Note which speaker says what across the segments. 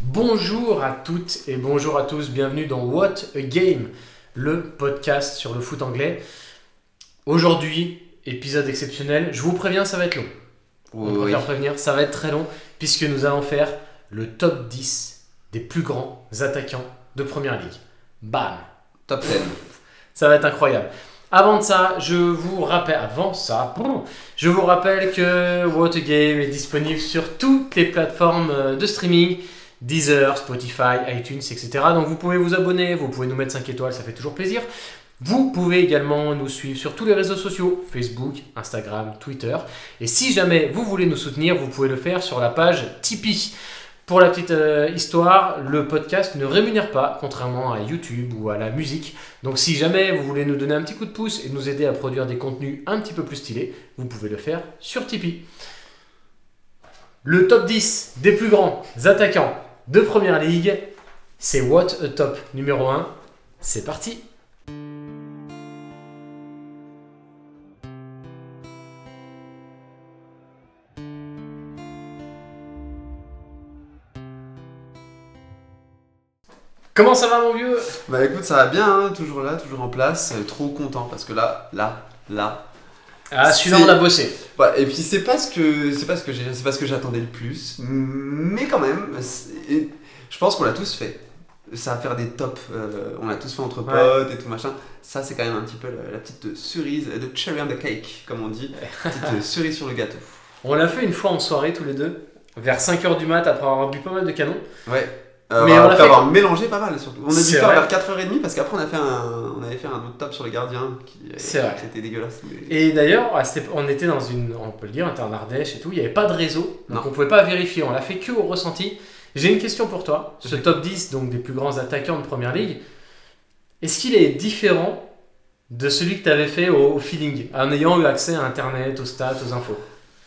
Speaker 1: Bonjour à toutes et bonjour à tous, bienvenue dans What a Game, le podcast sur le foot anglais. Aujourd'hui, épisode exceptionnel, je vous préviens, ça va être long. On
Speaker 2: Oui.
Speaker 1: préfère prévenir, ça va être très long puisque nous allons faire le top 10 des plus grands attaquants de Première Ligue. Bam
Speaker 2: Top 10.
Speaker 1: Ça va être incroyable. Avant de ça, je vous rappelle, avant ça, bon, je vous rappelle que What a Game est disponible sur toutes les plateformes euh, de streaming, Deezer, Spotify, iTunes, etc. Donc vous pouvez vous abonner, vous pouvez nous mettre 5 étoiles, ça fait toujours plaisir. Vous pouvez également nous suivre sur tous les réseaux sociaux, Facebook, Instagram, Twitter. Et si jamais vous voulez nous soutenir, vous pouvez le faire sur la page Tipeee. Pour la petite euh, histoire, le podcast ne rémunère pas, contrairement à YouTube ou à la musique. Donc si jamais vous voulez nous donner un petit coup de pouce et nous aider à produire des contenus un petit peu plus stylés, vous pouvez le faire sur Tipeee. Le top 10 des plus grands attaquants de Première Ligue, c'est What a Top numéro 1. C'est parti Comment ça va mon vieux
Speaker 2: Bah écoute, ça va bien, hein, toujours là, toujours en place. Euh, trop content parce que là, là, là.
Speaker 1: Ah, celui-là,
Speaker 2: C'est-
Speaker 1: on a bossé.
Speaker 2: Ouais, et puis c'est pas ce que c'est pas ce que j'ai- c'est pas ce que j'attendais le plus, mais quand même, c'est- je pense qu'on l'a tous fait. Ça va faire des tops. euh, on l'a tous fait entre
Speaker 1: Ouais.
Speaker 2: potes et tout machin. Ça, c'est quand même un petit peu la, la petite cerise, the cherry on the cake, comme on dit. Petite cerise sur le gâteau.
Speaker 1: On l'a fait une fois en soirée, tous les deux, vers 5h du mat, après avoir bu pas mal de canons.
Speaker 2: Ouais. Euh,
Speaker 1: Mais
Speaker 2: on
Speaker 1: on
Speaker 2: a
Speaker 1: l'a
Speaker 2: fait
Speaker 1: fait-
Speaker 2: avoir mélangé pas mal surtout. On a dû
Speaker 1: C'est
Speaker 2: faire
Speaker 1: vrai.
Speaker 2: vers 4h30 parce qu'après on a fait un on avait fait un autre top sur les gardiens qui,
Speaker 1: C'est vrai.
Speaker 2: qui était dégueulasse. mais-
Speaker 1: Et d'ailleurs, à cette époque- on était dans une, on peut le dire, on était en Ardèche et tout, il n'y avait pas de réseau, donc
Speaker 2: Non.
Speaker 1: on pouvait pas vérifier, on l'a fait que au ressenti. J'ai une question pour toi, ce
Speaker 2: Mhm.
Speaker 1: top 10 donc des plus grands attaquants de Première Ligue, est-ce qu'il est différent de celui que tu avais fait au, au feeling, en ayant eu accès à Internet, aux stats, aux infos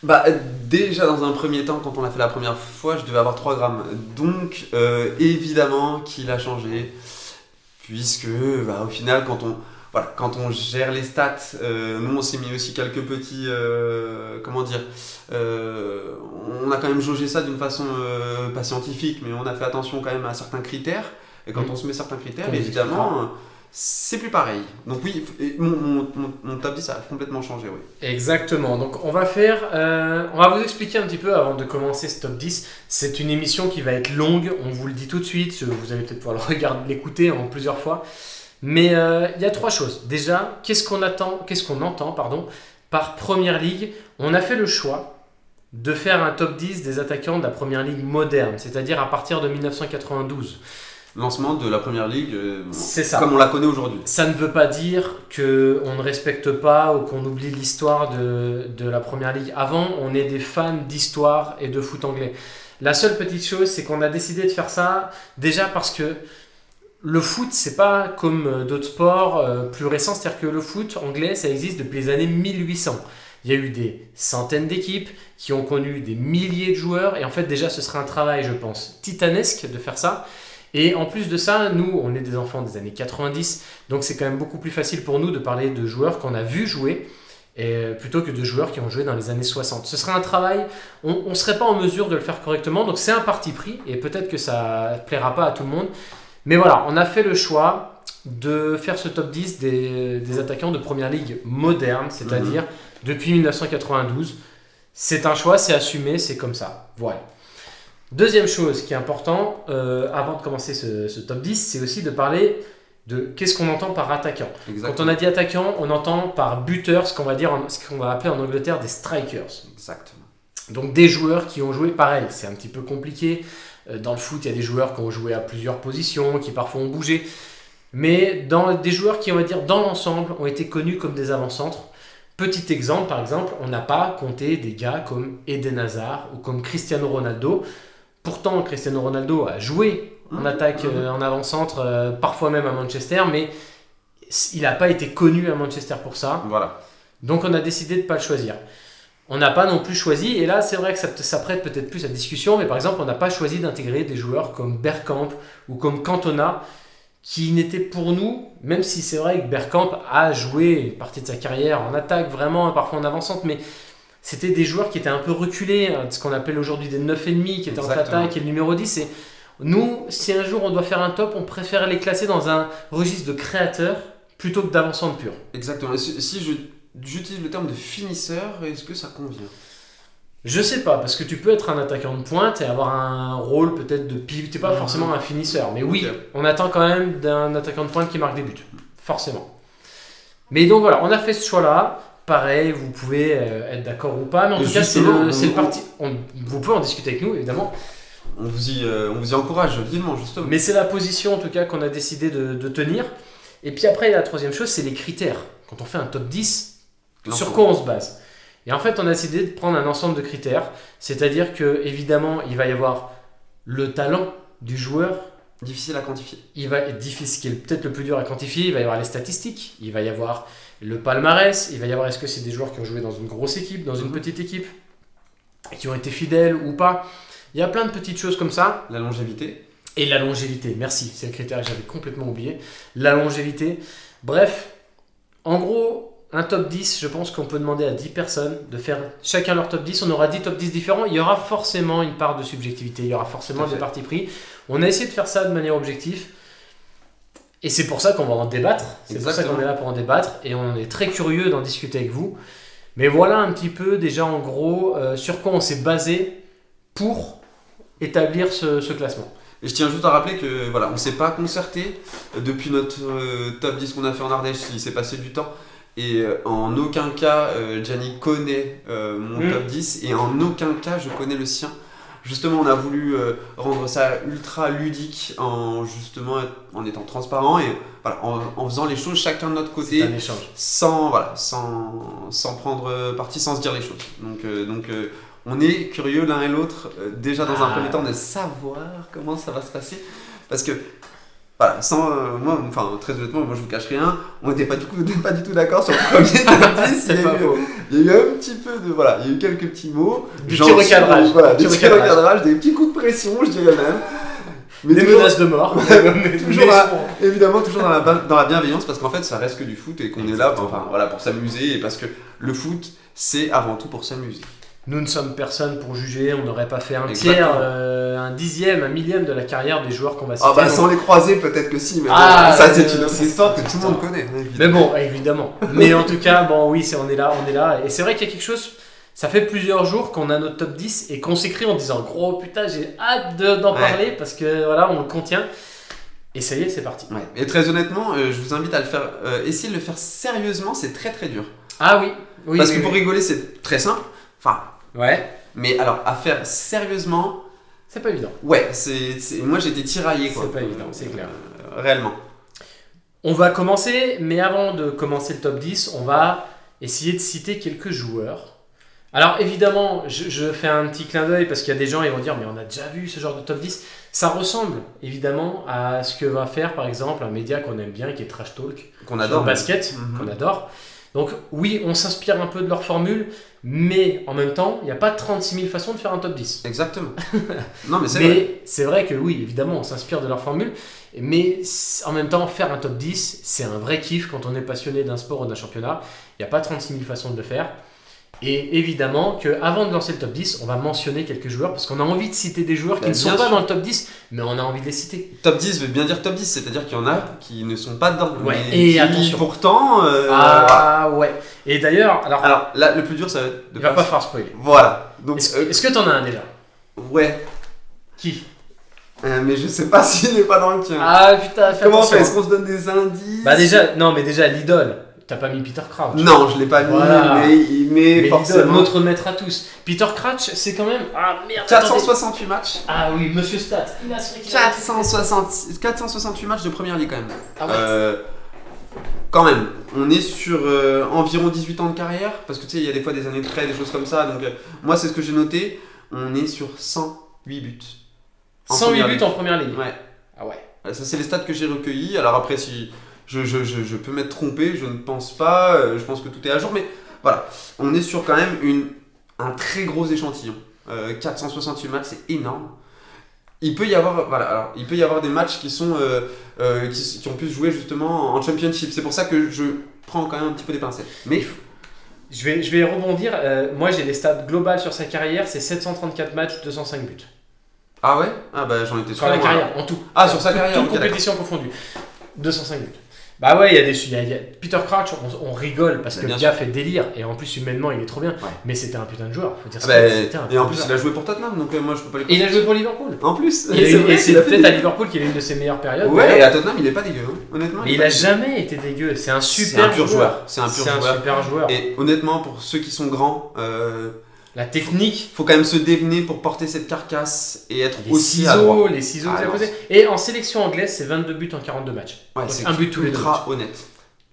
Speaker 2: Bah euh, déjà dans un premier temps quand on l'a fait la première fois je devais avoir 3 grammes donc euh, évidemment qu'il a changé puisque bah, au final quand on voilà, quand on gère les stats euh, nous on s'est mis aussi quelques petits euh, comment dire euh, on a quand même jaugé ça d'une façon euh, pas scientifique mais on a fait attention quand même à certains critères et quand
Speaker 1: Mhm.
Speaker 2: on se met certains critères
Speaker 1: Qu'on nous
Speaker 2: évidemment euh, c'est plus pareil donc oui et mon, mon, mon, mon top 10 ça a complètement changé oui.
Speaker 1: Exactement. Donc on va faire, euh, on va vous expliquer un petit peu avant de commencer ce top 10. C'est une émission qui va être longue, on vous le dit tout de suite, euh, vous allez peut-être pouvoir le regarder, l'écouter en plusieurs fois. Mais euh, il y a trois choses. Déjà, qu'est-ce qu'on attend, qu'est-ce qu'on entend, pardon, par première ligue On a fait le choix de faire un top 10 des attaquants de la première ligue moderne, c'est-à-dire à partir de 1992.
Speaker 2: lancement de la première ligue euh,
Speaker 1: C'est ça.
Speaker 2: comme on la connaît aujourd'hui.
Speaker 1: Ça ne veut pas dire que on ne respecte pas ou qu'on oublie l'histoire de, de la Première Ligue. Avant, on est des fans d'histoire et de foot anglais. La seule petite chose, c'est qu'on a décidé de faire ça déjà parce que le foot, c'est pas comme euh, d'autres sports euh, plus récents. C'est-à-dire que le foot anglais, ça existe depuis les années 1800. Il y a eu des centaines d'équipes qui ont connu des milliers de joueurs. Et en fait, déjà, ce serait un travail, je pense, titanesque de faire ça. Et en plus de ça, nous, on est des enfants des années 90. Donc c'est quand même beaucoup plus facile pour nous de parler de joueurs qu'on a vu jouer et, euh, plutôt que de joueurs qui ont joué dans les années 60. Ce serait un travail, on ne serait pas en mesure de le faire correctement, donc c'est un parti pris et peut-être que ça plaira pas à tout le monde. Mais voilà, on a fait le choix de faire ce top 10 des, des attaquants de Première Ligue moderne, c'est-à-dire depuis 1992. C'est un choix, c'est assumé, c'est comme ça. Voilà. Deuxième chose qui est important, euh, avant de commencer ce- ce top 10, c'est aussi de parler de qu'est-ce qu'on entend par attaquant. Quand on a dit attaquant, on entend par buteur ce qu'on va dire, en- ce qu'on va appeler en Angleterre des strikers.
Speaker 2: Exactement.
Speaker 1: Donc des joueurs qui ont joué pareil. C'est un petit peu compliqué. Euh, Dans le foot, il y a des joueurs qui ont joué à plusieurs positions, qui parfois ont bougé. Mais dans des joueurs qui, on va dire, dans l'ensemble, ont été connus comme des avant-centres. Petit exemple, par exemple, on n'a pas compté des gars comme Eden Hazard ou comme Cristiano Ronaldo. Pourtant, Cristiano Ronaldo a joué en
Speaker 2: Mhm,
Speaker 1: attaque,
Speaker 2: mhm.
Speaker 1: euh, en avant-centre, euh, parfois même à Manchester, mais il n'a pas été connu à Manchester pour ça.
Speaker 2: Voilà.
Speaker 1: Donc on a décidé de ne pas le choisir. On n'a pas non plus choisi, et là c'est vrai que ça, ça prête peut-être plus à discussion, mais par exemple on n'a pas choisi d'intégrer des joueurs comme Bergkamp ou comme Cantona, qui n'étaient pour nous, même si c'est vrai que Bergkamp a joué une partie de sa carrière en attaque vraiment, parfois en avançante, mais c'était des joueurs qui étaient un peu reculés, hein, ce qu'on appelle aujourd'hui des 9,5, qui étaient entre
Speaker 2: Exactement.
Speaker 1: attaque et le numéro 10, et Nous, si un jour on doit faire un top, on préfère les classer dans un registre de créateurs plutôt que d'avançants de pur.
Speaker 2: Exactement. Si, si je- j'utilise le terme de finisseur, est-ce que ça convient
Speaker 1: Je sais pas, parce que tu peux être un attaquant de pointe et avoir un rôle peut-être de pivot. T'es pas
Speaker 2: Mhm.
Speaker 1: forcément un finisseur, mais oui,
Speaker 2: Ok.
Speaker 1: on attend quand même d'un attaquant de pointe qui marque des buts. Forcément. Mais donc voilà, on a fait ce choix-là. Pareil, vous pouvez euh, être d'accord ou pas, mais en
Speaker 2: Et
Speaker 1: tout cas, c'est
Speaker 2: justement,
Speaker 1: le,
Speaker 2: on-
Speaker 1: c'est le
Speaker 2: on-
Speaker 1: parti. on- vous pouvez en discuter avec nous, évidemment.
Speaker 2: On vous y, euh, on vous y encourage vivement, justement.
Speaker 1: Mais c'est la position, en tout cas, qu'on a décidé de, de tenir. Et puis après, la troisième chose, c'est les critères. Quand on fait un top 10, sur quoi on se base Et en fait, on a décidé de prendre un ensemble de critères, c'est-à-dire que évidemment, il va y avoir le talent du joueur,
Speaker 2: Difficile à quantifier.
Speaker 1: il va être difficile, ce qui est peut-être le plus dur à quantifier, il va y avoir les statistiques, il va y avoir le palmarès, il va y avoir est-ce que c'est des joueurs qui ont joué dans une grosse équipe, dans une
Speaker 2: Mhm.
Speaker 1: petite équipe, qui ont été fidèles ou pas. Il y a plein de petites choses comme ça.
Speaker 2: La longévité.
Speaker 1: Et la longévité, merci, c'est le critère que j'avais complètement oublié. La longévité. Bref, en gros, un top 10, je pense qu'on peut demander à 10 personnes de faire chacun leur top 10. On aura 10 top 10 différents. Il y aura forcément une part de subjectivité, il y aura
Speaker 2: Tout
Speaker 1: forcément
Speaker 2: à
Speaker 1: des
Speaker 2: fait.
Speaker 1: partis pris. On a essayé de faire ça de manière objective. Et c'est pour ça qu'on va en débattre. C'est pour ça
Speaker 2: Exactement.
Speaker 1: qu'on est là pour en débattre. Et on est très curieux d'en discuter avec vous. Mais voilà un petit peu déjà en gros euh, sur quoi on s'est basé pour établir ce- ce classement.
Speaker 2: Et je tiens juste à rappeler que voilà, on s'est pas concerté Euh, depuis notre euh, top 10 qu'on a fait en Ardèche, il s'est passé du temps. Et euh, en aucun cas, euh, Gianni connaît euh, mon
Speaker 1: Mm.
Speaker 2: top 10 et en aucun cas je connais le sien. Justement, on a voulu euh, rendre ça ultra ludique en justement en étant transparent et voilà, en, en faisant les choses chacun de notre
Speaker 1: C'est
Speaker 2: côté.
Speaker 1: un échange.
Speaker 2: sans voilà sans, sans prendre euh, parti sans se dire les choses donc euh, donc euh, on est curieux l'un et l'autre euh, déjà dans un
Speaker 1: Ah.
Speaker 2: premier temps de savoir comment ça va se passer parce que voilà sans euh, moi enfin très honnêtement moi je vous cache rien on n'était pas du coup pas du tout d'accord sur le premier indice il, y a eu- il y a eu un petit peu de voilà il y a eu quelques petits mots
Speaker 1: Du
Speaker 2: Genre,
Speaker 1: petit recadrage.
Speaker 2: voilà,
Speaker 1: Du
Speaker 2: des
Speaker 1: petit
Speaker 2: petits
Speaker 1: recadrage.
Speaker 2: recadrages des petits coups de pression je dirais même mais
Speaker 1: Des
Speaker 2: toujours-
Speaker 1: menaces de mort.
Speaker 2: toujours à- Évidemment, toujours dans la, ba- dans la bienveillance, parce qu'en fait, ça reste que du foot et qu'on est là enfin, voilà, pour s'amuser, et parce que le foot, c'est avant tout pour s'amuser.
Speaker 1: Nous ne sommes personne pour juger, on n'aurait pas fait un
Speaker 2: Exactement.
Speaker 1: tiers, euh, un dixième, un millième de la carrière des joueurs qu'on va citer.
Speaker 2: Ah bah,
Speaker 1: Donc-
Speaker 2: sans les croiser, peut-être que si, mais
Speaker 1: Ah,
Speaker 2: bon, ça, c'est
Speaker 1: euh,
Speaker 2: une autre
Speaker 1: c'est-
Speaker 2: histoire que tout
Speaker 1: c'est-
Speaker 2: le monde connaît. hein, évidemment.
Speaker 1: Mais bon, évidemment. Mais en tout cas, bon, oui, c'est on est là, on est là. Et c'est vrai qu'il y a quelque chose. Ça fait plusieurs jours qu'on a notre top 10 et qu'on s'écrit en disant gros putain, j'ai hâte de- d'en
Speaker 2: Ouais.
Speaker 1: parler parce que voilà, on le contient. Et ça y est, c'est parti.
Speaker 2: Ouais. Et très honnêtement, euh, je vous invite à le faire, euh, essayer de le faire sérieusement, c'est très très dur.
Speaker 1: Ah oui, oui.
Speaker 2: parce
Speaker 1: oui,
Speaker 2: que pour
Speaker 1: oui.
Speaker 2: rigoler, c'est très simple. Enfin,
Speaker 1: Ouais,
Speaker 2: mais alors, à faire sérieusement,
Speaker 1: c'est pas évident.
Speaker 2: ouais, c'est, c'est- moi j'étais tiraillé quoi.
Speaker 1: C'est pas évident, c'est clair.
Speaker 2: Euh, réellement.
Speaker 1: On va commencer, mais avant de commencer le top 10, on va essayer de citer quelques joueurs. Alors évidemment, je, je fais un petit clin d'œil parce qu'il y a des gens, ils vont dire, mais on a déjà vu ce genre de top 10. Ça ressemble évidemment à ce que va faire par exemple un média qu'on aime bien, qui est Trash Talk,
Speaker 2: Qu'on
Speaker 1: sur
Speaker 2: adore.
Speaker 1: le
Speaker 2: mais-
Speaker 1: basket,
Speaker 2: Mhm.
Speaker 1: qu'on adore. Donc oui, on s'inspire un peu de leur formule, mais en même temps, il n'y a pas 36 000 façons de faire un top 10.
Speaker 2: Exactement. non, mais c'est vrai.
Speaker 1: Mais c'est vrai que oui, évidemment, on s'inspire de leur formule. Mais c- en même temps, faire un top 10, c'est un vrai kiff quand on est passionné d'un sport ou d'un championnat. Il n'y a pas 36 000 façons de le faire. Et évidemment que avant de lancer le top 10, on va mentionner quelques joueurs parce qu'on a envie de citer des joueurs qui
Speaker 2: Bah,
Speaker 1: ne sont
Speaker 2: bien
Speaker 1: pas
Speaker 2: sûr.
Speaker 1: dans le top 10, mais on a envie de les citer.
Speaker 2: Top 10 veut bien dire top 10, c'est-à-dire qu'il y en a qui ne sont pas dedans.
Speaker 1: Ouais,
Speaker 2: mais
Speaker 1: et
Speaker 2: qui,
Speaker 1: attention.
Speaker 2: pourtant. euh,
Speaker 1: ah ouais. Et d'ailleurs, alors,
Speaker 2: Alors là, le plus dur, ça va être de
Speaker 1: il va pas
Speaker 2: passer.
Speaker 1: faire spoiler.
Speaker 2: Voilà. Donc,
Speaker 1: Est-ce
Speaker 2: euh,
Speaker 1: est-ce que t'en as un déjà
Speaker 2: ouais,
Speaker 1: Qui
Speaker 2: Euh, mais je sais pas s'il n'est pas dans le tien.
Speaker 1: Ah putain, fais
Speaker 2: Comment on fait
Speaker 1: attention.
Speaker 2: Est-ce qu'on se donne des indices
Speaker 1: Bah déjà, non mais déjà l'idole. T'as pas mis Peter Crouch.
Speaker 2: Non, je l'ai pas mis,
Speaker 1: Voilà.
Speaker 2: mais, il- mais
Speaker 1: Mais hein. l'idole,
Speaker 2: forcément.
Speaker 1: notre maître à tous. Peter Crouch, c'est quand même. Ah merde, attendez.
Speaker 2: 468 matchs.
Speaker 1: Ah oui, monsieur Stat. Il a ce qu'il a-
Speaker 2: 460 468 matchs de première ligue quand même.
Speaker 1: Ah ouais.
Speaker 2: Euh, quand même, on est sur euh, environ 18 ans de carrière, parce que tu sais, il y a des fois des années de prêt, des choses comme ça. Donc, euh, moi, c'est ce que j'ai noté. On est sur 108 buts. en
Speaker 1: 108
Speaker 2: première
Speaker 1: buts en première ligne.
Speaker 2: ligue. Ouais,
Speaker 1: Ah ouais.
Speaker 2: Voilà, Euh, ça, c'est les stats que j'ai recueillis. Alors, après, si je, je- je- je peux m'être trompé, je ne pense pas, euh, je pense que tout est à jour, mais voilà, on est sur quand même une, un très gros échantillon. Euh, 468 matchs, c'est énorme. Il peut y avoir, voilà, alors, il peut y avoir des matchs qui sont euh, euh, qui, s- qui ont pu se jouer justement en championship. C'est pour ça que je prends quand même un petit peu des pincettes. Mais
Speaker 1: Je vais, je vais rebondir. euh, moi, j'ai les stats globales sur sa carrière c'est 734 matchs, 205 buts.
Speaker 2: Ah ouais Ah bah j'en étais
Speaker 1: Sur la
Speaker 2: très loin.
Speaker 1: carrière, en tout.
Speaker 2: Ah, sur sa
Speaker 1: Tout-
Speaker 2: carrière,
Speaker 1: Toute
Speaker 2: ok, d'accord.
Speaker 1: compétition confondue. 205 buts. Bah ouais, il y a des. il y a- il y a- Peter Crouch, on, on rigole parce
Speaker 2: Bah,
Speaker 1: que
Speaker 2: bien
Speaker 1: le gars fait délire et en plus humainement il est trop bien. Mais c'était un putain de joueur, faut dire
Speaker 2: Ah
Speaker 1: ça.
Speaker 2: bah,
Speaker 1: C'était un
Speaker 2: et
Speaker 1: putain
Speaker 2: en
Speaker 1: de
Speaker 2: plus,
Speaker 1: joueur.
Speaker 2: il a joué pour Tottenham, donc euh, moi je peux pas
Speaker 1: Et
Speaker 2: les
Speaker 1: il a joué pour Liverpool.
Speaker 2: En plus,
Speaker 1: Il a
Speaker 2: c'est
Speaker 1: eu-
Speaker 2: vrai,
Speaker 1: et c'est
Speaker 2: il a fait
Speaker 1: peut-être
Speaker 2: des-
Speaker 1: à Liverpool qu'il a eu une de ses meilleures périodes.
Speaker 2: Ouais, et
Speaker 1: d'ailleurs.
Speaker 2: à Tottenham, il est pas dégueu, hein. honnêtement.
Speaker 1: mais
Speaker 2: est
Speaker 1: il
Speaker 2: pas
Speaker 1: a
Speaker 2: dégueu.
Speaker 1: jamais été dégueu. C'est un
Speaker 2: C'est un
Speaker 1: super
Speaker 2: pur joueur. C'est un pur
Speaker 1: C'est un
Speaker 2: joueur.
Speaker 1: super joueur.
Speaker 2: Et honnêtement, pour ceux qui sont grands, euh,
Speaker 1: La technique,
Speaker 2: faut quand même se démener pour porter cette carcasse et être
Speaker 1: les
Speaker 2: aussi à droite.
Speaker 1: ciseaux, les ciseaux
Speaker 2: Ah,
Speaker 1: que vous avez
Speaker 2: non.
Speaker 1: posés. Et en sélection anglaise, c'est 22 buts en 42 matchs.
Speaker 2: Ouais,
Speaker 1: Donc,
Speaker 2: c'est
Speaker 1: un but tous les deux matchs.
Speaker 2: ultra honnête.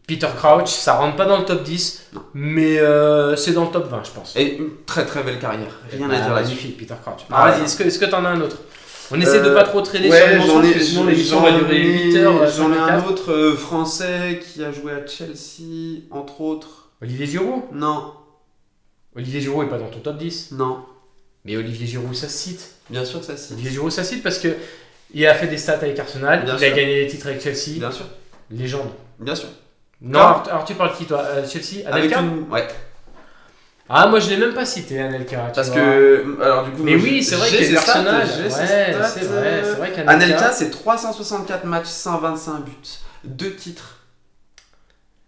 Speaker 1: Peter Crouch, ça rentre pas dans le top 10,
Speaker 2: Non.
Speaker 1: mais euh, c'est dans le top 20, je pense.
Speaker 2: Et une très très belle carrière. Rien
Speaker 1: Bah,
Speaker 2: à dire là-dessus.
Speaker 1: Magnifique, Peter Crouch. Bah,
Speaker 2: Ah,
Speaker 1: vas-y,
Speaker 2: ouais.
Speaker 1: est-ce que est-ce que t'en as un autre On essaie de
Speaker 2: Euh,
Speaker 1: pas trop traîner
Speaker 2: Ouais,
Speaker 1: sur le
Speaker 2: j'en
Speaker 1: morceau,
Speaker 2: ai,
Speaker 1: parce que sinon
Speaker 2: j'en-
Speaker 1: l'émission va
Speaker 2: j'en
Speaker 1: durer
Speaker 2: ai-
Speaker 1: 8 heures.
Speaker 2: J'en ai un
Speaker 1: 54.
Speaker 2: autre euh, français qui a joué à Chelsea, entre autres.
Speaker 1: Olivier Giroud
Speaker 2: Non,
Speaker 1: Olivier Giroud est pas dans ton top 10.
Speaker 2: non.
Speaker 1: Mais Olivier Giroud, ça se cite.
Speaker 2: Bien sûr que ça c'est.
Speaker 1: Olivier Giroud, ça se cite parce que il a fait des stats avec Arsenal,
Speaker 2: Bien
Speaker 1: il a
Speaker 2: sûr.
Speaker 1: gagné les titres avec Chelsea.
Speaker 2: Bien sûr,
Speaker 1: Légende.
Speaker 2: bien sûr.
Speaker 1: Non,
Speaker 2: Comme-
Speaker 1: alors, alors tu parles de qui toi Euh, Chelsea Anelka
Speaker 2: une. Ouais.
Speaker 1: Ah, moi je l'ai même pas cité, Anelka. tu
Speaker 2: Parce
Speaker 1: vois.
Speaker 2: que. euh, Alors du coup.
Speaker 1: Mais
Speaker 2: moi,
Speaker 1: oui,
Speaker 2: j'ai-
Speaker 1: c'est vrai
Speaker 2: j'ai
Speaker 1: qu'il y a des
Speaker 2: ses stats,
Speaker 1: personnages.
Speaker 2: j'ai
Speaker 1: Ouais,
Speaker 2: ses
Speaker 1: c'est
Speaker 2: stats,
Speaker 1: vrai,
Speaker 2: euh,
Speaker 1: c'est vrai qu'Anelka.
Speaker 2: Anelka, c'est 364 matchs, 125 buts, 2 titres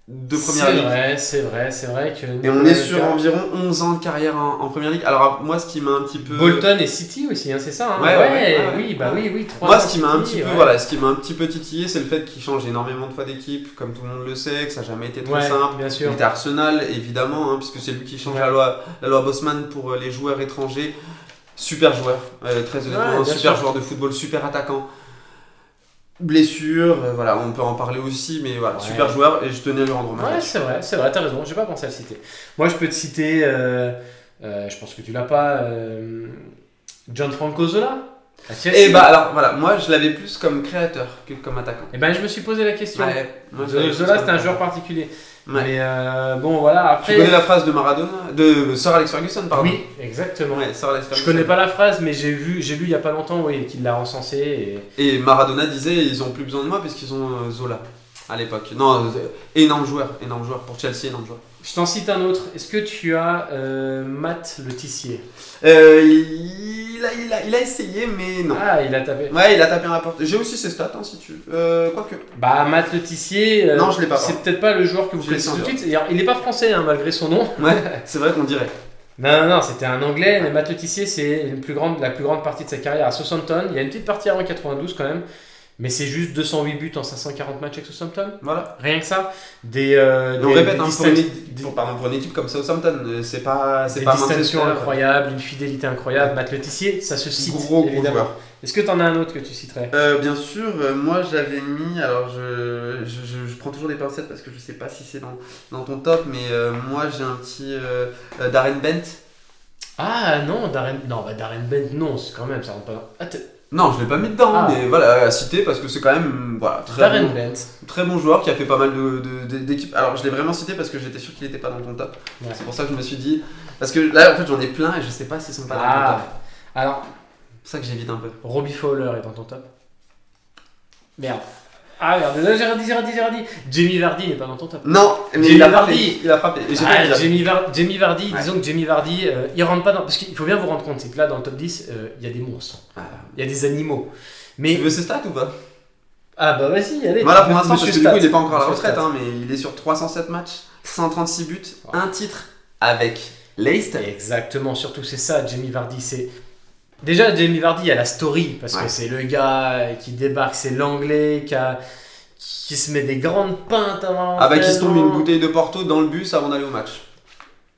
Speaker 2: de première
Speaker 1: C'est
Speaker 2: ligue.
Speaker 1: vrai, c'est vrai, c'est vrai que.
Speaker 2: Et on est sur
Speaker 1: Anelka-
Speaker 2: environ 11 ans de carrière en, en première ligue. Alors, moi, ce qui m'a un petit peu.
Speaker 1: Bolton et City aussi, hein, c'est ça. hein.
Speaker 2: Ouais, ouais, ouais,
Speaker 1: oui,
Speaker 2: ouais.
Speaker 1: bah oui, oui. trois
Speaker 2: Moi,
Speaker 1: fois
Speaker 2: ce qui m'a un
Speaker 1: City,
Speaker 2: petit peu,
Speaker 1: ouais.
Speaker 2: voilà, ce qui m'a un petit peu titillé, c'est le fait qu'il change énormément de fois d'équipe, comme tout le monde le sait, que ça n'a jamais été très
Speaker 1: Ouais,
Speaker 2: simple.
Speaker 1: bien
Speaker 2: Il
Speaker 1: sûr.
Speaker 2: était à Arsenal, évidemment, hein, puisque c'est lui qui change
Speaker 1: Ouais.
Speaker 2: la loi, la loi Bosman pour euh, les joueurs étrangers. Super joueur, euh, très honnêtement,
Speaker 1: Ouais, bien
Speaker 2: super
Speaker 1: sûr.
Speaker 2: joueur de football, super attaquant. Blessure, euh, voilà, on peut en parler aussi, mais voilà,
Speaker 1: Ouais.
Speaker 2: super joueur et je tenais à lui rendre hommage.
Speaker 1: Ouais, c'est vrai, c'est vrai, t'as raison, j'ai pas pensé à le citer. Moi, je peux te citer, euh, euh, je pense que tu l'as pas, euh, John Franco Zola. Ah, à Chelsea.
Speaker 2: Et bah alors voilà, moi je l'avais plus comme créateur que comme attaquant.
Speaker 1: Eh ben, je me suis posé la question.
Speaker 2: Ouais, moi, je l'avais
Speaker 1: Zola,
Speaker 2: plus
Speaker 1: Zola,
Speaker 2: comme
Speaker 1: c'est un
Speaker 2: attaquant.
Speaker 1: joueur particulier.
Speaker 2: Ouais.
Speaker 1: Mais euh, bon, voilà,
Speaker 2: Tu
Speaker 1: après.
Speaker 2: connais la phrase de Maradona De Sir Alex Ferguson, pardon
Speaker 1: Oui, exactement.
Speaker 2: Ouais, Sir Alex
Speaker 1: Je
Speaker 2: Ferguson.
Speaker 1: connais pas la phrase, mais j'ai vu, j'ai lu il y a pas longtemps, oui, qu'il l'a encensé. Et...
Speaker 2: Et Maradona disait ils ont plus besoin de moi parce qu'ils ont euh, Zola à l'époque. Non, euh, énorme joueur, énorme joueur pour Chelsea, énorme joueur.
Speaker 1: Je t'en cite un autre. Est-ce que tu as euh, Matt Le Tissier
Speaker 2: Euh, il, a, il, a, il a essayé, mais non.
Speaker 1: Ah, il a tapé.
Speaker 2: Ouais, il a tapé un rapport. J'ai aussi ses stats, hein, si tu veux. Euh, Quoique.
Speaker 1: Bah, Matt Le Tissier, euh,
Speaker 2: Non, je l'ai pas,
Speaker 1: c'est
Speaker 2: pardon.
Speaker 1: peut-être pas le joueur que vous
Speaker 2: Je l'ai
Speaker 1: connaissez tout
Speaker 2: sans
Speaker 1: de suite. Et alors, Il n'est pas français, hein, malgré son nom.
Speaker 2: Ouais, Eh, c'est vrai qu'on dirait.
Speaker 1: Non, non, non, c'était un anglais. Mais Matt Le Tissier, c'est une plus grande- la plus grande partie de sa carrière à Southampton. Il y a une petite partie avant 92 quand même. Mais c'est juste 208 buts en 540 matchs avec Southampton.
Speaker 2: Voilà.
Speaker 1: Rien que ça. Des, euh,
Speaker 2: Et
Speaker 1: des-
Speaker 2: on répète,
Speaker 1: des
Speaker 2: hein, pour,
Speaker 1: distan-
Speaker 2: une,
Speaker 1: des-
Speaker 2: pour- pardon, pour une équipe comme Southampton, euh, c'est pas, c'est
Speaker 1: des
Speaker 2: pas
Speaker 1: distinctions
Speaker 2: Manchester.
Speaker 1: incroyables, une fidélité incroyable. Matt Le Tissier, ça se cite,
Speaker 2: Gros, gros
Speaker 1: évidemment.
Speaker 2: joueur.
Speaker 1: Est-ce que t'en as un autre que tu citerais
Speaker 2: Euh, bien sûr, euh, moi j'avais mis, alors je, je, je- je prends toujours des pincettes parce que je sais pas si c'est dans, dans ton top, mais euh, moi j'ai un petit euh, euh, Darren Bent.
Speaker 1: Ah non, Darren, non, bah, Darren Bent, non, c'est quand même, ça rentre pas dans- Ah, t'es-
Speaker 2: Non, je l'ai pas mis dedans,
Speaker 1: Ah.
Speaker 2: mais voilà, à citer parce que c'est quand même voilà, très,
Speaker 1: Darren
Speaker 2: bon,
Speaker 1: Bent.
Speaker 2: très bon joueur qui a fait pas mal de- de- de- d'équipes. alors je l'ai vraiment cité parce que j'étais sûr qu'il était pas dans ton top.
Speaker 1: Ouais.
Speaker 2: C'est pour ça que je me suis dit. Parce que là en fait j'en ai plein et je sais pas s'ils sont pas dans ton
Speaker 1: Ah.
Speaker 2: top.
Speaker 1: Alors,
Speaker 2: C'est pour ça que j'évite un peu.
Speaker 1: Robbie Fowler est dans ton top. Merde. Ah merde, là, j'ai redit, j'ai redit, j'ai redit. Jamie Vardy n'est pas dans ton top.
Speaker 2: Non, mais
Speaker 1: Jamie
Speaker 2: il a
Speaker 1: Vardy.
Speaker 2: frappé. Il a frappé. Et j'ai pas
Speaker 1: Ah,
Speaker 2: mis là.
Speaker 1: Jamie, Var- Jamie Vardy,
Speaker 2: Ouais.
Speaker 1: disons que Jamie Vardy, euh, il rentre pas dans. Parce qu'il faut bien vous rendre compte, c'est que là, dans le top 10, euh, il y a des monstres,
Speaker 2: Ah.
Speaker 1: il y a des animaux.
Speaker 2: Tu
Speaker 1: Mais.
Speaker 2: veux ses stats ou pas
Speaker 1: Ah bah vas-y, allez.
Speaker 2: Voilà pour l'instant, parce
Speaker 1: Monsieur
Speaker 2: que du coup,
Speaker 1: Stat.
Speaker 2: il n'est pas encore à la
Speaker 1: Monsieur
Speaker 2: retraite,
Speaker 1: Stat.
Speaker 2: hein, mais il est sur 307 matchs, 136 buts,
Speaker 1: Ouais.
Speaker 2: un titre avec Leicester.
Speaker 1: Exactement, surtout c'est ça, Jamie Vardy, c'est... Déjà, Jamie Vardy, il y a la story, parce que
Speaker 2: Ouais.
Speaker 1: c'est le gars qui débarque, c'est l'anglais, qui, a- qui se met des grandes pintes avant
Speaker 2: Ah bah, qui se tombe une
Speaker 1: l'entraînement.
Speaker 2: bouteille de Porto dans le bus avant d'aller au match.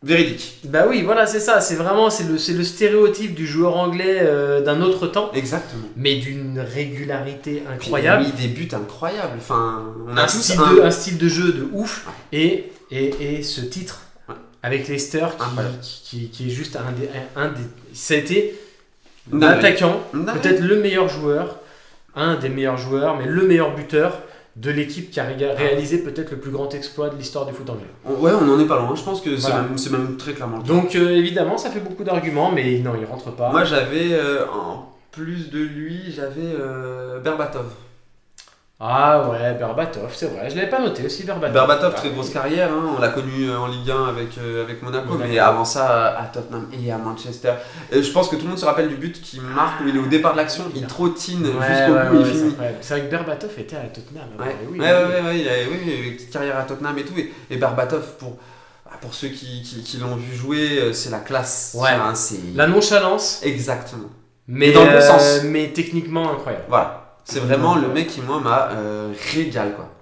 Speaker 2: Véridique.
Speaker 1: Bah oui, voilà, c'est ça, c'est vraiment c'est le, c'est le stéréotype du joueur anglais euh, d'un autre temps,
Speaker 2: Exactement.
Speaker 1: mais d'une régularité incroyable.
Speaker 2: Il a mis des buts incroyables. Enfin, on a
Speaker 1: un,
Speaker 2: tous
Speaker 1: style
Speaker 2: un,
Speaker 1: de, un style de jeu de ouf et, et, et ce titre
Speaker 2: Ouais.
Speaker 1: avec Leicester qui-
Speaker 2: Incroyable.
Speaker 1: qui, qui, est juste un des, un, un des ça a été
Speaker 2: Non, mais-
Speaker 1: l'attaquant
Speaker 2: Non, mais-
Speaker 1: peut-être le meilleur joueur un des meilleurs joueurs mais le meilleur buteur de l'équipe qui a
Speaker 2: Ah.
Speaker 1: réga- réalisé peut-être le plus grand exploit de l'histoire du foot anglais
Speaker 2: on- Ouais, on en est pas loin. Je pense que c'est
Speaker 1: Voilà.
Speaker 2: même, c'est même très clairement le cas.
Speaker 1: donc euh, évidemment ça fait beaucoup d'arguments mais non il rentre pas
Speaker 2: Moi, j'avais, euh, en plus de lui, j'avais euh, Berbatov.
Speaker 1: Ah ouais, Berbatov, c'est vrai. Je l'avais pas noté aussi, Berbatov.
Speaker 2: Berbatov, très
Speaker 1: Ah,
Speaker 2: grosse
Speaker 1: oui.
Speaker 2: carrière, hein, on l'a connu euh, en Ligue 1 avec, euh, avec Monaco,
Speaker 1: Monaco.
Speaker 2: mais avant ça euh, à Tottenham et à Manchester. Et je pense que tout le monde se rappelle du but qui marque où il est au départ de l'action, il trottine
Speaker 1: Ouais,
Speaker 2: jusqu'au
Speaker 1: ouais,
Speaker 2: bout
Speaker 1: ouais,
Speaker 2: et il
Speaker 1: c'est
Speaker 2: finit.
Speaker 1: vrai. C'est vrai que Berbatov était à Tottenham.
Speaker 2: Ouais,
Speaker 1: ouais, Eh oui,
Speaker 2: ouais,
Speaker 1: oui.
Speaker 2: ouais, ouais, il a, oui, il a eu une petite carrière à Tottenham et tout. Et, et Berbatov, pour, ah, pour ceux qui, qui, qui l'ont vu jouer, euh, c'est la classe.
Speaker 1: Ouais.
Speaker 2: Enfin, hein, c'est-
Speaker 1: La nonchalance,
Speaker 2: Exactement.
Speaker 1: mais,
Speaker 2: Mais dans le bon
Speaker 1: euh,
Speaker 2: sens.
Speaker 1: mais techniquement incroyable.
Speaker 2: Voilà. C'est vraiment le mec qui, moi, m'a euh, régal, quoi.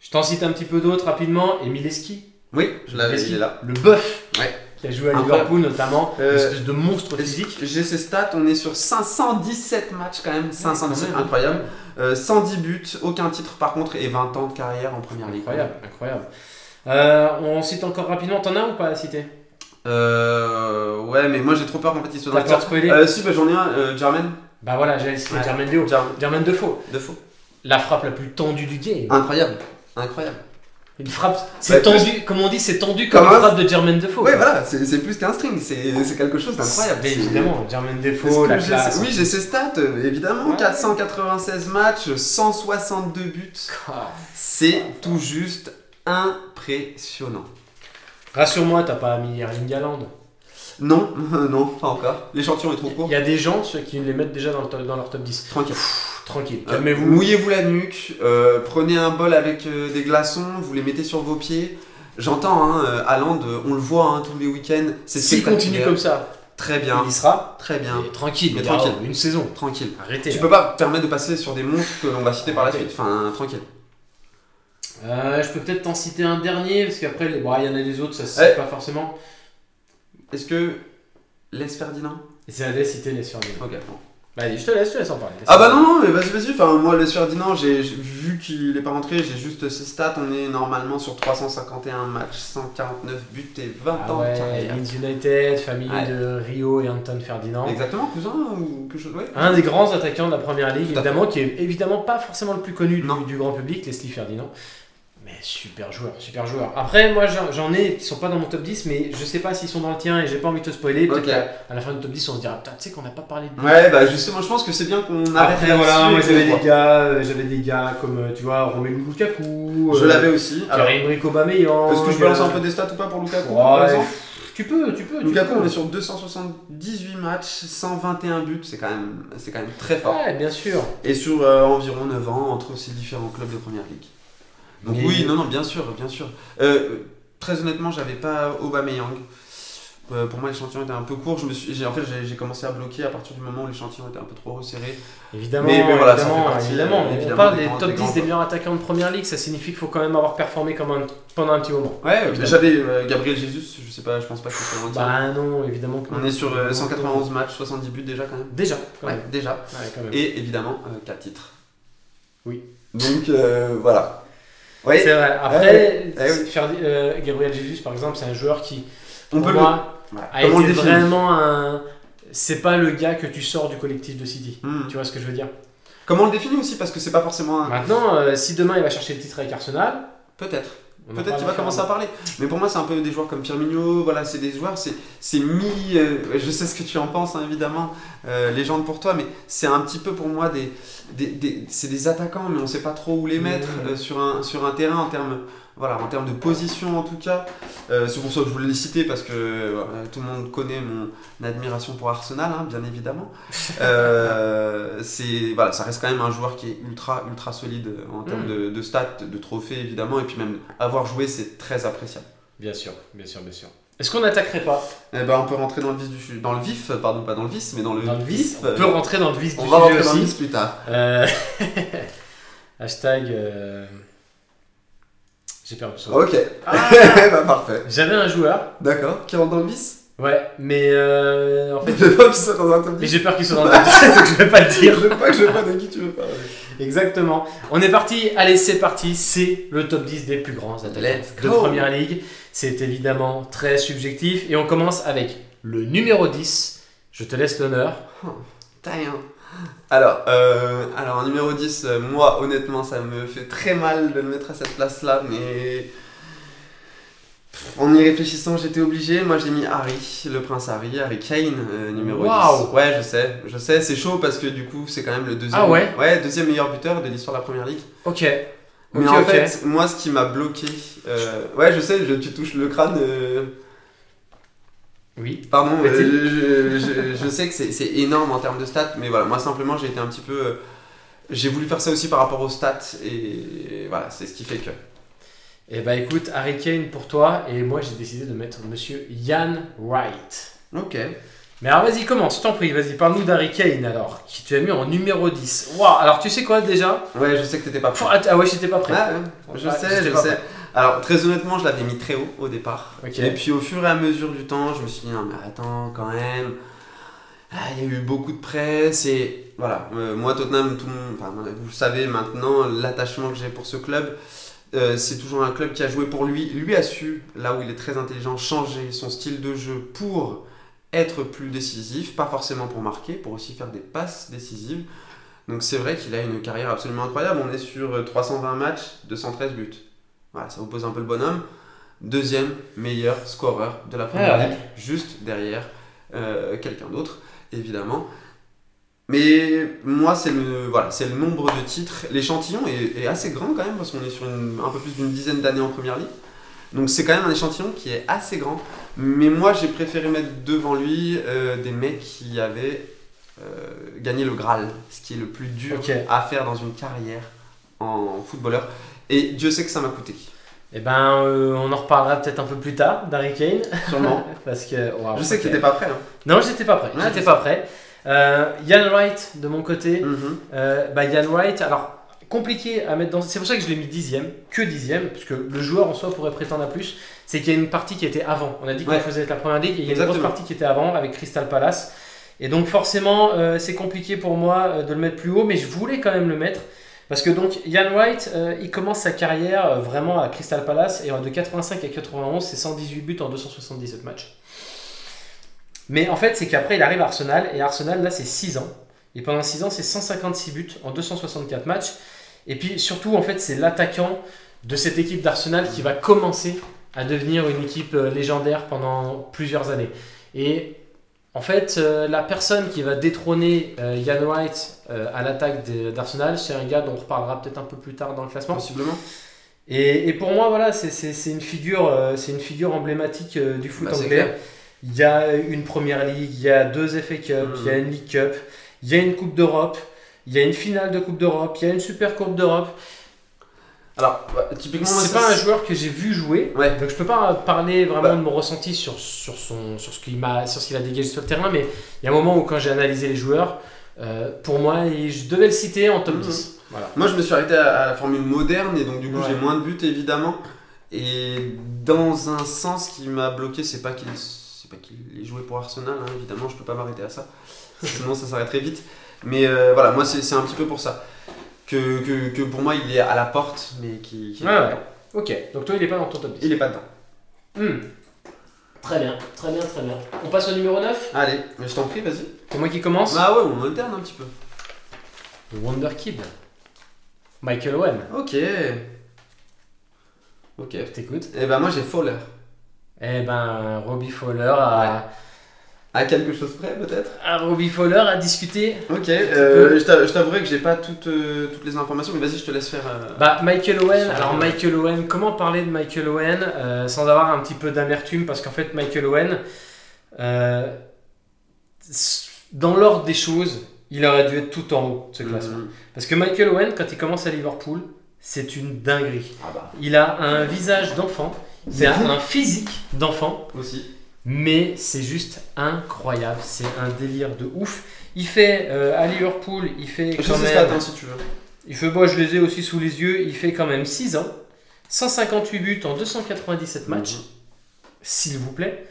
Speaker 1: Je t'en cite un petit peu d'autres rapidement. Emileski,
Speaker 2: Oui, je l'avais, il est là.
Speaker 1: le bœuf,
Speaker 2: Ouais.
Speaker 1: qui a joué à
Speaker 2: Incroyable.
Speaker 1: Liverpool notamment,
Speaker 2: Euh,
Speaker 1: une espèce de monstre physique.
Speaker 2: J'ai ces stats, on est sur 517 matchs quand même, 517, incroyable. Euh, 110 buts, aucun titre par contre, et 20 ans de carrière en première ligue.
Speaker 1: Incroyable, incroyable. Euh, on cite encore rapidement, t'en as ou pas à citer
Speaker 2: Euh, ouais, mais moi j'ai trop peur qu'en fait il soit dans
Speaker 1: T'as
Speaker 2: le
Speaker 1: peur de spoiler
Speaker 2: Euh, si, bah, j'en ai un, euh, Jermaine.
Speaker 1: Bah voilà, j'allais citer
Speaker 2: Ouais.
Speaker 1: Jermaine Defoe.
Speaker 2: Jermaine
Speaker 1: Jermaine Defoe,
Speaker 2: Defoe.
Speaker 1: la frappe la plus tendue du game.
Speaker 2: Incroyable, incroyable.
Speaker 1: Une frappe,
Speaker 2: Ouais,
Speaker 1: c'est tendu, comme on dit, c'est tendu
Speaker 2: Comme
Speaker 1: comme une
Speaker 2: un-
Speaker 1: frappe de Jermaine Defoe.
Speaker 2: Ouais, voilà, c'est c'est plus qu'un string, c'est c'est quelque chose d'incroyable.
Speaker 1: Mais
Speaker 2: C'est-
Speaker 1: évidemment, Jermaine
Speaker 2: Est-ce
Speaker 1: Defoe,
Speaker 2: que
Speaker 1: la
Speaker 2: j'ai-
Speaker 1: classe.
Speaker 2: oui, j'ai ces stats, euh, évidemment.
Speaker 1: Ouais.
Speaker 2: 496 matchs, 162 buts.
Speaker 1: Ah.
Speaker 2: C'est tout juste impressionnant.
Speaker 1: Rassure-moi, t'as pas mis Erling Haaland.
Speaker 2: Non, non, pas encore. L'échantillon est trop
Speaker 1: Il
Speaker 2: court.
Speaker 1: y a des gens, ceux qui les mettent déjà dans, le top- dans leur top 10.
Speaker 2: Tranquille.
Speaker 1: Pff, tranquille,
Speaker 2: Euh,
Speaker 1: calmez-vous.
Speaker 2: Mouillez-vous la nuque, euh, prenez un bol avec euh, des glaçons, vous les mettez sur vos pieds. J'entends, hein, euh, Haaland, euh, on le voit hein, tous les week-ends. C'est
Speaker 1: S'il continue
Speaker 2: spectaculaire.
Speaker 1: comme ça,
Speaker 2: Très bien,
Speaker 1: il y sera.
Speaker 2: très bien,
Speaker 1: Mais tranquille,
Speaker 2: Mais
Speaker 1: les gars,
Speaker 2: tranquille.
Speaker 1: oh, une saison.
Speaker 2: tranquille.
Speaker 1: Arrêtez.
Speaker 2: Tu
Speaker 1: là.
Speaker 2: peux pas te permettre de passer sur des monstres que l'on va citer par la suite. Enfin, tranquille.
Speaker 1: Euh, je peux peut-être t'en citer un dernier, parce qu'après, les... bon, il y en a des autres, ça se
Speaker 2: Ouais.
Speaker 1: cite pas forcément.
Speaker 2: Est-ce que. Laisse Ferdinand
Speaker 1: C'est à citer les surnoms.
Speaker 2: Ok, bon.
Speaker 1: Bah, allez, je te laisse, je te laisse en parler.
Speaker 2: Ah bah non, non, mais vas-y, vas-y. Enfin, moi, le Ferdinand, j'ai j'ai- vu qu'il est pas rentré, j'ai juste ses stats. On est normalement sur 351 matchs, 149 buts et 20
Speaker 1: Ah
Speaker 2: ans de
Speaker 1: ouais,
Speaker 2: carrière.
Speaker 1: Leeds United, famille
Speaker 2: Ouais.
Speaker 1: de Rio et Anton Ferdinand.
Speaker 2: Exactement, cousin ou quelque chose ouais.
Speaker 1: Un des grands attaquants de la première ligue,
Speaker 2: Tout à fait.
Speaker 1: évidemment, qui est évidemment pas forcément le plus connu
Speaker 2: Non.
Speaker 1: du, du grand public, Leslie Ferdinand. Mais super joueur, super joueur. Après, moi j'en j'en ai qui sont pas dans mon top 10, mais je sais pas s'ils sont dans le tien et j'ai pas envie de te spoiler. Peut-être
Speaker 2: Ok.
Speaker 1: qu'à- à la fin du top 10, on se dira putain, tu sais qu'on n'a pas parlé de lui.
Speaker 2: Ouais, bah justement, je pense que c'est bien qu'on arrête
Speaker 1: Mm. Après,
Speaker 2: là-dessus
Speaker 1: voilà,
Speaker 2: et
Speaker 1: moi
Speaker 2: qu'on
Speaker 1: j'avais
Speaker 2: voit.
Speaker 1: des gars, euh, j'avais des gars comme euh, tu vois Romelu Lukaku,
Speaker 2: Je
Speaker 1: euh,
Speaker 2: l'avais aussi. Alors,
Speaker 1: Karim Aubameyang.
Speaker 2: Est-ce que je peux
Speaker 1: euh,
Speaker 2: lancer un peu des stats ou pas pour Lukaku
Speaker 1: Ouais.
Speaker 2: par exemple
Speaker 1: euh, Tu peux, tu peux. tu
Speaker 2: Lukaku,
Speaker 1: peux.
Speaker 2: on est sur 278 matchs, 121 buts, c'est quand même, c'est quand même très fort.
Speaker 1: Ouais, bien sûr.
Speaker 2: Et sur euh, environ 9 ans entre ces différents clubs de première ligue. Donc
Speaker 1: Mais-
Speaker 2: oui, non, non, bien sûr, bien sûr. Euh, très honnêtement, j'avais pas Aubameyang. Euh, pour moi, l'échantillon était un peu court. Je me suis, j'ai- en fait, j'ai j'ai commencé à bloquer à partir du moment où l'échantillon était un peu trop resserré.
Speaker 1: Évidemment,
Speaker 2: Mais- mais voilà, ça
Speaker 1: évidemment,
Speaker 2: fait partie,
Speaker 1: évidemment.
Speaker 2: euh,
Speaker 1: on
Speaker 2: évidemment,
Speaker 1: parle
Speaker 2: des
Speaker 1: des
Speaker 2: grands-
Speaker 1: top
Speaker 2: des
Speaker 1: 10 des
Speaker 2: grands.
Speaker 1: meilleurs attaquants de première ligue, ça signifie qu'il faut quand même avoir performé comme un- pendant un petit moment.
Speaker 2: Ouais,
Speaker 1: Évidemment.
Speaker 2: j'avais euh, Gabriel Jesus. Je sais pas, je pense pas que ce soit un
Speaker 1: Bah non, évidemment que
Speaker 2: On
Speaker 1: non.
Speaker 2: est sur euh, 191 matchs, 70 buts déjà quand même.
Speaker 1: Déjà, quand
Speaker 2: Ouais,
Speaker 1: même.
Speaker 2: déjà.
Speaker 1: Ouais, quand même.
Speaker 2: Et évidemment, 4 titres.
Speaker 1: Oui.
Speaker 2: Donc euh, voilà. Ouais,
Speaker 1: C'est vrai. Après,
Speaker 2: ouais. Eh oui.
Speaker 1: Ferdi- euh, Gabriel Jesus, par exemple, c'est un joueur qui,
Speaker 2: on
Speaker 1: pour
Speaker 2: peut
Speaker 1: moi,
Speaker 2: le. Voilà.
Speaker 1: a
Speaker 2: Comment on le
Speaker 1: été
Speaker 2: définit
Speaker 1: vraiment un. C'est pas le gars que tu sors du collectif de City.
Speaker 2: Hmm.
Speaker 1: Tu vois ce que je veux dire
Speaker 2: Comment on le définit aussi Parce que c'est pas forcément un.
Speaker 1: Maintenant, euh, si demain il va chercher le titre avec Arsenal,
Speaker 2: Peut-être.
Speaker 1: on en
Speaker 2: Peut-être qu'il
Speaker 1: parlera
Speaker 2: va commencer à
Speaker 1: différemment.
Speaker 2: parler. Mais pour moi, c'est un peu des joueurs comme Firmino. Voilà, c'est des joueurs, c'est c'est mi. euh, je sais ce que tu en penses, hein, évidemment, euh, légende pour toi, mais c'est un petit peu pour moi des. des, des- c'est des attaquants, mais on sait pas trop où les mettre
Speaker 1: Mhm.
Speaker 2: euh, sur, un, sur un terrain en termes. Voilà, en termes de position en tout cas. Euh, c'est pour ça que je voulais les citer parce que euh, tout le monde connaît mon admiration pour Arsenal, hein, bien évidemment. Euh, c'est voilà, ça reste quand même un joueur qui est ultra ultra solide euh, en termes
Speaker 1: Mm.
Speaker 2: de, de stats, de trophées évidemment, et puis même avoir joué c'est très appréciable.
Speaker 1: Bien sûr, bien sûr, bien sûr. Est-ce qu'on n'attaquerait pas
Speaker 2: Eh ben on peut rentrer dans le vif du su- dans le vif, pardon pas dans le vice, mais dans le
Speaker 1: dans le vif
Speaker 2: euh,
Speaker 1: On peut rentrer dans le vif
Speaker 2: on
Speaker 1: du
Speaker 2: va
Speaker 1: sujet
Speaker 2: rentrer dans le
Speaker 1: aussi.
Speaker 2: vice plus tard.
Speaker 1: Euh, Hashtag. euh, J'ai perdu son nom.
Speaker 2: Ok,
Speaker 1: Ah.
Speaker 2: bah parfait.
Speaker 1: J'avais un joueur,
Speaker 2: D'accord, qui rentre dans le vice
Speaker 1: ouais, mais euh, en fait.
Speaker 2: Je veux pas que ce soit dans un top
Speaker 1: mais
Speaker 2: 10.
Speaker 1: j'ai peur qu'il soit dans le top 10, donc je vais pas le
Speaker 2: Je
Speaker 1: dire.
Speaker 2: veux pas que je veux pas de qui tu veux parler.
Speaker 1: Exactement. On est parti, allez, c'est parti. C'est le top 10 des plus grands athlètes
Speaker 2: Let's
Speaker 1: de
Speaker 2: go.
Speaker 1: première ligue. C'est évidemment très subjectif. Et on commence avec le numéro 10. Je te laisse l'honneur.
Speaker 2: Putain. Alors, euh, alors en numéro 10, euh, moi honnêtement ça me fait très mal de le mettre à cette place là, mais En y réfléchissant, j'étais obligé. Moi, j'ai mis Harry, le prince Harry, Harry Kane, euh, numéro
Speaker 1: Waouh.
Speaker 2: 10. Ouais, je sais, je sais, c'est chaud parce que du coup, c'est quand même le deuxième,
Speaker 1: Ah ouais
Speaker 2: deuxième meilleur buteur de l'histoire de la première ligue.
Speaker 1: Ok.
Speaker 2: Mais
Speaker 1: Ok,
Speaker 2: en
Speaker 1: ok.
Speaker 2: fait, moi, ce qui m'a bloqué. euh, Ouais, je sais, je- tu touches le crâne. euh,
Speaker 1: Oui.
Speaker 2: Pardon,
Speaker 1: Vas-y.
Speaker 2: euh, je, je- je sais que c'est c'est énorme en termes de stats, mais voilà, moi simplement j'ai été un petit peu. euh, J'ai voulu faire ça aussi par rapport aux stats, et voilà, c'est ce qui fait que.
Speaker 1: Et bah écoute, Harry Kane pour toi, et moi j'ai décidé de mettre monsieur Ian Wright.
Speaker 2: Ok.
Speaker 1: Mais alors vas-y, commence, je t'en prie, vas-y, parle-nous d'Harry Kane alors, qui tu as mis en numéro 10. Waouh, alors tu sais quoi déjà
Speaker 2: Ouais, je sais que t'étais pas
Speaker 1: Faut-
Speaker 2: prêt.
Speaker 1: Ah ah ouais, j'étais pas prêt.
Speaker 2: Ah, ouais, je
Speaker 1: Ah,
Speaker 2: sais,
Speaker 1: j'étais
Speaker 2: je
Speaker 1: pas
Speaker 2: sais. Alors, très honnêtement, je l'avais mis très haut au départ.
Speaker 1: Ok.
Speaker 2: Et puis, au fur et à mesure du temps, je me suis dit, non, mais attends, quand même. Ah, Il y a eu beaucoup de presse, et voilà. Euh, moi, Tottenham, tout le monde, enfin, vous le savez maintenant, l'attachement que j'ai pour ce club. Euh, c'est toujours un club qui a joué pour lui. Lui a su, là où il est très intelligent, changer son style de jeu pour être plus décisif, pas forcément pour marquer, pour aussi faire des passes décisives. Donc c'est vrai qu'il a une carrière absolument incroyable. On est sur euh, 320 matchs, 213 buts. Voilà, ça vous pose un peu le bonhomme. Deuxième meilleur scoreur de la première
Speaker 1: Ah ouais.
Speaker 2: ligue, juste derrière euh, quelqu'un d'autre, évidemment. Mais moi, c'est le, voilà, c'est le nombre de titres. L'échantillon est, est assez grand quand même, parce qu'on est sur une- un peu plus d'une dizaine d'années en première ligue. Donc c'est quand même un échantillon qui est assez grand. Mais moi, j'ai préféré mettre devant lui euh, des mecs qui avaient euh, gagné le Graal, ce qui est le plus dur
Speaker 1: Ok.
Speaker 2: à faire dans une carrière en footballeur. Et Dieu sait que ça m'a coûté.
Speaker 1: Et ben euh, on en reparlera peut-être un peu plus tard d'Harry Kane,
Speaker 2: Sûrement.
Speaker 1: parce que... waouh,
Speaker 2: je sais que
Speaker 1: ok.
Speaker 2: t'étais pas prêt. hein.
Speaker 1: Non, j'étais pas prêt.
Speaker 2: Ouais,
Speaker 1: j'étais
Speaker 2: je
Speaker 1: pas prêt. Euh, Ian Wright, de mon côté.
Speaker 2: Mhm.
Speaker 1: Euh, bah, Ian Wright, alors compliqué à mettre dans. C'est pour ça que je l'ai mis dixième, que dixième, parce que le joueur en soi pourrait prétendre à plus. C'est qu'il y a une partie qui était avant. On a dit qu'on
Speaker 2: Ouais.
Speaker 1: faisait la première ligue et il y a une grosse
Speaker 2: Exactement.
Speaker 1: partie qui était avant avec Crystal Palace. Et donc forcément, euh, c'est compliqué pour moi euh, de le mettre plus haut, mais je voulais quand même le mettre. Parce que donc Ian Wright, euh, il commence sa carrière euh, vraiment à Crystal Palace et euh, de 85 à 91, c'est 118 buts en 277 matchs. Mais en fait, c'est qu'après, il arrive à Arsenal et Arsenal, là, c'est 6 ans. Et pendant 6 ans, c'est 156 buts en 264 matchs. Et puis surtout, en fait, c'est l'attaquant de cette équipe d'Arsenal qui va commencer à devenir une équipe euh, légendaire pendant plusieurs années. Et en fait, euh, la personne qui va détrôner euh, Ian Wright euh, à l'attaque de- d'Arsenal, c'est un gars dont on reparlera peut-être un peu plus tard dans le classement.
Speaker 2: Possiblement.
Speaker 1: Et, et pour moi, voilà, c'est- c'est c'est une figure, euh, c'est une figure emblématique euh, du foot
Speaker 2: Bah, c'est
Speaker 1: anglais.
Speaker 2: clair.
Speaker 1: Il y a une première ligue, il y a deux FA Cup,
Speaker 2: Mhm.
Speaker 1: il y a une League Cup, il y a une Coupe d'Europe, il y a une finale de Coupe d'Europe, il y a une Super Coupe d'Europe.
Speaker 2: Alors, bah, typiquement, moi,
Speaker 1: C'est
Speaker 2: ça,
Speaker 1: pas un
Speaker 2: c'est-
Speaker 1: joueur que j'ai vu jouer.
Speaker 2: Ouais.
Speaker 1: Donc je peux pas parler vraiment
Speaker 2: Bah.
Speaker 1: de mon ressenti sur, sur, son, sur ce qu'il m'a, sur ce qu'il a dégagé sur le terrain, mais il y a un moment où quand j'ai analysé les joueurs, euh, pour moi, il- je devais le citer en top
Speaker 2: Mhm.
Speaker 1: 10. Voilà.
Speaker 2: Moi, je me suis arrêté à, à la formule moderne et donc du coup,
Speaker 1: Ouais.
Speaker 2: j'ai moins de buts évidemment. Et dans un sens, ce qui m'a bloqué, c'est pas qu'il c'est pas qu'il ait joué pour Arsenal, hein, évidemment, je peux pas m'arrêter à ça. Sinon, ça s'arrêterait vite. Mais euh, voilà, moi, c'est c'est un petit peu pour ça. Que, que, que pour moi, il est à la porte, mais qui, qui-
Speaker 1: Ouais, ouais. Ok, donc toi, il est pas dans ton top 10.
Speaker 2: Ah il est pas dedans.
Speaker 1: Hmm. Très bien, très bien, très bien. On passe au numéro Ah. 9
Speaker 2: Allez, mais je t'en prie, vas-y.
Speaker 1: C'est moi qui commence
Speaker 2: Bah ouais, on moderne un petit peu.
Speaker 1: Le Wonder Kid. Michael Owen.
Speaker 2: Ok. Ok.
Speaker 1: Je t'écoute.
Speaker 2: Et ben moi j'ai Fowler.
Speaker 1: Eh ben, Robbie Fowler a,
Speaker 2: À quelque chose près peut-être
Speaker 1: Ah, Robbie Fowler a discuté.
Speaker 2: Ok, euh, je t'a- je t'avouerai que j'ai pas toutes, euh, toutes les informations, mais vas-y, je te laisse faire. euh,
Speaker 1: Bah, Michael Owen.
Speaker 2: Sur-
Speaker 1: Alors, Michael Owen, comment parler de Michael Owen euh, sans avoir un petit peu d'amertume Parce qu'en fait, Michael Owen, euh, dans l'ordre des choses, il aurait dû être tout en haut de ce
Speaker 2: Mhm.
Speaker 1: classement. Parce que Michael Owen, quand il commence à Liverpool, c'est une dinguerie.
Speaker 2: Ah bah,
Speaker 1: Il a un visage d'enfant, c'est un un physique d'enfant,
Speaker 2: aussi.
Speaker 1: mais c'est juste incroyable. C'est un délire de ouf. Il fait euh, à Liverpool, il fait
Speaker 2: Je
Speaker 1: quand
Speaker 2: sais attends
Speaker 1: même.
Speaker 2: si tu veux.
Speaker 1: Il fait, moi je les ai aussi sous les yeux, il fait quand même 6 ans, 158 buts en 297 matchs, s'il vous plaît.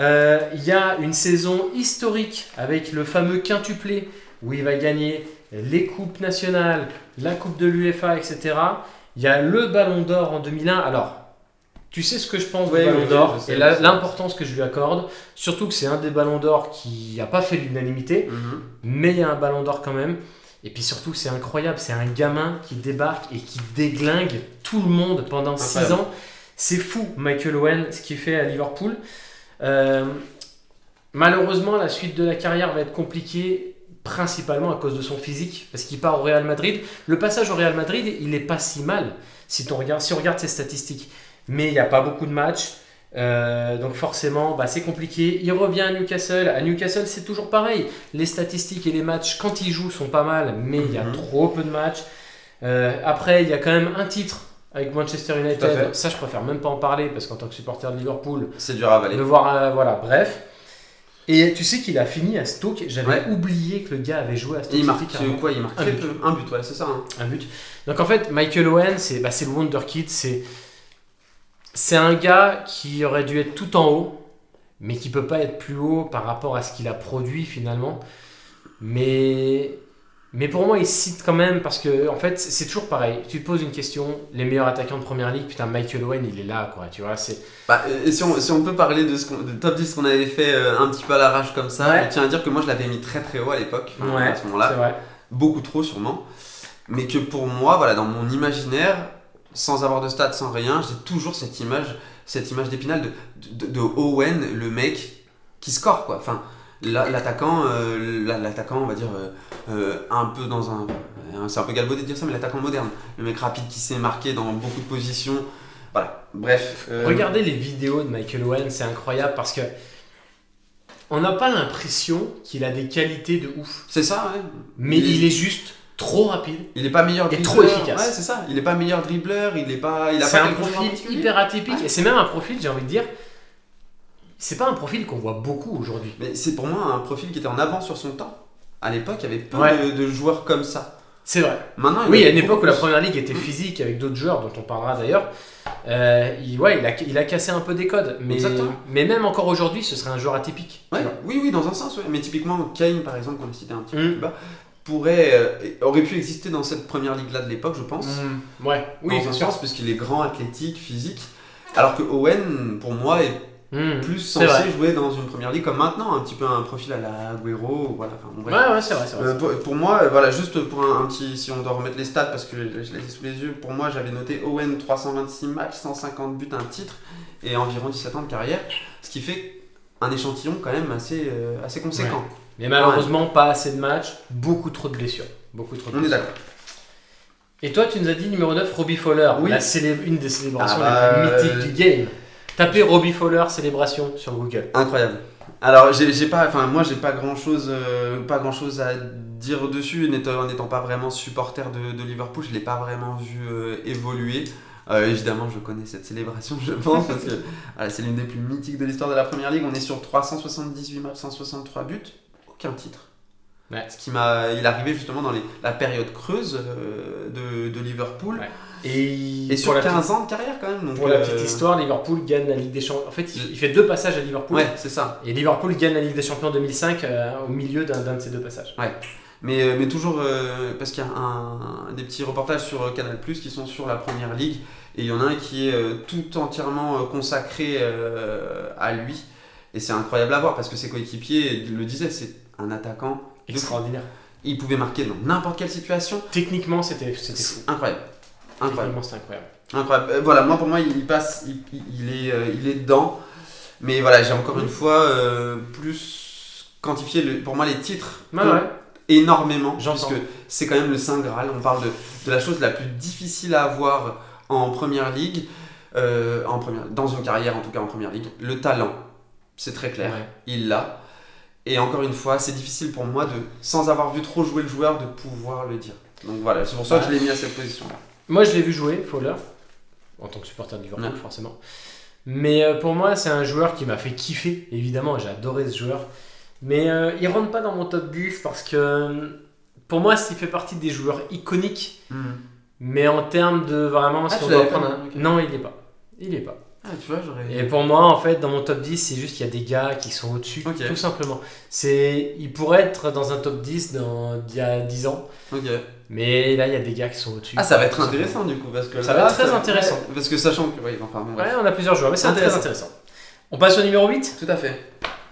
Speaker 1: Euh, Il y a une saison historique avec le fameux quintuplé où il va gagner les coupes nationales, la coupe de l'UEFA, etc. Il y a le Ballon d'Or en 2001. Alors, tu sais ce que je pense
Speaker 2: Oui,
Speaker 1: du Ballon
Speaker 2: oui,
Speaker 1: d'Or
Speaker 2: je sais,
Speaker 1: et
Speaker 2: je
Speaker 1: la-
Speaker 2: sais.
Speaker 1: l'importance que je lui accorde. Surtout que c'est un des Ballons d'Or qui n'a pas fait l'unanimité
Speaker 2: Mhm.
Speaker 1: mais il y a un ballon d'or quand même. Et puis surtout, c'est incroyable, c'est un gamin qui débarque et qui déglingue tout le monde pendant 6
Speaker 2: Incroyable.
Speaker 1: ans. C'est fou, Michael Owen, ce qu'il fait à Liverpool. Euh, malheureusement, la suite de la carrière va être compliquée principalement à cause de son physique, parce qu'il part au Real Madrid. Le passage au Real Madrid, il n'est pas si mal, si, on regarde, si on regarde ses statistiques. Mais il n'y a pas beaucoup de matchs, euh, donc forcément, bah, c'est compliqué. Il revient à Newcastle. À Newcastle, c'est toujours pareil. Les statistiques et les matchs, quand il joue, sont pas mal, mais il y a
Speaker 2: Mhm.
Speaker 1: trop peu de matchs. Euh, après, il y a quand même un titre avec Manchester
Speaker 2: Tout à fait.
Speaker 1: United. Ça, je préfère même pas en parler, parce qu'en tant que supporter de Liverpool,
Speaker 2: C'est dur à avaler.
Speaker 1: de voir, euh, voilà, bref. Et tu sais qu'il a fini à Stoke. J'avais
Speaker 2: Ouais.
Speaker 1: oublié que le gars avait joué à Stoke.
Speaker 2: Et il
Speaker 1: City,
Speaker 2: marque
Speaker 1: carrément.
Speaker 2: quoi Il marque
Speaker 1: Un
Speaker 2: très
Speaker 1: but.
Speaker 2: peu. Un but, ouais, c'est ça. hein.
Speaker 1: un but. Donc en fait, Michael Owen, c'est bah, c'est le Wonder Kid. C'est c'est un gars qui aurait dû être tout en haut, mais qui peut pas être plus haut par rapport à ce qu'il a produit finalement. Mais mais pour moi, il cite quand même parce que en fait, c'est toujours pareil. Tu te poses une question, les meilleurs attaquants de première ligue, putain, Michael Owen, il est là, quoi. Tu vois, c'est
Speaker 2: Bah, euh, et si on, si on peut parler de ce qu'on- de top 10 qu'on avait fait euh, un petit peu à l'arrache comme ça,
Speaker 1: Ouais.
Speaker 2: je tiens à dire que moi je l'avais mis très très haut à l'époque, enfin,
Speaker 1: Ouais,
Speaker 2: à ce moment-là.
Speaker 1: c'est vrai.
Speaker 2: beaucoup trop sûrement, mais que pour moi, voilà, dans mon imaginaire, sans avoir de stats, sans rien, j'ai toujours cette image, cette image d'épinal de, de, de Owen, le mec qui score quoi. Enfin, la- l'attaquant, euh, la- l'attaquant, on va dire euh, euh, un peu dans un, euh, c'est un peu galvaudé de dire ça, mais l'attaquant moderne, le mec rapide qui s'est marqué dans beaucoup de positions. Voilà. Bref. euh,
Speaker 1: Regardez les vidéos de Michael Owen, c'est incroyable parce que on n'a pas l'impression qu'il a des qualités de ouf,
Speaker 2: C'est ça. Ouais.
Speaker 1: mais
Speaker 2: Il-
Speaker 1: il est juste trop rapide.
Speaker 2: Il est pas meilleur
Speaker 1: Il est
Speaker 2: dribbleur.
Speaker 1: trop efficace.
Speaker 2: Ouais, c'est ça. Il est pas meilleur dribbleur. Il est pas. Il a
Speaker 1: C'est
Speaker 2: pas
Speaker 1: un
Speaker 2: quelque chose en
Speaker 1: profil
Speaker 2: particulier.
Speaker 1: hyper atypique et c'est même un profil, j'ai envie de dire, c'est pas un profil qu'on voit beaucoup aujourd'hui.
Speaker 2: Mais c'est pour moi un profil qui était en avance sur son temps. À l'époque, il y avait peu
Speaker 1: Ouais.
Speaker 2: de, de joueurs comme ça.
Speaker 1: C'est vrai.
Speaker 2: Maintenant, il
Speaker 1: Oui,
Speaker 2: y en
Speaker 1: à une époque où
Speaker 2: beaucoup Mm.
Speaker 1: la
Speaker 2: plus.
Speaker 1: première ligue était physique avec d'autres joueurs dont on parlera d'ailleurs, euh, il, ouais, il a, il a cassé un peu des codes, mais,
Speaker 2: Exactement.
Speaker 1: mais même encore aujourd'hui, ce serait un joueur atypique. tu
Speaker 2: Ouais,
Speaker 1: vois.
Speaker 2: oui, oui, dans un sens. ouais. Mais typiquement, Kane, par exemple, qu'on a cité un petit peu
Speaker 1: Mm.
Speaker 2: plus bas, pourrait, euh, aurait pu exister dans cette première ligue-là de l'époque, je pense.
Speaker 1: Mm. Ouais, oui,
Speaker 2: dans
Speaker 1: c'est
Speaker 2: un
Speaker 1: sûr.
Speaker 2: sens, puisqu'il est grand, athlétique, physique. Alors que Owen, pour moi, est
Speaker 1: Mm.
Speaker 2: plus
Speaker 1: C'est vrai.
Speaker 2: censé jouer dans une première ligue comme maintenant, un petit peu un profil à la Agüero, voilà. Enfin, bon, bref.
Speaker 1: Ouais, ouais, c'est vrai, c'est vrai.
Speaker 2: Euh, pour, pour moi, euh, voilà, juste pour un, un petit, si on doit remettre les stats parce que je, je les ai sous les yeux, pour moi j'avais noté Owen 326 matchs, 150 buts, un titre et environ 17 ans de carrière, ce qui fait un échantillon quand même assez, euh, assez conséquent.
Speaker 1: Mais malheureusement, pas assez de matchs, beaucoup trop de blessures. Beaucoup trop de
Speaker 2: On est
Speaker 1: blessures.
Speaker 2: d'accord.
Speaker 1: Et toi, tu nous as dit numéro 9, Robbie Fowler.
Speaker 2: Oui.
Speaker 1: La célé- une des célébrations
Speaker 2: Ah
Speaker 1: les
Speaker 2: bah,
Speaker 1: plus mythiques du game. Tapez Robbie Fowler célébration sur Google.
Speaker 2: Incroyable. Alors j'ai j'ai pas, enfin moi j'ai pas grand chose, pas grand chose à dire dessus. N'étant n'étant pas vraiment supporter de, de Liverpool, je l'ai pas vraiment vu euh, évoluer. Euh, évidemment, je connais cette célébration, je pense, parce que voilà, c'est l'une des plus mythiques de l'histoire de la Première Ligue. On est sur 378 matchs, 163 buts, aucun titre.
Speaker 1: Ouais.
Speaker 2: Ce qui m'a, il arrivait justement dans les- la période creuse euh, de, de Liverpool.
Speaker 1: Ouais. Et,
Speaker 2: Et
Speaker 1: pour,
Speaker 2: sur
Speaker 1: la,
Speaker 2: 15 ans de carrière quand même. Donc,
Speaker 1: petite- pour la
Speaker 2: euh,
Speaker 1: petite histoire, Liverpool gagne la Ligue des Champions. En fait, il,
Speaker 2: Je-
Speaker 1: il fait deux passages à Liverpool.
Speaker 2: Ouais, c'est ça.
Speaker 1: Et Liverpool gagne la Ligue des Champions en 2005 euh, au milieu d'un d'un de ces deux passages.
Speaker 2: Mais, euh, mais toujours, euh, parce qu'il y a un- des petits reportages sur euh, Canal qui sont sur la première ligue, et il y en a un qui est euh, tout entièrement euh, consacré euh, à lui. Et c'est incroyable à voir parce que ses coéquipiers le disaient, c'est un attaquant.
Speaker 1: Extraordinaire.
Speaker 2: Il pouvait marquer dans n'importe quelle situation.
Speaker 1: Techniquement, c'était c'était fou.
Speaker 2: C'est incroyable. Incroyable.
Speaker 1: Techniquement, c'était incroyable.
Speaker 2: Incroyable. Euh, Voilà, moi pour moi, il il passe, il, il- il est, euh, il est dedans. Mais voilà, j'ai encore une fois euh, plus quantifié le- pour moi les titres
Speaker 1: Ouais,
Speaker 2: que-
Speaker 1: Bah ouais.
Speaker 2: énormément,
Speaker 1: J'entends.
Speaker 2: puisque c'est quand même le Saint Graal. On parle de, de la chose la plus difficile à avoir en première ligue, euh, en première, dans une carrière en tout cas en première ligue. Le talent, c'est très clair,
Speaker 1: Ouais.
Speaker 2: il l'a. Et encore une fois, c'est difficile pour moi de, sans avoir vu trop jouer le joueur, de pouvoir le dire. Donc voilà, c'est pour ça que je l'ai mis à cette position-là.
Speaker 1: Moi, je l'ai vu jouer, Fowler, en tant que supporter du Liverpool,
Speaker 2: Ouais.
Speaker 1: forcément. Mais euh, pour moi, c'est un joueur qui m'a fait kiffer, évidemment, j'ai adoré ce joueur. Mais euh, il rentre pas dans mon top 10 parce que euh, pour moi, il fait partie des joueurs iconiques. Mais en termes de vraiment,
Speaker 2: Ah,
Speaker 1: si
Speaker 2: tu
Speaker 1: on doit
Speaker 2: l'avais pas
Speaker 1: prendre
Speaker 2: mis,
Speaker 1: un.
Speaker 2: ok.
Speaker 1: Non, il est pas. Il est pas.
Speaker 2: Ah, tu vois, j'aurais.
Speaker 1: Et pour moi, en fait, dans mon top 10, c'est juste qu'il y a des gars qui sont au-dessus,
Speaker 2: Ok.
Speaker 1: tout simplement. C'est, il pourrait être dans un top 10 dans, d'il y a 10 ans,
Speaker 2: Ok.
Speaker 1: mais là, il y a des gars qui sont au-dessus.
Speaker 2: Ah, ça va être
Speaker 1: Tout simplement.
Speaker 2: intéressant du coup, parce que
Speaker 1: Ça
Speaker 2: là,
Speaker 1: va être très intéressant.
Speaker 2: ouais, Parce que sachant que. Oui, enfin, bon,
Speaker 1: Ouais,
Speaker 2: bref.
Speaker 1: on a plusieurs joueurs, mais c'est
Speaker 2: Ah, Intéressant.
Speaker 1: très intéressant. On passe au numéro 8
Speaker 2: Tout à fait.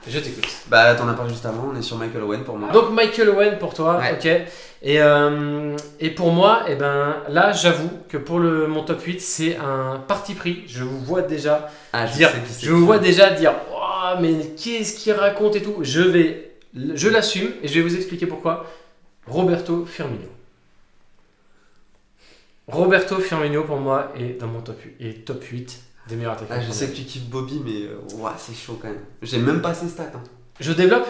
Speaker 1: Je t'écoute.
Speaker 2: Bah, t'en as parlé juste avant, on est sur Michael Owen pour moi.
Speaker 1: Donc Michael Owen pour toi,
Speaker 2: Ouais.
Speaker 1: ok. Et, euh, et pour moi, eh ben, là j'avoue que pour le, mon top 8, c'est un parti pris. Je vous vois déjà
Speaker 2: Ah,
Speaker 1: dire,
Speaker 2: sais qui c'est
Speaker 1: je vous
Speaker 2: qui
Speaker 1: vois
Speaker 2: c'est.
Speaker 1: déjà dire, Ouah, mais qu'est-ce qu'il raconte et tout. Je vais, je l'assume et je vais vous expliquer pourquoi. Roberto Firmino. Roberto Firmino pour moi est dans mon top 8, est top 8 des meilleurs attaquants.
Speaker 2: Ah, je sais que tu kiffes Bobby, mais euh, ouah, c'est chaud quand même. J'ai même pas ses stats. hein.
Speaker 1: Je développe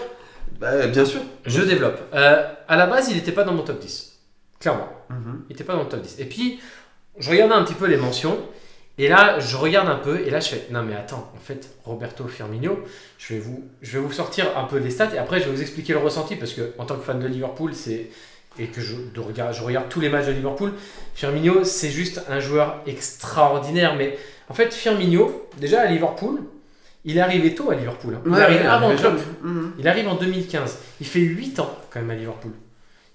Speaker 2: Bah, bien sûr.
Speaker 1: Je développe. Euh, à la base, il n'était pas dans mon top 10. Clairement.
Speaker 2: Mhm.
Speaker 1: Il n'était pas dans le top 10. Et puis, je regardais un petit peu les mentions. Et là, je regarde un peu. Et là, je fais Non, mais attends, en fait, Roberto Firmino, je vais vous, je vais vous sortir un peu les stats. Et après, je vais vous expliquer le ressenti. Parce que, en tant que fan de Liverpool, c'est. Et que je, de regard- je regarde tous les matchs de Liverpool. Firmino, c'est juste un joueur extraordinaire. Mais en fait, Firmino, déjà à Liverpool, il est arrivé tôt à Liverpool. hein. Il
Speaker 2: Ouais,
Speaker 1: arrive
Speaker 2: ouais,
Speaker 1: avant
Speaker 2: mais
Speaker 1: Klopp.
Speaker 2: je- Mhm.
Speaker 1: Il arrive en 2015. Il fait 8 ans quand même à Liverpool.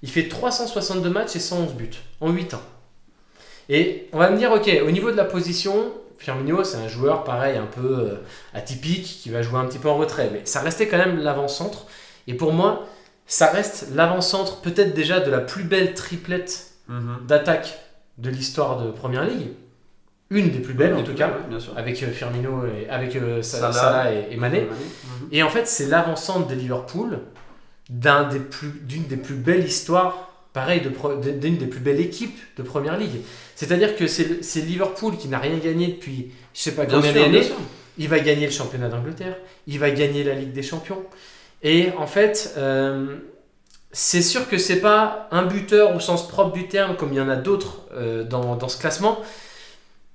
Speaker 1: Il fait 362 matchs et 111 buts en 8 ans. Et on va me dire, ok, au niveau de la position, Firmino, c'est un joueur pareil, un peu euh, atypique, qui va jouer un petit peu en retrait. Mais ça restait quand même l'avant-centre. Et pour moi, ça reste l'avant-centre peut-être déjà de la plus belle triplette
Speaker 2: Mhm.
Speaker 1: d'attaque de l'histoire de Première Ligue. Une des plus belles en tout cas,
Speaker 2: Ouais, Bien sûr.
Speaker 1: avec euh, Firmino, et, avec euh, Salah,
Speaker 2: Salah.
Speaker 1: et- et Mané.
Speaker 2: Mhm.
Speaker 1: Et en fait, c'est l'avancante de Liverpool d'un des plus- d'une des plus belles histoires, pareil, de pro- de- d'une des plus belles équipes de Première Ligue. C'est-à-dire que c'est le- c'est Liverpool qui n'a rien gagné depuis je sais pas
Speaker 2: Bien
Speaker 1: combien
Speaker 2: sûr, bien
Speaker 1: d'années.
Speaker 2: sûr.
Speaker 1: Il va gagner le championnat d'Angleterre, il va gagner la Ligue des Champions. Et en fait, euh, c'est sûr que c'est pas un buteur au sens propre du terme, comme il y en a d'autres euh, dans, dans ce classement.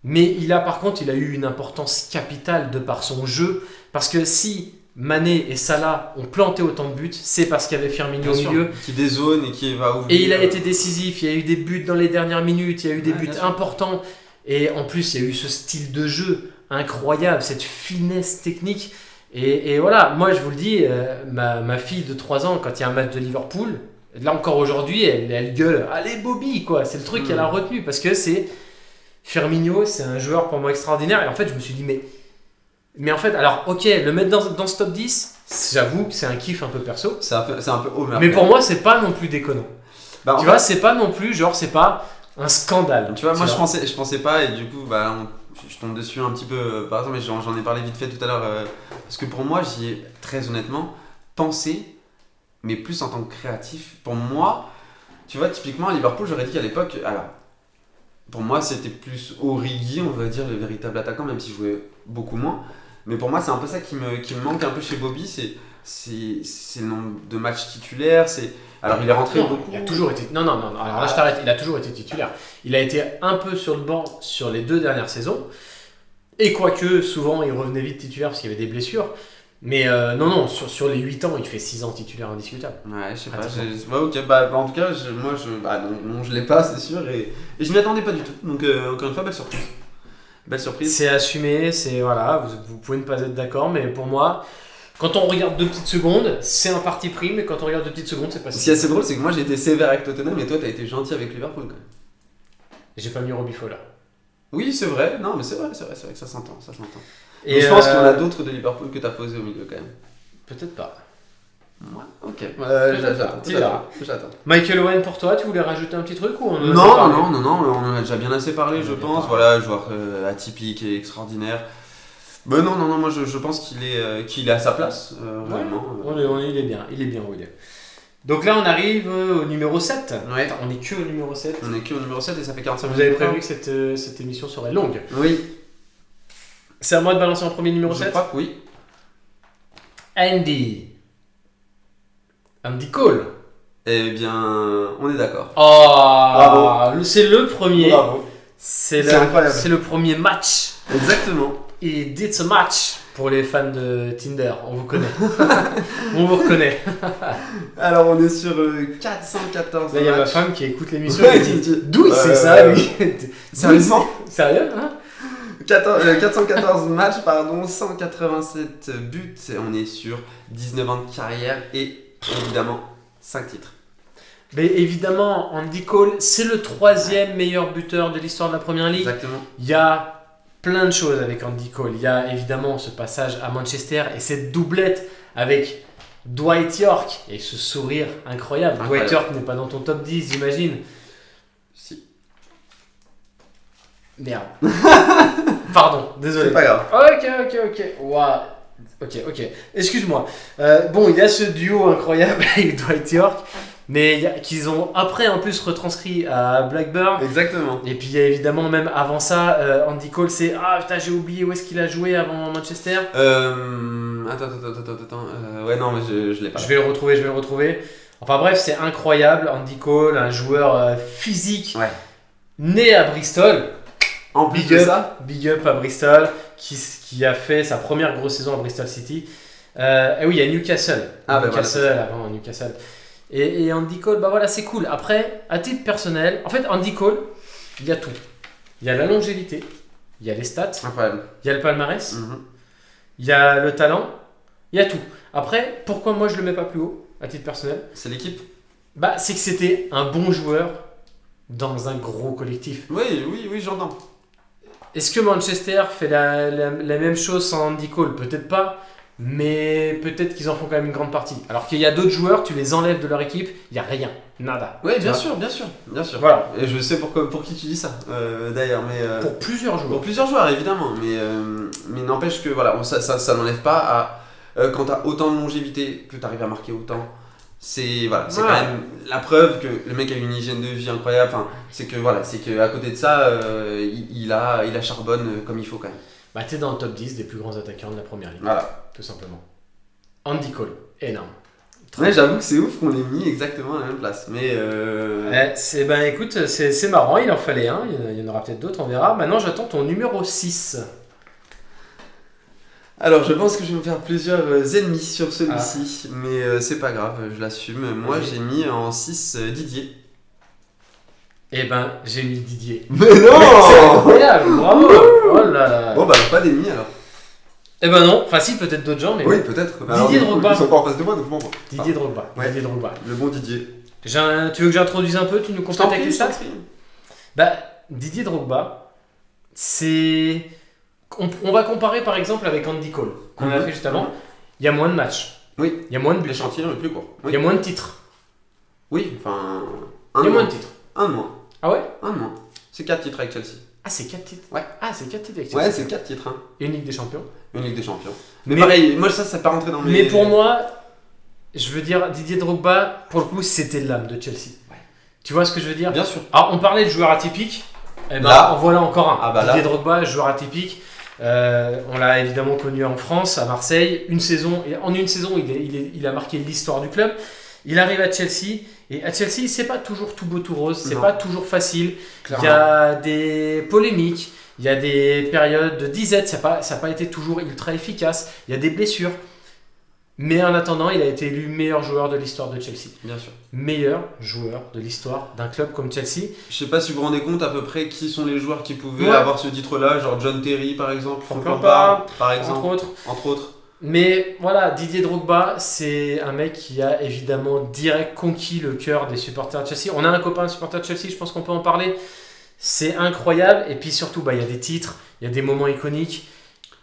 Speaker 1: Mais il a par contre, il a eu une importance capitale de par son jeu. Parce que si Mané et Salah ont planté autant de buts, c'est parce qu'il y avait Firmino
Speaker 2: Bien
Speaker 1: au
Speaker 2: sûr.
Speaker 1: milieu.
Speaker 2: Qui dézone et qui va ouvrir. euh,
Speaker 1: Et il a été décisif, il y a eu des buts dans les dernières minutes, il y a eu des
Speaker 2: Ouais,
Speaker 1: buts
Speaker 2: bien sûr.
Speaker 1: importants. Et en plus, il y a eu ce style de jeu incroyable, cette finesse technique. Et, et voilà, moi je vous le dis, euh, ma, ma fille de 3 ans, quand il y a un match de Liverpool, là encore aujourd'hui, elle, elle gueule Allez Bobby, quoi C'est le truc
Speaker 2: Mm.
Speaker 1: qu'elle a retenu parce que c'est. Firmino, c'est un joueur pour moi extraordinaire. Et en fait, je me suis dit, mais. Mais en fait, alors, ok, le mettre dans, dans ce top 10, j'avoue que c'est un kiff un peu perso.
Speaker 2: C'est un peu, c'est un peu Homer.
Speaker 1: Mais pour moi, c'est pas non plus déconnant.
Speaker 2: Bah, en
Speaker 1: Tu vois, c'est pas non plus, genre, c'est pas un scandale.
Speaker 2: Tu vois, moi
Speaker 1: C'est
Speaker 2: je
Speaker 1: genre,
Speaker 2: pensais, je pensais pas et du coup, bah, on- je tombe dessus un petit peu euh, par exemple, mais j'en j'en ai parlé vite fait tout à l'heure. euh, parce que pour moi, j'y ai très honnêtement pensé, mais plus en tant que créatif. Pour moi, tu vois, typiquement à Liverpool, j'aurais dit à l'époque, alors, pour moi, c'était plus Origi, on va dire, le véritable attaquant, même s'il jouait beaucoup moins. Mais pour moi, c'est un peu ça qui me, qui me manque un peu chez Bobby, c'est- c'est c'est le nombre de matchs titulaires. c'est Alors, il est rentré
Speaker 1: non,
Speaker 2: beaucoup.
Speaker 1: Il a toujours été. Non, non, non. non, Alors là, je t'arrête. Il a toujours été titulaire. Il a été un peu sur le banc sur les deux dernières saisons. Et quoique, souvent, il revenait vite titulaire parce qu'il y avait des blessures. Mais euh, non, non, sur, sur les 8 ans, il fait 6 ans titulaire indiscutable.
Speaker 2: Ouais, je sais pas.
Speaker 1: Attends.
Speaker 2: je- ouais, ok, bah, bah, en tout cas, je- moi je. Bah non, non, je l'ai pas, c'est sûr, et, et je m'y attendais pas du tout. Donc, euh, encore une fois, belle surprise. Belle surprise.
Speaker 1: C'est assumé, c'est voilà, vous, vous pouvez ne pas être d'accord, mais pour moi, quand on regarde deux petites secondes, c'est un parti pris, mais quand on regarde deux petites secondes, c'est pas
Speaker 2: Ce
Speaker 1: si.
Speaker 2: qui est assez drôle, c'est que moi j'ai été sévère avec Tottenham et toi t'as été gentil avec Liverpool quand même.
Speaker 1: J'ai pas mis Robbie Fowler.
Speaker 2: Oui, c'est vrai, non, mais c'est vrai, c'est vrai, c'est vrai que ça s'entend, ça s'entend.
Speaker 1: Et
Speaker 2: Et je pense
Speaker 1: euh,
Speaker 2: qu'on a d'autres de Liverpool que t'as posé au milieu quand même.
Speaker 1: Peut-être pas.
Speaker 2: Ouais, ok. Euh, j'a- j'attends,
Speaker 1: Tu verras.
Speaker 2: j'attends, j'attends.
Speaker 1: Michael Owen pour toi, tu voulais rajouter un petit truc ou on en a déjà
Speaker 2: Non,
Speaker 1: parlé
Speaker 2: non, non, non, on en a déjà bien assez
Speaker 1: On
Speaker 2: parlé,
Speaker 1: en a
Speaker 2: je
Speaker 1: bien
Speaker 2: pense.
Speaker 1: parlé.
Speaker 2: Voilà, joueur euh, atypique et extraordinaire. Ben non, non, non, moi je, je pense qu'il est, euh, qu'il est à sa place, euh,
Speaker 1: Ouais.
Speaker 2: vraiment. euh.
Speaker 1: On est- on est- il est bien, il est bien où il est. Donc là, on arrive euh, au numéro 7.
Speaker 2: Ouais.
Speaker 1: on est que au numéro 7.
Speaker 2: On est que au numéro 7 et ça fait 45
Speaker 1: Vous avez prévu que cette, euh, cette émission serait longue.
Speaker 2: Oui.
Speaker 1: C'est à moi de balancer en premier numéro
Speaker 2: Je
Speaker 1: 7.
Speaker 2: crois que oui.
Speaker 1: Andy. Andy Cole.
Speaker 2: Eh bien, on est d'accord.
Speaker 1: Ah, le- c'est le premier. C'est
Speaker 2: C'est
Speaker 1: le-
Speaker 2: incroyable.
Speaker 1: c'est le premier match.
Speaker 2: Exactement.
Speaker 1: Et it's a match pour les fans de Tinder. On vous connaît. on vous reconnaît.
Speaker 2: Alors, on est sur euh, 414
Speaker 1: Là, il y a ma
Speaker 2: matchs.
Speaker 1: femme qui écoute l'émission
Speaker 2: Ouais,
Speaker 1: et qui dit
Speaker 2: tu- tu-
Speaker 1: D'où il sait
Speaker 2: Euh,
Speaker 1: ça, lui
Speaker 2: Sérieusement
Speaker 1: Sérieux hein
Speaker 2: 14 euh, 414 matchs, pardon, 187 buts. Et on est sur 19 ans de carrière et évidemment 5 titres.
Speaker 1: Mais évidemment, Andy Cole, c'est le troisième meilleur buteur de l'histoire de la Première Ligue.
Speaker 2: Exactement.
Speaker 1: Il y a plein de choses avec Andy Cole. Il y a évidemment ce passage à Manchester et cette doublette avec Dwight York et ce sourire incroyable.
Speaker 2: Incroyable.
Speaker 1: Dwight York n'est pas dans ton top 10, j'imagine.
Speaker 2: Si.
Speaker 1: Merde. Pardon, désolé.
Speaker 2: C'est pas grave.
Speaker 1: Ok, ok, ok. Waouh. Ok, ok. Excuse-moi. Euh, bon, il y a ce duo incroyable avec Dwight York, mais il y a- qu'ils ont après en plus retranscrit à Blackburn.
Speaker 2: Exactement.
Speaker 1: Et puis il y a évidemment même avant ça, euh, Andy Cole, c'est ah putain j'ai oublié où est-ce qu'il a joué avant Manchester.
Speaker 2: Euh, attends, attends, attends, attends, attends. Euh, ouais, non, mais je, je l'ai pas.
Speaker 1: Je vais le retrouver, je vais le retrouver. Enfin bref, c'est incroyable. Andy Cole, un joueur euh, physique,
Speaker 2: Ouais.
Speaker 1: né à Bristol.
Speaker 2: En plus
Speaker 1: Big
Speaker 2: de
Speaker 1: up.
Speaker 2: ça,
Speaker 1: Big up à Bristol, qui, s- qui a fait sa première grosse saison à Bristol City. Euh, et oui, il y a Newcastle.
Speaker 2: Ah, bah
Speaker 1: Newcastle, avant Newcastle. Et, et Andy Cole, bah voilà, c'est cool. Après, à titre personnel, en fait, Andy Cole, il y a tout. Il y a la longévité, il y a les stats,
Speaker 2: incroyable.
Speaker 1: il y a le palmarès,
Speaker 2: Mhm.
Speaker 1: il y a le talent, il y a tout. Après, pourquoi moi je le mets pas plus haut, à titre personnel
Speaker 2: C'est l'équipe
Speaker 1: Bah, c'est que c'était un bon joueur dans un gros collectif.
Speaker 2: Oui, oui, oui, j'entends.
Speaker 1: Est-ce que Manchester fait la, la- la même chose sans Andy Cole Peut-être pas, mais peut-être qu'ils en font quand même une grande partie. Alors qu'il y a d'autres joueurs, tu les enlèves de leur équipe, il n'y a rien, nada.
Speaker 2: Oui, bien
Speaker 1: Ouais.
Speaker 2: sûr, bien sûr, bien sûr.
Speaker 1: Voilà,
Speaker 2: Et je sais pour, quoi- pour qui tu dis ça, euh, d'ailleurs, mais. euh,
Speaker 1: pour plusieurs joueurs.
Speaker 2: Pour plusieurs joueurs, évidemment, mais, euh, mais n'empêche que voilà, on- ça, ça, ça n'enlève pas à. euh, quand t'as autant de longévité, que t'arrives à marquer autant, c'est voilà, c'est
Speaker 1: Ouais.
Speaker 2: quand même la preuve que le mec a une hygiène de vie incroyable. Enfin, c'est que voilà, c'est que à côté de ça, euh, il, il a, il a charbonne euh, comme il faut quand même.
Speaker 1: Bah, t'es dans le top 10 des plus grands attaquants de la première ligue,
Speaker 2: Voilà.
Speaker 1: tout simplement. Andy Cole, énorme.
Speaker 2: Ouais, j'avoue que c'est ouf qu'on l'ait mis exactement à la même place, mais. euh,
Speaker 1: Eh, c'est, ben écoute, c'est, c'est marrant, il en fallait un, il y en a- il y en aura peut-être d'autres, on verra. Maintenant, j'attends ton numéro 6.
Speaker 2: Alors, je pense que je vais me faire plusieurs euh, ennemis sur celui-ci, mais euh, c'est pas grave, je l'assume. Moi,
Speaker 1: Vas-y.
Speaker 2: j'ai mis en 6 Didier.
Speaker 1: Eh ben, j'ai mis Didier.
Speaker 2: Mais
Speaker 1: C'est incroyable, bravo Oh là là
Speaker 2: Oh Bon, bah, pas d'ennemis alors.
Speaker 1: Eh ben non, enfin si, peut-être d'autres gens, mais
Speaker 2: Oui, peut-être. Mais Bah,
Speaker 1: Didier
Speaker 2: alors, du coup,
Speaker 1: Drogba.
Speaker 2: Ils sont pas en face de moi, donc je m'en fous.
Speaker 1: Didier Drogba.
Speaker 2: Ouais.
Speaker 1: Didier Drogba.
Speaker 2: Le bon Didier.
Speaker 1: J'ai un- Tu veux que j'introduise un peu Tu nous
Speaker 2: Je t'en
Speaker 1: complètes
Speaker 2: prie,
Speaker 1: avec les
Speaker 2: je t'en
Speaker 1: stats
Speaker 2: prie.
Speaker 1: Bah, Didier Drogba, c'est. On, on va comparer par exemple avec Andy Cole, qu'on a
Speaker 2: Mhm.
Speaker 1: fait juste avant. Il y a moins de matchs.
Speaker 2: Oui.
Speaker 1: Il y a moins de buts.
Speaker 2: L'échantillon est plus court.
Speaker 1: Il
Speaker 2: Oui,
Speaker 1: y a moins de titres.
Speaker 2: Oui, enfin.
Speaker 1: Il
Speaker 2: Un
Speaker 1: y a moins de
Speaker 2: moins.
Speaker 1: titres.
Speaker 2: Un de moins.
Speaker 1: Ah ouais
Speaker 2: Un de moins. C'est 4 titres avec Chelsea.
Speaker 1: Ah, c'est 4 titres.
Speaker 2: Ouais.
Speaker 1: Ah, c'est 4 titres avec
Speaker 2: Ouais,
Speaker 1: Chelsea.
Speaker 2: c'est 4 titres. Hein.
Speaker 1: Et une Ligue des Champions.
Speaker 2: Une Ligue des Champions.
Speaker 1: Mais,
Speaker 2: Mais pareil, moi, ça, ça pas rentré dans mes.
Speaker 1: mais pour moi, je veux dire, Didier Drogba, pour le coup, c'était l'âme de Chelsea.
Speaker 2: Ouais.
Speaker 1: Tu vois ce que je veux dire
Speaker 2: Bien sûr.
Speaker 1: Alors, Ah, on parlait de joueurs atypiques. Eh ben,
Speaker 2: Là.
Speaker 1: en voilà encore un.
Speaker 2: Ah bah là.
Speaker 1: Didier Drogba, joueur atypique. Euh, on l'a évidemment connu en France, à Marseille. Une saison, et en une saison, il, est- il est- il a marqué l'histoire du club. Il arrive à Chelsea. Et à Chelsea, c'est pas toujours tout beau, tout rose. C'est
Speaker 2: Non.
Speaker 1: pas toujours facile. Il y
Speaker 2: Clairement.
Speaker 1: a des polémiques. Il y a des périodes de disette. Ça n'a pas, ça a pas été toujours ultra efficace. Il y a des blessures. Mais en attendant, il a été élu meilleur joueur de l'histoire de Chelsea.
Speaker 2: Bien sûr.
Speaker 1: Meilleur joueur de l'histoire d'un club comme Chelsea.
Speaker 2: Je sais pas si vous vous rendez compte à peu près qui sont les joueurs qui pouvaient
Speaker 1: Ouais.
Speaker 2: avoir ce titre-là, genre John Terry par exemple,
Speaker 1: Frank
Speaker 2: Frank
Speaker 1: Lampard,
Speaker 2: Lampard, par
Speaker 1: Entre
Speaker 2: exemple,
Speaker 1: autres.
Speaker 2: entre autres.
Speaker 1: Mais voilà, Didier Drogba, c'est un mec qui a évidemment direct conquis le cœur des supporters de Chelsea. On a un copain supporter de Chelsea, je pense qu'on peut en parler. C'est incroyable. Et puis surtout, bah, il y a des titres, il y a des moments iconiques.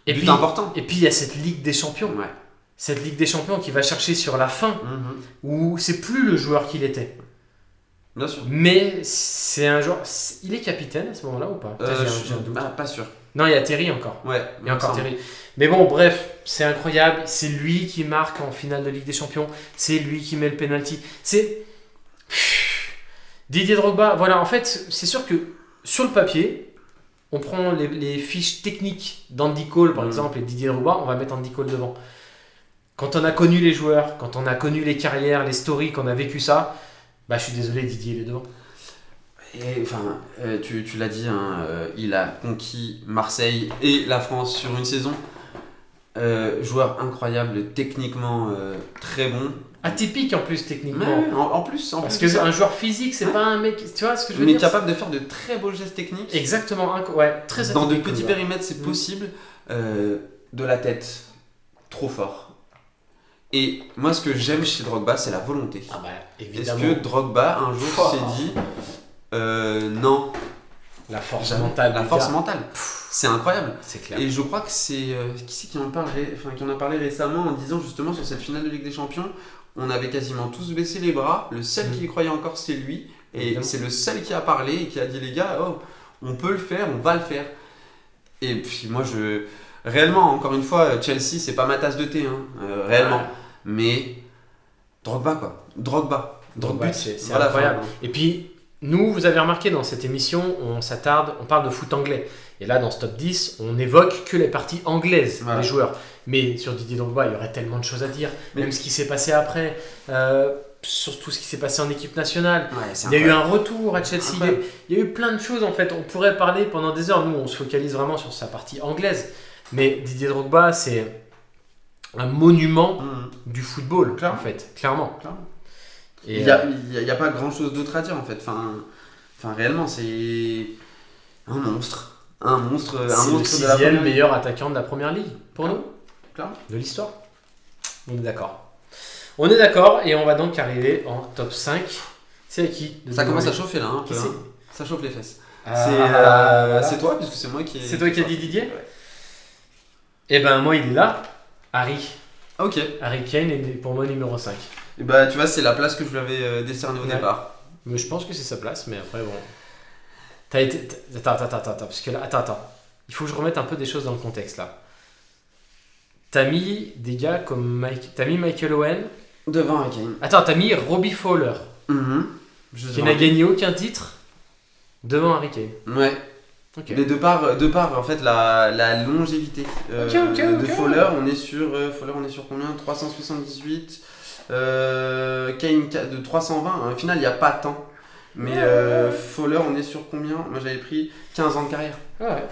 Speaker 1: Et
Speaker 2: But
Speaker 1: puis,
Speaker 2: important.
Speaker 1: et puis, il y a cette Ligue des Champions.
Speaker 2: Ouais.
Speaker 1: Cette Ligue des Champions qui va chercher sur la fin,
Speaker 2: Mhm.
Speaker 1: où c'est plus le joueur qu'il était.
Speaker 2: Bien sûr.
Speaker 1: Mais c'est un joueur. c'est- Il est capitaine à ce moment-là ou pas Putain,
Speaker 2: Euh,
Speaker 1: j'ai un-
Speaker 2: je-
Speaker 1: j'ai un doute.
Speaker 2: ah, pas sûr.
Speaker 1: Non, il y a Terry encore.
Speaker 2: Ouais.
Speaker 1: Il y a encore
Speaker 2: ça-
Speaker 1: Terry. Mais bon, bref, c'est incroyable. C'est lui qui marque en finale de Ligue des Champions. C'est lui qui met le penalty. C'est Didier Drogba. Voilà, en fait, c'est sûr que sur le papier, on prend les, les fiches techniques d'Andy Cole, par
Speaker 2: Mhm.
Speaker 1: exemple, et Didier Drogba. On va mettre Andy Cole devant. Quand on a connu les joueurs, quand on a connu les carrières, les stories, qu'on a vécu ça, bah, je suis désolé, Didier, il est devant.
Speaker 2: Et, enfin, euh, tu, tu l'as dit, hein, euh, il a conquis Marseille et la France sur une saison. Euh, joueur incroyable, techniquement euh, très bon.
Speaker 1: Atypique en plus, techniquement.
Speaker 2: Ouais, ouais, en, en plus, en
Speaker 1: Parce
Speaker 2: plus de
Speaker 1: que
Speaker 2: ça,
Speaker 1: un joueur physique, c'est
Speaker 2: Ouais.
Speaker 1: pas un mec. Tu vois ce que je veux
Speaker 2: mais
Speaker 1: dire
Speaker 2: capable de faire de très beaux gestes techniques.
Speaker 1: Exactement, inco- ouais, très
Speaker 2: Dans de
Speaker 1: atypique,
Speaker 2: petits
Speaker 1: quoi.
Speaker 2: périmètres, c'est
Speaker 1: Mm.
Speaker 2: possible. Euh, de la tête, trop fort. Et moi, ce que j'aime chez Drogba, c'est la volonté.
Speaker 1: Ah bah,
Speaker 2: Est-ce
Speaker 1: évidemment,
Speaker 2: que Drogba, un jour,
Speaker 1: Oh.
Speaker 2: s'est dit euh, non,
Speaker 1: la force mentale.
Speaker 2: la
Speaker 1: du
Speaker 2: force
Speaker 1: Ah, gars.
Speaker 2: mentale. C'est incroyable.
Speaker 1: C'est clair.
Speaker 2: Et je crois que c'est. euh, qui c'est qui en, parle ré- enfin, qui en a parlé récemment en disant justement sur cette finale de Ligue des Champions, on avait quasiment tous baissé les bras. Le seul
Speaker 1: Mm.
Speaker 2: qui y croyait encore, c'est lui. Et
Speaker 1: Évidemment.
Speaker 2: c'est le seul qui a parlé et qui a dit les gars, oh, on peut le faire, on va le faire. Et puis moi, je. Réellement, encore une fois, Chelsea, c'est pas ma tasse de thé, hein, euh, réellement.
Speaker 1: Ah.
Speaker 2: Mais. Drogba, quoi. Drogba. Drogba,
Speaker 1: Drogba, c'est- c'est incroyable.
Speaker 2: enfin,
Speaker 1: Et puis, nous, vous avez remarqué dans cette émission, on s'attarde, on parle de foot anglais. Et là, dans ce top 10, on évoque que les parties anglaises
Speaker 2: Voilà.
Speaker 1: des joueurs. Mais sur Didier Drogba, il y aurait tellement de choses à dire.
Speaker 2: Mais-
Speaker 1: Même ce qui s'est passé après, euh, sur tout ce qui s'est passé en équipe nationale.
Speaker 2: Ouais, c'est
Speaker 1: Il y a eu
Speaker 2: incroyable.
Speaker 1: un retour à Chelsea. Il y a eu- il y a eu plein de choses en fait. On pourrait parler pendant des heures. Nous, on se focalise vraiment sur sa partie anglaise. Mais Didier Drogba, c'est un monument
Speaker 2: Mm.
Speaker 1: du football,
Speaker 2: Clairement.
Speaker 1: en fait, clairement.
Speaker 2: Clairement.
Speaker 1: Et, euh,
Speaker 2: Il n'y a, il y a- il y a pas grand chose d'autre à dire en fait. Enfin, enfin réellement, c'est un monstre. Un monstre, un
Speaker 1: C'est
Speaker 2: monstre
Speaker 1: le
Speaker 2: de la
Speaker 1: sixième
Speaker 2: première
Speaker 1: meilleur attaquant de la première ligue pour nous,
Speaker 2: Clairement.
Speaker 1: de l'histoire. On est d'accord. On est d'accord et on va donc arriver en top 5. C'est à qui de
Speaker 2: Ça
Speaker 1: nous
Speaker 2: commence à
Speaker 1: demander
Speaker 2: chauffer là, un
Speaker 1: Qui
Speaker 2: peu,
Speaker 1: c'est
Speaker 2: hein. Ça chauffe les fesses.
Speaker 1: Ah,
Speaker 2: c'est
Speaker 1: ah,
Speaker 2: euh,
Speaker 1: ah,
Speaker 2: c'est toi, puisque c'est moi qui. ai-
Speaker 1: C'est toi qui as dit Didier
Speaker 2: Ouais.
Speaker 1: Eh ben moi il est là, Harry.
Speaker 2: Ah, Ok.
Speaker 1: Harry Kane est pour moi numéro 5.
Speaker 2: Et bah, tu vois, c'est la place que je lui avais euh, décernée au
Speaker 1: Ouais.
Speaker 2: départ.
Speaker 1: Mais je pense que c'est sa place, mais après bon. T'as été. t'as- Attends, attends, attends, attends, parce que là, attends, attends. Il faut que je remette un peu des choses dans le contexte là. T'as mis des gars comme Mike. T'as mis Michael Owen,
Speaker 2: Devant Hakim.
Speaker 1: Attends, t'as mis Robbie Fowler,
Speaker 2: Mm-hmm. Je
Speaker 1: qui n'a gagné aucun titre devant Harry Kane.
Speaker 2: Ouais.
Speaker 1: Ok.
Speaker 2: Mais de par, de par en fait la, la longévité euh,
Speaker 1: Ok, ok,
Speaker 2: de
Speaker 1: ok.
Speaker 2: Fowler, on est sur euh, Fowler, on est sur combien 378. Euh, Kane ca- de 320. Au final, il n'y a pas tant. Mais
Speaker 1: Ouais,
Speaker 2: euh,
Speaker 1: ouais, ouais.
Speaker 2: Fowler, on est sur combien Moi, j'avais pris 15 ans de carrière.
Speaker 1: Ah ouais.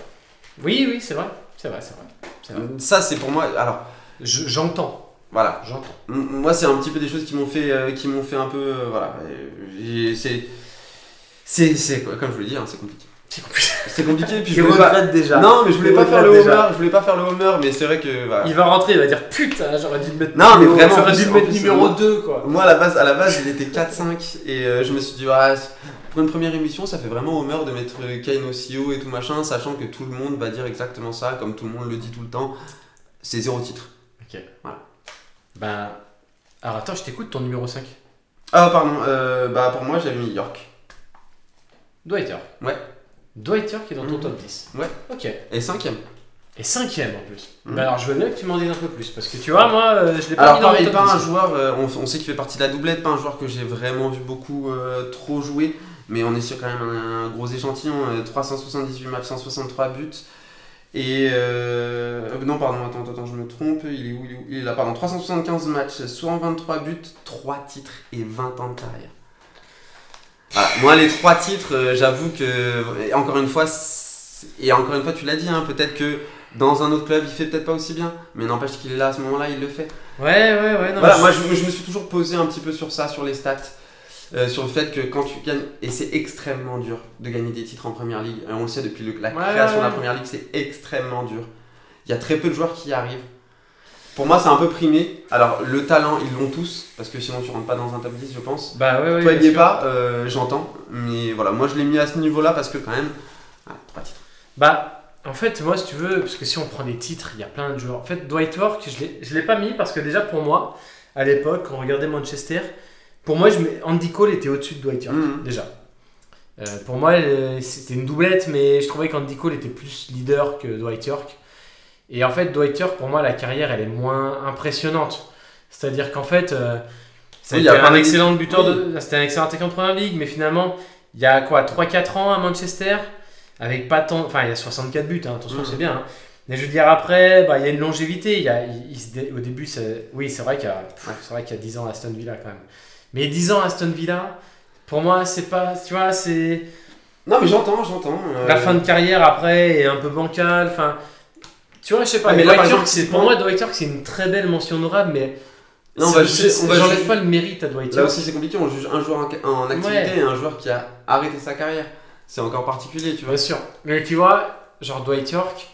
Speaker 1: Oui, oui, c'est vrai. C'est vrai, c'est vrai. C'est vrai.
Speaker 2: Ça, c'est pour moi. Alors,
Speaker 1: Je- J'entends.
Speaker 2: voilà.
Speaker 1: J'entends.
Speaker 2: M- Moi, c'est un petit peu des choses qui m'ont fait, euh, qui m'ont fait un peu, euh, voilà. Et j'ai- C'est, c'est, c'est comme je vous le dis, hein, c'est compliqué.
Speaker 1: C'est compliqué.
Speaker 2: C'est compliqué. Puis
Speaker 1: Il
Speaker 2: je voulais pas.
Speaker 1: regrette déjà.
Speaker 2: Non, mais je voulais
Speaker 1: Il
Speaker 2: pas faire le
Speaker 1: regrette déjà.
Speaker 2: homer. Je voulais pas faire le homer, mais c'est vrai que. voilà.
Speaker 1: Il va rentrer, il va dire putain, j'aurais dû le mettre.
Speaker 2: Non, mais
Speaker 1: numéro-
Speaker 2: vraiment,
Speaker 1: j'aurais
Speaker 2: en
Speaker 1: dû
Speaker 2: plus,
Speaker 1: le
Speaker 2: en
Speaker 1: mettre
Speaker 2: plus,
Speaker 1: numéro
Speaker 2: moi-
Speaker 1: 2, quoi.
Speaker 2: Moi à la base, à la base il était 4-5 et euh, je me suis dit ah, c'est- pour une première émission ça fait vraiment homer de mettre euh, Kane aussi haut et tout machin sachant que tout le monde va dire exactement ça comme tout le monde le dit tout le temps c'est zéro titre.
Speaker 1: Ben. Alors attends, je t'écoute ton numéro 5.
Speaker 2: Ah pardon euh, bah pour moi j'avais mis York
Speaker 1: Dwighter.
Speaker 2: Ouais.
Speaker 1: Dwighter qui est dans ton
Speaker 2: Mhm.
Speaker 1: top 10.
Speaker 2: Ouais.
Speaker 1: Ok.
Speaker 2: et cinquième.
Speaker 1: Et cinquième en plus.
Speaker 2: Mhm.
Speaker 1: Ben alors je veux bien que tu m'en dises un peu plus. Parce que tu vois, moi, euh, je l'ai pas
Speaker 2: Alors
Speaker 1: mis dans
Speaker 2: pareil
Speaker 1: mon
Speaker 2: pas
Speaker 1: top
Speaker 2: un
Speaker 1: 10.
Speaker 2: joueur euh, on, on sait qu'il fait partie de la doublette pas un joueur que j'ai vraiment vu beaucoup euh, trop jouer mais on est sur quand même un, un gros échantillon euh, 378 matchs 163 buts. Et euh, non, pardon, attends, attends, je me trompe. Il est où Il est, où Il est là, pardon. 375 matchs, 123 buts, 3 titres et 20 ans de carrière. Voilà, moi, les 3 titres, euh, j'avoue que. et Encore une fois, c'est- et encore une fois, tu l'as dit, hein, peut-être que dans un autre club, il fait peut-être pas aussi bien. Mais n'empêche qu'il est là à ce moment-là, il le fait.
Speaker 1: Ouais, ouais, ouais. Non,
Speaker 2: Voilà,
Speaker 1: mais-
Speaker 2: moi je, je me suis toujours posé un petit peu sur ça, sur les stats, euh, sur le fait que quand tu gagnes, et c'est extrêmement dur de gagner des titres en première ligue, Euh, on le sait depuis le- la
Speaker 1: Ouais,
Speaker 2: création de la
Speaker 1: ouais.
Speaker 2: première ligue, c'est extrêmement dur. Il y a très peu de joueurs qui y arrivent. Pour moi, c'est un peu primé. Alors, le talent, ils l'ont tous, parce que sinon tu rentres pas dans un top 10, je pense.
Speaker 1: Bah ouais, ouais. bien
Speaker 2: Toi, il n'y est
Speaker 1: sûr.
Speaker 2: pas, euh, j'entends, mais voilà, moi je l'ai mis à ce niveau-là parce que quand même, voilà, trois titres.
Speaker 1: Bah, en fait, moi, si tu veux, parce que si on prend les titres, il y a plein de joueurs. En fait, Dwight York, je l'ai- je l'ai pas mis parce que déjà pour moi, à l'époque, quand on regardait Manchester, pour moi, je mets- Andy Cole était au-dessus de Dwight York,
Speaker 2: Mhm.
Speaker 1: déjà. Euh, pour moi, euh, c'était une doublette, mais je trouvais qu'Andy Cole était plus leader que Dwight York. Et en fait, Dwight York, pour moi, la carrière, elle est moins impressionnante. C'est-à-dire qu'en fait, euh, ça a
Speaker 2: Oui, il
Speaker 1: été
Speaker 2: y a plein
Speaker 1: un
Speaker 2: de-
Speaker 1: excellent buteur, de- c'était un excellent attaquant de première ligue, mais finalement, il y a quoi, 3-4 ans à Manchester, avec pas tant. Enfin, il y a 64 buts, hein, attention,
Speaker 2: Mhm.
Speaker 1: c'est bien. hein. Mais je veux dire, après, bah, il y a une longévité. Il y a, il- il se dé- au début, c'est- oui, c'est vrai qu'il y, a- pff,
Speaker 2: Ouais.
Speaker 1: c'est vrai qu'il y a 10 ans à Aston Villa quand même. Mais 10 ans à Aston Villa, pour moi, c'est pas. Tu vois, c'est.
Speaker 2: Non, mais j'entends, j'entends. euh,
Speaker 1: La fin de carrière après est un peu bancale. Enfin, tu vois, je sais pas.
Speaker 2: Ouais,
Speaker 1: mais
Speaker 2: mais là,
Speaker 1: Dwight
Speaker 2: par
Speaker 1: York,
Speaker 2: exemple,
Speaker 1: c'est- pour moi, Dwight York, c'est une très belle mention honorable, mais
Speaker 2: Là, on va
Speaker 1: c'est-
Speaker 2: juger- on va
Speaker 1: j'enlève
Speaker 2: juger-
Speaker 1: pas le mérite à Dwight
Speaker 2: Là
Speaker 1: York.
Speaker 2: aussi, c'est compliqué. On juge un joueur en, en activité
Speaker 1: Ouais.
Speaker 2: et un joueur qui a arrêté sa carrière. C'est encore particulier, tu vois.
Speaker 1: Bien sûr. Mais tu vois, genre Dwight York,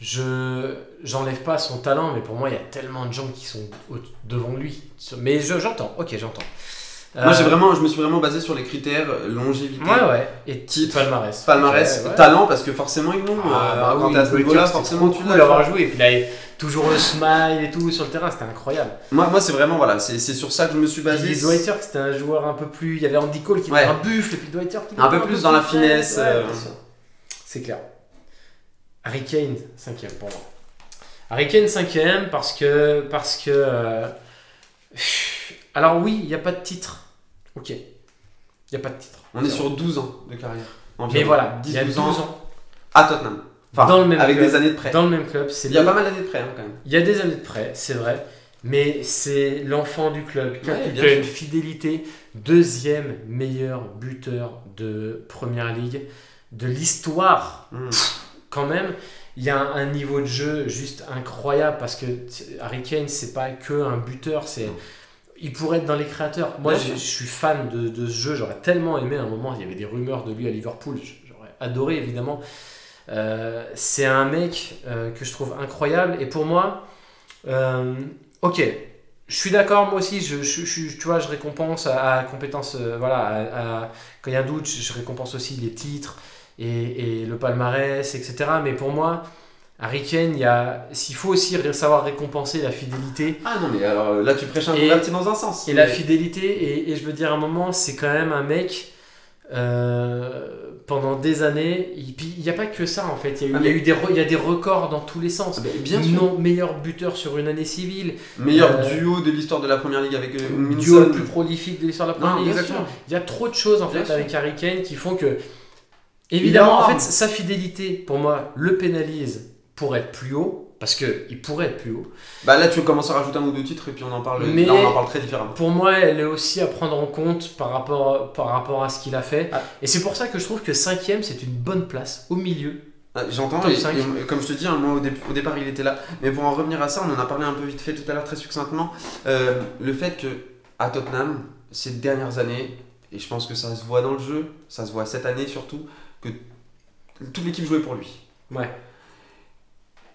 Speaker 1: je j'enlève pas son talent, mais pour moi, il y a tellement de gens qui sont au- devant lui. Mais je- j'entends. Ok, j'entends.
Speaker 2: Moi, j'ai vraiment, je me suis vraiment basé sur les critères euh, longévité,
Speaker 1: Euh, Ouais, ouais. Et
Speaker 2: Titre.
Speaker 1: palmarès.
Speaker 2: palmarès,
Speaker 1: Ouais, ouais.
Speaker 2: talent, parce que forcément ils l'ont. euh,
Speaker 1: Ah, bah
Speaker 2: quand
Speaker 1: oui,
Speaker 2: t'es à ce
Speaker 1: Golovkin,
Speaker 2: niveau-là,
Speaker 1: c'était
Speaker 2: forcément
Speaker 1: trop
Speaker 2: tu
Speaker 1: cool
Speaker 2: l'as.
Speaker 1: d'avoir joué. Et puis il avait toujours le smile et tout sur le terrain, c'était incroyable.
Speaker 2: Moi, moi c'est vraiment, voilà, c'est c'est sur ça que je me suis basé.
Speaker 1: Billy Dwighter, c'était un joueur un peu plus. Il y avait Andy Cole qui
Speaker 2: Ouais.
Speaker 1: était un buffle, et puis Dwighter qui était
Speaker 2: Un peu plus dans la finesse,
Speaker 1: Ouais,
Speaker 2: euh.
Speaker 1: bien sûr. C'est clair. Harry Kane, cinquième pour moi. Harry Kane, cinquième, parce que. Parce que euh, Alors, oui, il n'y a pas de titre. Ok. Il n'y a pas de titre.
Speaker 2: On est sur 12 ans de carrière. environ.
Speaker 1: Mais voilà, il y a
Speaker 2: 10-12
Speaker 1: 12
Speaker 2: ans,
Speaker 1: ans.
Speaker 2: à Tottenham. Enfin,
Speaker 1: Dans le même
Speaker 2: avec
Speaker 1: club.
Speaker 2: des années de prêt.
Speaker 1: Dans le même club, c'est
Speaker 2: Il y a
Speaker 1: le-
Speaker 2: pas mal d'années de prêt hein, quand même.
Speaker 1: Il y a des années de près, c'est vrai, mais c'est l'enfant du club. qui
Speaker 2: Ouais, bien
Speaker 1: a une fidélité, deuxième meilleur buteur de Première Ligue de l'histoire
Speaker 2: Hmm.
Speaker 1: quand même. Il y a un, un niveau de jeu juste incroyable parce que t- Harry Kane, c'est pas que un buteur, c'est
Speaker 2: Non.
Speaker 1: il pourrait être dans les créateurs. Moi,
Speaker 2: Bien
Speaker 1: je,
Speaker 2: sûr.
Speaker 1: je suis fan de, de ce jeu. J'aurais tellement aimé à un moment. Il y avait des rumeurs de lui à Liverpool. J- J'aurais adoré, évidemment. Euh, c'est un mec euh, que je trouve incroyable. Et pour moi, euh, ok, je suis d'accord. Moi aussi, je, je- je- tu vois, je récompense à, à compétence. euh, voilà, à- à- quand il y a un doute, je, je récompense aussi les titres et, et le palmarès, etc. Mais pour moi, Harry Kane, il y a- s'il faut aussi ré- savoir récompenser la fidélité.
Speaker 2: Ah non, mais alors euh, là, tu prêches un
Speaker 1: Et-
Speaker 2: converti dans un sens.
Speaker 1: Et la
Speaker 2: Mais-
Speaker 1: fidélité, et, et je veux dire, à un moment, c'est quand même un mec, euh, pendant des années, il puis il n'y a pas que ça en fait, il y a eu,
Speaker 2: Ah,
Speaker 1: il y a
Speaker 2: mais-
Speaker 1: eu des, re- il y a des records dans tous les sens.
Speaker 2: Ah, mais bien sûr.
Speaker 1: Non meilleur buteur sur une année civile,
Speaker 2: Meilleur
Speaker 1: Euh,
Speaker 2: duo de l'histoire de la première ligue avec euh,
Speaker 1: duo le
Speaker 2: Minson.
Speaker 1: plus prolifique de l'histoire de la
Speaker 2: Non,
Speaker 1: première Ligue,
Speaker 2: bien
Speaker 1: exactement.
Speaker 2: sûr.
Speaker 1: Il y a trop de choses en
Speaker 2: Bien
Speaker 1: fait
Speaker 2: sûr.
Speaker 1: avec Harry Kane qui font que,
Speaker 2: Il
Speaker 1: évidemment,
Speaker 2: est
Speaker 1: en fait,
Speaker 2: énorme.
Speaker 1: sa fidélité, pour moi, le pénalise pour être plus haut, parce que il pourrait être plus haut.
Speaker 2: Bah là, tu commences à rajouter un ou deux titres et puis on en parle.
Speaker 1: Mais-
Speaker 2: Là, on en parle très différemment.
Speaker 1: Pour moi, elle est aussi à prendre en compte par rapport, par rapport à ce qu'il a fait.
Speaker 2: Ah.
Speaker 1: Et c'est pour ça que je trouve que cinquième, c'est une bonne place au milieu.
Speaker 2: Ah, J'entends,
Speaker 1: Top
Speaker 2: et,
Speaker 1: cinq.
Speaker 2: et comme je te dis, hein, moi au, dé- au départ il était là. Mais pour en revenir à ça, on en a parlé un peu vite fait tout à l'heure, très succinctement. Euh, le fait que, à Tottenham, ces dernières années, et je pense que ça se voit dans le jeu, ça se voit cette année surtout, que toute l'équipe jouait pour lui.
Speaker 1: Ouais.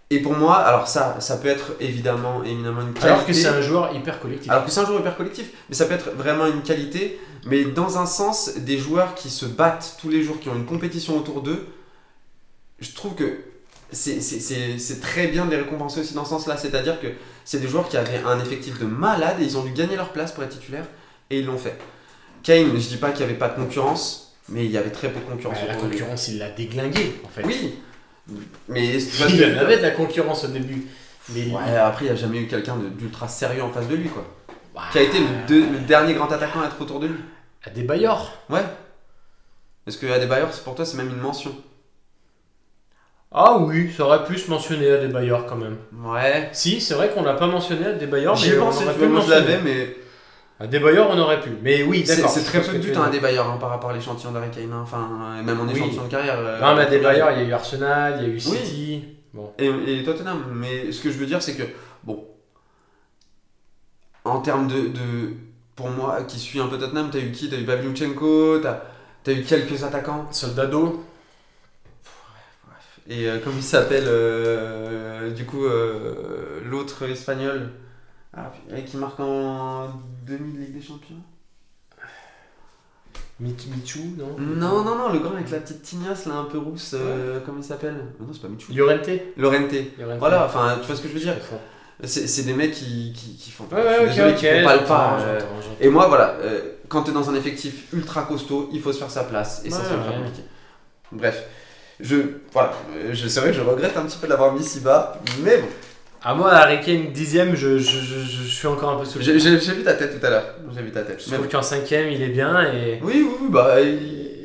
Speaker 2: Et pour moi, alors ça, ça peut être évidemment, évidemment une qualité.
Speaker 1: Alors que c'est un joueur hyper collectif.
Speaker 2: Ah, Alors que c'est un joueur hyper collectif, mais ça peut être vraiment une qualité. Mais dans un sens, des joueurs qui se battent tous les jours, qui ont une compétition autour d'eux, je trouve que c'est- c'est c'est- c'est très bien de les récompenser aussi dans ce sens-là. C'est-à-dire que c'est des joueurs qui avaient un effectif de malade et ils ont dû gagner leur place pour être titulaire et ils l'ont fait. Kane, je dis pas qu'il n'y avait pas de concurrence, mais il y avait très peu de
Speaker 1: Ouais,
Speaker 2: concurrence.
Speaker 1: la
Speaker 2: autour de lui.
Speaker 1: concurrence, il l'a déglingué en fait.
Speaker 2: euh, Oui, mais tu vois ce
Speaker 1: il
Speaker 2: que je veux dire
Speaker 1: avait de la concurrence au début. Mais
Speaker 2: Ouais, après, il n'y a jamais eu quelqu'un de- d'ultra sérieux en face de lui, quoi.
Speaker 1: Bah,
Speaker 2: Qui a été le, deux- le dernier grand attaquant à être autour de lui.
Speaker 1: à des bailleurs.
Speaker 2: Ouais. Est-ce que Adebayor, c'est pour toi, c'est même une mention
Speaker 1: Ah oui, ça aurait pu se mentionner à des bailleurs quand même.
Speaker 2: Ouais.
Speaker 1: Si, c'est vrai qu'on l'a pas mentionné à des bailleurs, mais
Speaker 2: J'y ai
Speaker 1: on
Speaker 2: pensé,
Speaker 1: aurait
Speaker 2: tu
Speaker 1: pu
Speaker 2: vois, moi je
Speaker 1: mentionner.
Speaker 2: l'avais, mais
Speaker 1: À des bailleurs, on aurait pu. Mais oui,
Speaker 2: c'est
Speaker 1: d'accord.
Speaker 2: c'est
Speaker 1: je
Speaker 2: très
Speaker 1: pense
Speaker 2: peu
Speaker 1: que
Speaker 2: de buts
Speaker 1: tu
Speaker 2: hein,
Speaker 1: veux dire.
Speaker 2: Adebayor hein, par rapport à l'échantillon d'Harry Kane, hein. enfin, euh, même en
Speaker 1: Oui.
Speaker 2: échantillon de carrière. euh,
Speaker 1: Non, mais à des bailleurs, il y a eu Arsenal, il y a eu
Speaker 2: Oui.
Speaker 1: City. Bon.
Speaker 2: Et, et Tottenham, mais ce que je veux dire, c'est que, bon, en termes de, de- Pour moi, qui suis un peu Tottenham, t'as eu qui T'as eu Pavlyuchenko, t'as as eu quelques attaquants,
Speaker 1: Soldado.
Speaker 2: et euh, comment il s'appelle, euh, du coup, euh, l'autre espagnol, ah, putain, qui marque en demi de Ligue des Champions
Speaker 1: Mich- Michu, non
Speaker 2: Non, non, non, le grand avec la petite tignasse là, un peu rousse, euh, comment il s'appelle Non, c'est pas Michou.
Speaker 1: Llorente.
Speaker 2: Lorente.
Speaker 1: Llorente.
Speaker 2: Voilà, enfin, tu vois ce que je veux dire
Speaker 1: Ouais,
Speaker 2: C'est c'est des mecs qui, qui, qui font,
Speaker 1: ouais,
Speaker 2: je
Speaker 1: ok,
Speaker 2: suis désolé,
Speaker 1: ok.
Speaker 2: qui font pas le pas.
Speaker 1: j'entends,
Speaker 2: euh,
Speaker 1: j'entends, j'entends.
Speaker 2: Et moi, voilà, euh, quand t'es dans un effectif ultra costaud, il faut se faire sa place, et ça,
Speaker 1: Ouais,
Speaker 2: c'est ultra
Speaker 1: ouais.
Speaker 2: compliqué. Bref, je, voilà, euh, je, c'est vrai que je regrette un petit peu de l'avoir mis si bas, mais bon,
Speaker 1: Ah, moi, Harry Kane, dixième, je, je, je, je suis encore un peu sous le.
Speaker 2: j'ai j'ai- j'ai vu ta tête tout à l'heure, j'ai vu ta tête.
Speaker 1: Je
Speaker 2: Mais
Speaker 1: trouve qu'en cinquième, il est bien. Et...
Speaker 2: bon. Oui, oui, oui, bah,
Speaker 1: et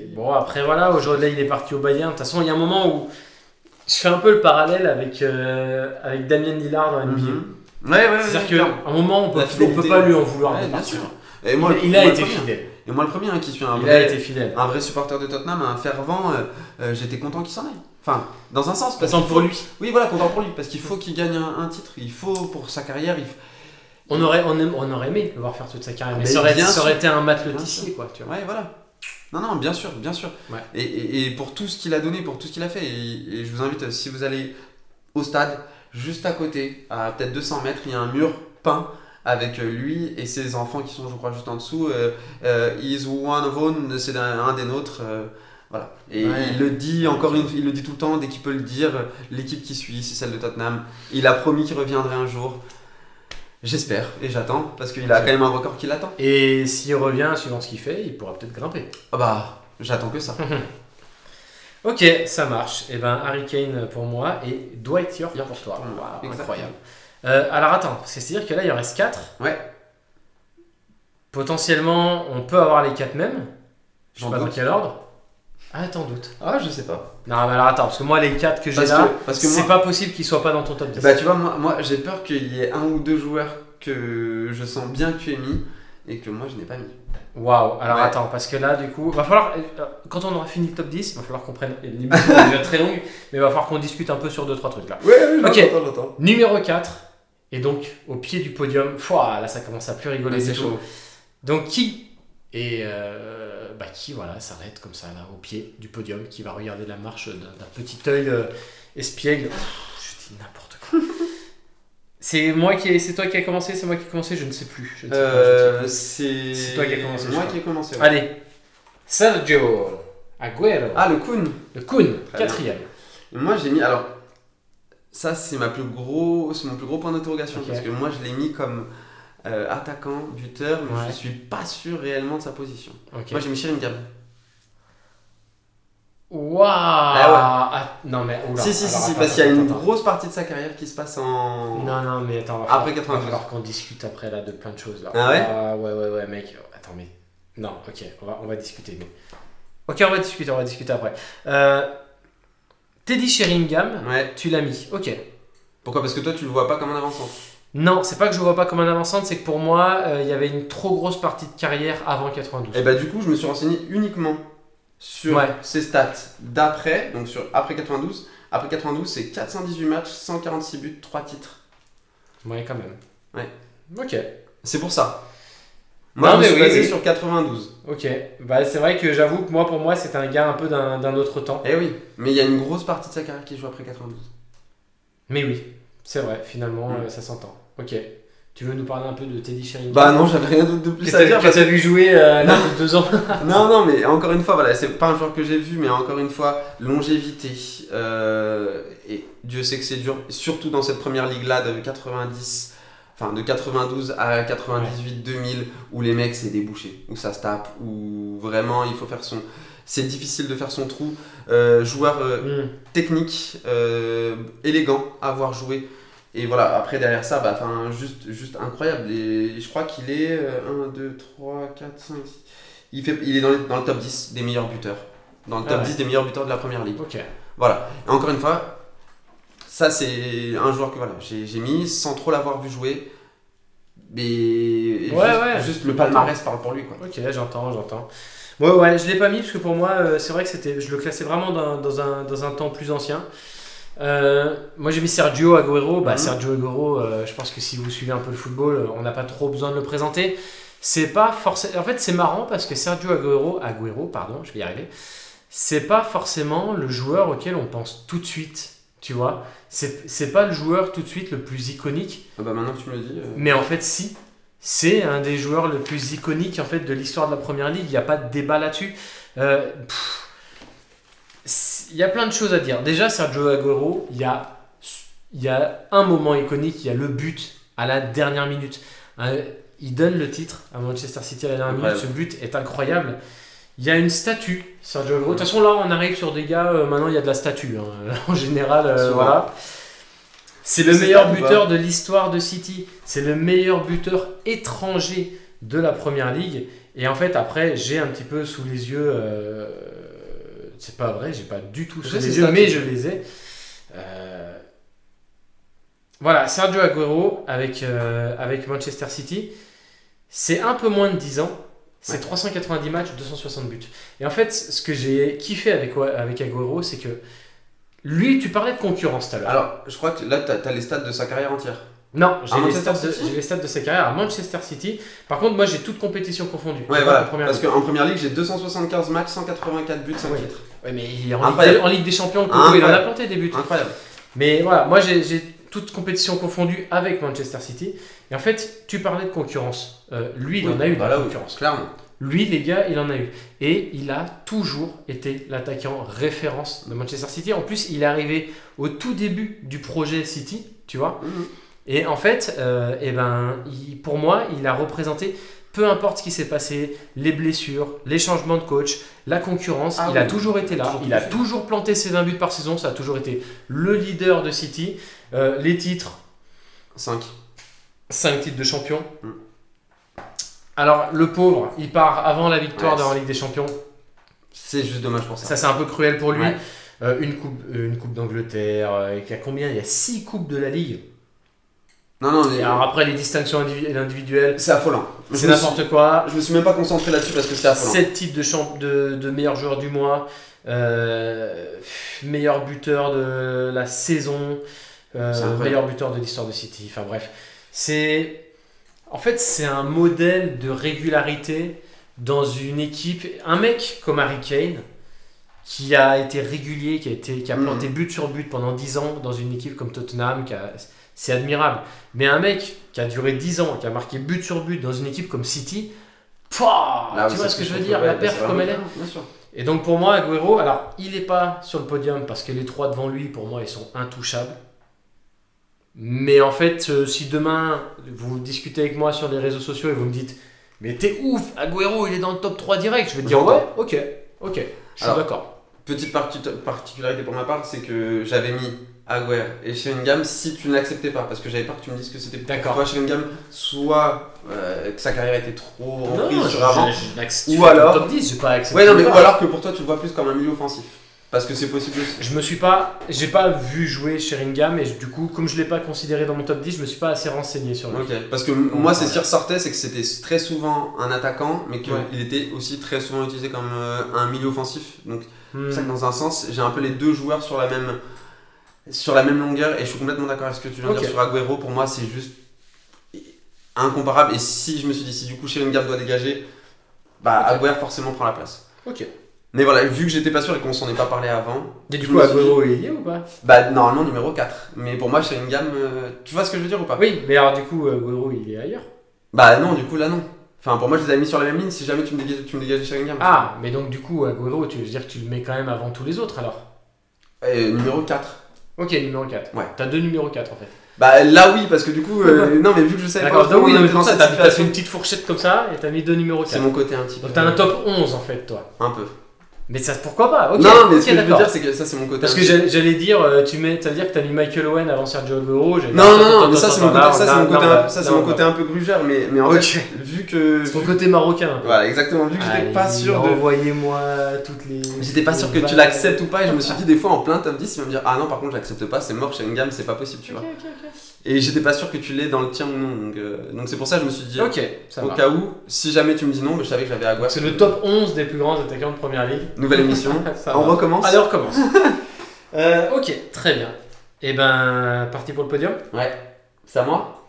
Speaker 2: il-
Speaker 1: Bon, après, voilà, aujourd'hui, là, il est parti au Bayern. De toute façon, il y a un moment où je fais un peu le parallèle avec, euh, avec Damien Lillard dans NBA.
Speaker 2: Mhm. Ouais, ouais, ouais.
Speaker 1: C'est-à-dire
Speaker 2: clairement.
Speaker 1: qu'à un moment, on peut,
Speaker 2: La
Speaker 1: on peut
Speaker 2: fidélité.
Speaker 1: pas lui en vouloir.
Speaker 2: Ouais,
Speaker 1: de
Speaker 2: bien
Speaker 1: partir.
Speaker 2: sûr. Et
Speaker 1: Il,
Speaker 2: moi,
Speaker 1: il a
Speaker 2: moi, le
Speaker 1: été
Speaker 2: premier.
Speaker 1: fidèle.
Speaker 2: Et moi, le premier hein, qui suis un
Speaker 1: Il a
Speaker 2: vrai,
Speaker 1: été fidèle.
Speaker 2: un vrai supporter de Tottenham, un fervent, euh, euh, j'étais content qu'il s'en aille. Enfin, dans un sens, parce
Speaker 1: Autant
Speaker 2: qu'il
Speaker 1: pour
Speaker 2: faut-
Speaker 1: lui.
Speaker 2: Oui, voilà, content pour lui, parce qu'il faut qu'il gagne un, un titre. Il faut pour sa carrière. Il... faut-
Speaker 1: On aurait, on, aime- on aurait aimé le voir faire toute sa carrière.
Speaker 2: Ah,
Speaker 1: Mais,
Speaker 2: mais
Speaker 1: ça aurait,
Speaker 2: bien
Speaker 1: ça
Speaker 2: sûr.
Speaker 1: aurait été un matelotier
Speaker 2: Bien sûr.
Speaker 1: quoi. Tu vois.
Speaker 2: Ouais, voilà. Non, non, bien sûr, bien sûr.
Speaker 1: Ouais.
Speaker 2: Et, et- et pour tout ce qu'il a donné, pour tout ce qu'il a fait, et, et je vous invite, euh, si vous allez au stade, juste à côté, à peut-être 200 mètres, il y a un mur peint avec euh, lui et ses enfants qui sont, je crois, juste en dessous. Euh, euh, He's one of one, c'est un, un des nôtres. euh, voilà. Et
Speaker 1: Ouais.
Speaker 2: il le dit encore une, il le dit tout le temps dès qu'il peut le dire. euh, L'équipe qui suit, c'est celle de Tottenham. Il a promis qu'il reviendrait un jour. J'espère et j'attends parce qu'il a
Speaker 1: Ok.
Speaker 2: quand même un record qui l'attend.
Speaker 1: Et s'il revient, suivant ce qu'il fait, il pourra peut-être grimper.
Speaker 2: Ah bah, j'attends que ça.
Speaker 1: Ok, ça marche. Et ben Harry Kane pour moi et Dwight York
Speaker 2: York
Speaker 1: pour toi.
Speaker 2: pour moi,
Speaker 1: Waouh,
Speaker 2: exactement.
Speaker 1: incroyable. Euh, alors attends, parce que c'est-à-dire que là il en reste 4.
Speaker 2: Ouais.
Speaker 1: Potentiellement, on peut avoir les 4 mêmes. Je
Speaker 2: J'en
Speaker 1: sais pas dans
Speaker 2: doute.
Speaker 1: quel ordre. Ah, t'en doutes.
Speaker 2: Ah, je sais pas.
Speaker 1: Non, mais alors attends, parce que moi les 4 que j'ai
Speaker 2: Parce
Speaker 1: là,
Speaker 2: que, parce que moi,
Speaker 1: c'est pas possible qu'ils soient pas dans ton top 10.
Speaker 2: Bah tu vois, moi, moi j'ai peur qu'il y ait un ou deux joueurs que je sens bien que tu aies mis et que moi je n'ai pas mis.
Speaker 1: Waouh, alors
Speaker 2: Ouais.
Speaker 1: attends, parce que là, du coup, va falloir, euh, quand on aura fini le top 10, il va falloir qu'on prenne une émission qui est déjà très longue, mais il va falloir qu'on discute un peu sur 2-3 trucs là.
Speaker 2: Ouais,
Speaker 1: Ok.
Speaker 2: j'entends, j'entends.
Speaker 1: Numéro 4, et donc au pied du podium, Fouah, là ça commence à plus rigoler,
Speaker 2: Ouais,
Speaker 1: c'est
Speaker 2: c'est
Speaker 1: chaud.
Speaker 2: chaud.
Speaker 1: Donc qui Et euh, bah, qui, voilà, s'arrête comme ça, là, au pied du podium, qui va regarder la marche d'un d'un petit œil euh, espiègle. Pff, je dis n'importe quoi. c'est moi qui, ai- c'est toi qui a commencé, c'est moi qui ai commencé, je ne sais plus. je ne sais plus, je ne sais plus.
Speaker 2: Euh, c'est...
Speaker 1: C'est toi qui as commencé, je
Speaker 2: Moi
Speaker 1: crois.
Speaker 2: qui ai commencé. ouais.
Speaker 1: Allez, Sergio Agüero,
Speaker 2: Ah, le Kun
Speaker 1: le Kun,
Speaker 2: Très
Speaker 1: quatrième.
Speaker 2: Moi j'ai mis. Alors, ça c'est, ma plus gros... c'est mon plus gros point d'interrogation
Speaker 1: Ok.
Speaker 2: parce que moi je l'ai mis comme euh, attaquant, buteur, mais
Speaker 1: Ouais.
Speaker 2: je suis pas sûr réellement de sa position.
Speaker 1: Ok.
Speaker 2: Moi j'ai mis Sheringham.
Speaker 1: Waouh
Speaker 2: Ah
Speaker 1: Ah, Non mais oula.
Speaker 2: si, si, si,
Speaker 1: Alors,
Speaker 2: si,
Speaker 1: attends,
Speaker 2: parce qu'il y a
Speaker 1: attends,
Speaker 2: une
Speaker 1: attends.
Speaker 2: grosse partie de sa carrière qui se passe en.
Speaker 1: Non, non, mais attends. va
Speaker 2: Après
Speaker 1: falloir-
Speaker 2: 92.
Speaker 1: va falloir qu'on discute après là de plein de choses là.
Speaker 2: Ah ouais
Speaker 1: ouais, ouais, ouais, mec. Attends, mais. Non, ok, on va, on va discuter. mais- Ok, on va discuter, on va discuter après. Euh, Teddy Sheringham,
Speaker 2: Ouais.
Speaker 1: tu l'as mis. Ok.
Speaker 2: Pourquoi Parce que toi tu le vois pas comme un avançant.
Speaker 1: Non, c'est pas que je vois pas comme un avancante, c'est que pour moi, euh, il y avait une trop grosse partie de carrière avant 92.
Speaker 2: Et bah du coup, je me suis renseigné uniquement sur
Speaker 1: Ouais.
Speaker 2: ses stats d'après, donc sur après 92. Après 92, c'est 418 matchs, 146 buts, 3 titres.
Speaker 1: Ouais, quand même.
Speaker 2: Eh Ouais.
Speaker 1: Ok.
Speaker 2: C'est pour ça. Moi,
Speaker 1: Non,
Speaker 2: je me
Speaker 1: mais
Speaker 2: suis
Speaker 1: oui,
Speaker 2: basé
Speaker 1: oui.
Speaker 2: sur 92.
Speaker 1: Ok, bah c'est vrai que j'avoue que moi pour moi c'était un gars un peu d'un d'un autre temps.
Speaker 2: Eh oui, mais il y a une grosse partie de sa carrière qui joue après 92.
Speaker 1: Mais oui, c'est vrai, finalement
Speaker 2: Mm.
Speaker 1: euh, ça s'entend. Ok, tu veux nous parler un peu de Teddy Sheringham
Speaker 2: Bah non, j'avais rien d'autre de
Speaker 1: que
Speaker 2: plus à
Speaker 1: t'as
Speaker 2: dire.
Speaker 1: que t'as vu jouer euh, là,
Speaker 2: Non.
Speaker 1: il y a deux ans.
Speaker 2: Non, non, mais encore une fois, voilà, c'est pas un joueur que j'ai vu, mais encore une fois, longévité. euh, et Dieu sait que c'est dur, surtout dans cette première ligue-là de 90, enfin de 92 à 98-2000, où les mecs c'est débouché, où ça se tape, où vraiment il faut faire son. C'est difficile de faire son trou. Euh, joueur euh,
Speaker 1: Mm.
Speaker 2: technique, euh, élégant à avoir joué. Et voilà, après derrière ça, bah, enfin, juste, juste incroyable. Et je crois qu'il est euh, 1, 2, 3, 4, 5, 6. Il, fait, il est dans, les- dans le top 10 des meilleurs buteurs. Dans le
Speaker 1: Ah
Speaker 2: top
Speaker 1: ouais.
Speaker 2: 10 des meilleurs buteurs de la première ligue.
Speaker 1: Ok,
Speaker 2: Et encore une fois, ça c'est un joueur que voilà, j'ai j'ai mis sans trop l'avoir vu jouer. Mais et
Speaker 1: Ouais,
Speaker 2: juste,
Speaker 1: ouais.
Speaker 2: juste le palmarès parle pour lui. Quoi.
Speaker 1: ok, j'entends, j'entends. Ouais, ouais, je l'ai pas mis parce que pour moi euh, c'est vrai que c'était, je le classais vraiment dans, dans un, dans un temps plus ancien. Euh, moi j'ai mis Sergio Agüero. Bah,
Speaker 2: Mhm.
Speaker 1: Sergio Agüero, euh, je pense que si vous suivez un peu le football, euh, on n'a pas trop besoin de le présenter. C'est pas forcément. En fait, c'est marrant parce que Sergio Agüero, Agüero, pardon, je vais y arriver. C'est pas forcément le joueur auquel on pense tout de suite. Tu vois, c'est c'est pas le joueur tout de suite le plus iconique,
Speaker 2: Ah bah maintenant que tu me le dis. euh,
Speaker 1: mais en fait si. C'est un des joueurs le plus iconique en fait de l'histoire de la première ligue. Il n'y a pas de débat là-dessus. Euh, pff, c'est- il y a plein de choses à dire. Déjà, Sergio Agüero, il y a il y a un moment iconique, il y a le but à la dernière minute. Hein, il donne le titre à Manchester City à la dernière minute. Ce but est incroyable. Il y a une statue, Sergio Aguero. De toute façon, là, on arrive sur des gars, euh, maintenant, il y a de la statue. hein. en général, euh,
Speaker 2: Souvent.
Speaker 1: voilà. C'est le
Speaker 2: C'est
Speaker 1: meilleur
Speaker 2: ça ou pas
Speaker 1: buteur de l'histoire de City. C'est le meilleur buteur étranger de la Première Ligue. Et en fait, après, j'ai un petit peu sous les yeux... euh, C'est pas vrai, j'ai pas du tout
Speaker 2: Je
Speaker 1: sous
Speaker 2: sais,
Speaker 1: les
Speaker 2: c'est
Speaker 1: yeux,
Speaker 2: ça,
Speaker 1: mais
Speaker 2: tu-
Speaker 1: je les ai. Euh, Voilà, Sergio Aguero avec, euh, avec Manchester City, c'est un peu moins de 10 ans. C'est
Speaker 2: Ouais.
Speaker 1: 390 matchs, 260 buts. Et en fait, ce que j'ai kiffé avec, avec Aguero, c'est que lui, tu parlais de concurrence tout à l'heure.
Speaker 2: Alors, je crois que là, t'as as les stats de sa carrière entière.
Speaker 1: Non, j'ai
Speaker 2: À
Speaker 1: les,
Speaker 2: Manchester
Speaker 1: stats de,
Speaker 2: City
Speaker 1: j'ai les stats de sa carrière à Manchester City. Par contre, moi, j'ai toute compétition confondue.
Speaker 2: Ouais,
Speaker 1: Pas
Speaker 2: voilà.
Speaker 1: la première
Speaker 2: Parce
Speaker 1: ligue.
Speaker 2: qu'en première ligue, j'ai 275 matchs, 184 buts, 5
Speaker 1: Ouais.
Speaker 2: titres.
Speaker 1: Ouais, mais en Ligue,
Speaker 2: Incroyable.
Speaker 1: des, en Ligue des Champions, Coco, il en a
Speaker 2: Incroyable.
Speaker 1: planté des buts.
Speaker 2: Incroyable.
Speaker 1: Mais voilà, moi, j'ai, j'ai toute compétition confondue avec Manchester City. Et en fait, tu parlais de concurrence. Euh, lui, il en a eu de la
Speaker 2: Voilà, oui,
Speaker 1: concurrence.
Speaker 2: clairement.
Speaker 1: Lui, les gars, il en a eu. Et il a toujours été l'attaquant référence de Manchester City. En plus, il est arrivé au tout début du projet City, tu vois.
Speaker 2: Mhm.
Speaker 1: Et en fait, euh, eh ben, il- pour moi, il a représenté, peu importe ce qui s'est passé, les blessures, les changements de coach, la concurrence,
Speaker 2: Ah
Speaker 1: il
Speaker 2: oui.
Speaker 1: a toujours été là.
Speaker 2: Toujours
Speaker 1: il a
Speaker 2: fait.
Speaker 1: toujours planté ses 20 buts par saison. Ça a toujours été le leader de City. Euh, les titres,
Speaker 2: 5.
Speaker 1: 5 titres de champion.
Speaker 2: Mm.
Speaker 1: Alors, le pauvre, il part avant la victoire
Speaker 2: Ouais,
Speaker 1: dans la Ligue des Champions.
Speaker 2: C'est juste dommage pour ça.
Speaker 1: Ça, c'est un peu cruel pour lui.
Speaker 2: Ouais.
Speaker 1: Euh, une coupe, une coupe d'Angleterre. euh, Il y a combien Il y a 6 coupes de la Ligue.
Speaker 2: Non, non, mais
Speaker 1: Et alors, après, les distinctions individu- individuelles,
Speaker 2: c'est affolant. Je
Speaker 1: c'est
Speaker 2: me suis-
Speaker 1: n'importe quoi.
Speaker 2: Je me suis même pas concentré là-dessus parce que c'était affolant.
Speaker 1: 7 titres de, champ de, de meilleur joueur du mois, euh, meilleur buteur de la saison, euh,
Speaker 2: C'est incroyable.
Speaker 1: meilleur buteur de l'histoire de City. Enfin bref, c'est. En fait, c'est un modèle de régularité dans une équipe. Un mec comme Harry Kane, qui a été régulier, qui a, été, qui a
Speaker 2: Mhm.
Speaker 1: planté but sur but pendant 10 ans dans une équipe comme Tottenham, qui a- c'est admirable. Mais un mec qui a duré 10 ans, qui a marqué but sur but dans une équipe comme City, pouah,
Speaker 2: Là,
Speaker 1: tu
Speaker 2: oui,
Speaker 1: vois
Speaker 2: c'est
Speaker 1: ce que
Speaker 2: plus
Speaker 1: je veux
Speaker 2: contre-
Speaker 1: dire
Speaker 2: ouais,
Speaker 1: La
Speaker 2: bah,
Speaker 1: perf
Speaker 2: c'est
Speaker 1: comme elle est.
Speaker 2: vraiment bien, bien sûr.
Speaker 1: Et donc pour moi, Agüero, alors il n'est pas sur le podium parce que les trois devant lui, pour moi, ils sont intouchables. Mais en fait, euh, si demain vous discutez avec moi sur les réseaux sociaux et vous me dites, mais t'es ouf, Agüero, il est dans le top 3 direct, je vais te dire, ouais, ok, ok, je suis
Speaker 2: Alors,
Speaker 1: d'accord.
Speaker 2: Petite parti- particularité pour ma part, c'est que j'avais mis Agüero et Sheringham si tu n'acceptais pas, parce que j'avais peur que tu me dises que c'était pour
Speaker 1: D'accord.
Speaker 2: toi Sheringham, soit euh, que sa carrière était trop
Speaker 1: Non,
Speaker 2: emprise
Speaker 1: je-
Speaker 2: sur avant.
Speaker 1: je- je l'accepte.
Speaker 2: Ou
Speaker 1: Tu fais ton
Speaker 2: alors-
Speaker 1: top 10, j'ai pas accepté.
Speaker 2: Ouais, non,
Speaker 1: le
Speaker 2: mais ou
Speaker 1: pas.
Speaker 2: alors que pour toi tu le vois plus comme un milieu offensif, parce que c'est possible aussi.
Speaker 1: Je me suis pas, j'ai pas vu jouer Sheringham et je- du coup, comme je l'ai pas considéré dans mon top 10, je me suis pas assez renseigné sur lui.
Speaker 2: Ok, parce que m- moi, c'est ce qui ressortait, c'est que c'était très souvent un attaquant, mais qu'il
Speaker 1: Ouais.
Speaker 2: était aussi très souvent utilisé comme euh, un milieu offensif. Donc, c'est
Speaker 1: Hmm.
Speaker 2: pour ça que dans un sens, j'ai un peu les deux joueurs sur la même, sur la même longueur, et je suis complètement d'accord avec ce que tu viens de
Speaker 1: Ok.
Speaker 2: dire sur Agüero. Pour moi, c'est juste incomparable. Et si je me suis dit, si du coup Sheringham doit dégager, bah Agüero forcément prend la place.
Speaker 1: Ok.
Speaker 2: Mais voilà, vu que j'étais pas sûr et qu'on s'en est pas parlé avant,
Speaker 1: Et du
Speaker 2: Je
Speaker 1: coup,
Speaker 2: me suis
Speaker 1: Agüero, il y est ou pas
Speaker 2: bah normalement numéro 4. Mais pour moi, Sheringham, euh, tu vois ce que je veux dire ou pas
Speaker 1: Ah Oui, mais alors du coup, euh, Agüero, il est ailleurs.
Speaker 2: Bah non, du coup là non. Enfin pour moi je les avais mis sur la même ligne si jamais tu me dégages, tu me dégages Sheringham.
Speaker 1: Ah, mais donc du coup, Agüero, tu veux dire que tu le mets quand même avant tous les autres alors
Speaker 2: Euh, numéro 4.
Speaker 1: Ok, numéro 4.
Speaker 2: Ouais.
Speaker 1: T'as deux numéros 4 en fait.
Speaker 2: Bah là oui parce que du coup euh, non mais vu que je savais pas
Speaker 1: D'accord, donc
Speaker 2: vraiment
Speaker 1: oui,
Speaker 2: on
Speaker 1: non, mais
Speaker 2: était
Speaker 1: pour
Speaker 2: dans
Speaker 1: ça,
Speaker 2: cette
Speaker 1: t'as t'as fait
Speaker 2: situation.
Speaker 1: une petite fourchette comme ça et t'as mis deux numéros
Speaker 2: C'est
Speaker 1: 4.
Speaker 2: mon côté un petit peu.
Speaker 1: Donc t'as un top 11 en fait, toi.
Speaker 2: Un peu.
Speaker 1: Mais ça, pourquoi pas Ok,
Speaker 2: non mais
Speaker 1: ok,
Speaker 2: ce que je veux
Speaker 1: d'accord.
Speaker 2: dire c'est que ça c'est mon côté.
Speaker 1: Parce
Speaker 2: un
Speaker 1: que
Speaker 2: petit
Speaker 1: j'allais j'allais dire, euh, tu mets, ça veut dire que t'as mis Michael Owen avant Sergio Agüero. j'allais
Speaker 2: peu.
Speaker 1: dire,
Speaker 2: Non
Speaker 1: attends,
Speaker 2: non non
Speaker 1: attends,
Speaker 2: mais ça c'est mon
Speaker 1: attends, là,
Speaker 2: côté ça
Speaker 1: là,
Speaker 2: c'est mon
Speaker 1: là,
Speaker 2: côté
Speaker 1: on va-
Speaker 2: un- ça, c'est
Speaker 1: là,
Speaker 2: mon
Speaker 1: on va-
Speaker 2: côté un peu grugère mais mais en
Speaker 1: Ok.
Speaker 2: fait vu que
Speaker 1: C'est ton côté marocain.
Speaker 2: voilà exactement vu que j'étais pas
Speaker 1: Allez,
Speaker 2: sûr de
Speaker 1: Envoyez-moi toutes les.
Speaker 2: J'étais pas sûr que
Speaker 1: Bah,
Speaker 2: tu l'acceptes ou pas et je me suis dit des fois en plein top 10 il va me dire ah non par contre j'accepte pas c'est mort Sheringham c'est pas possible tu
Speaker 1: Ok,
Speaker 2: vois
Speaker 1: ok, ok.
Speaker 2: et j'étais pas sûr que tu l'aies dans le tien ou non donc euh, donc c'est pour ça que je me suis dit
Speaker 1: Ok, ça
Speaker 2: Au
Speaker 1: va.
Speaker 2: cas où, si jamais tu me dis non, bah, je savais que j'avais Agüero.
Speaker 1: C'est le top 11 des plus grands attaquants de première ligue.
Speaker 2: Nouvelle émission.
Speaker 1: Ça
Speaker 2: On
Speaker 1: va.
Speaker 2: recommence
Speaker 1: Allez, on recommence. Euh, ok, très bien. Et ben, parti pour le podium
Speaker 2: C'est à moi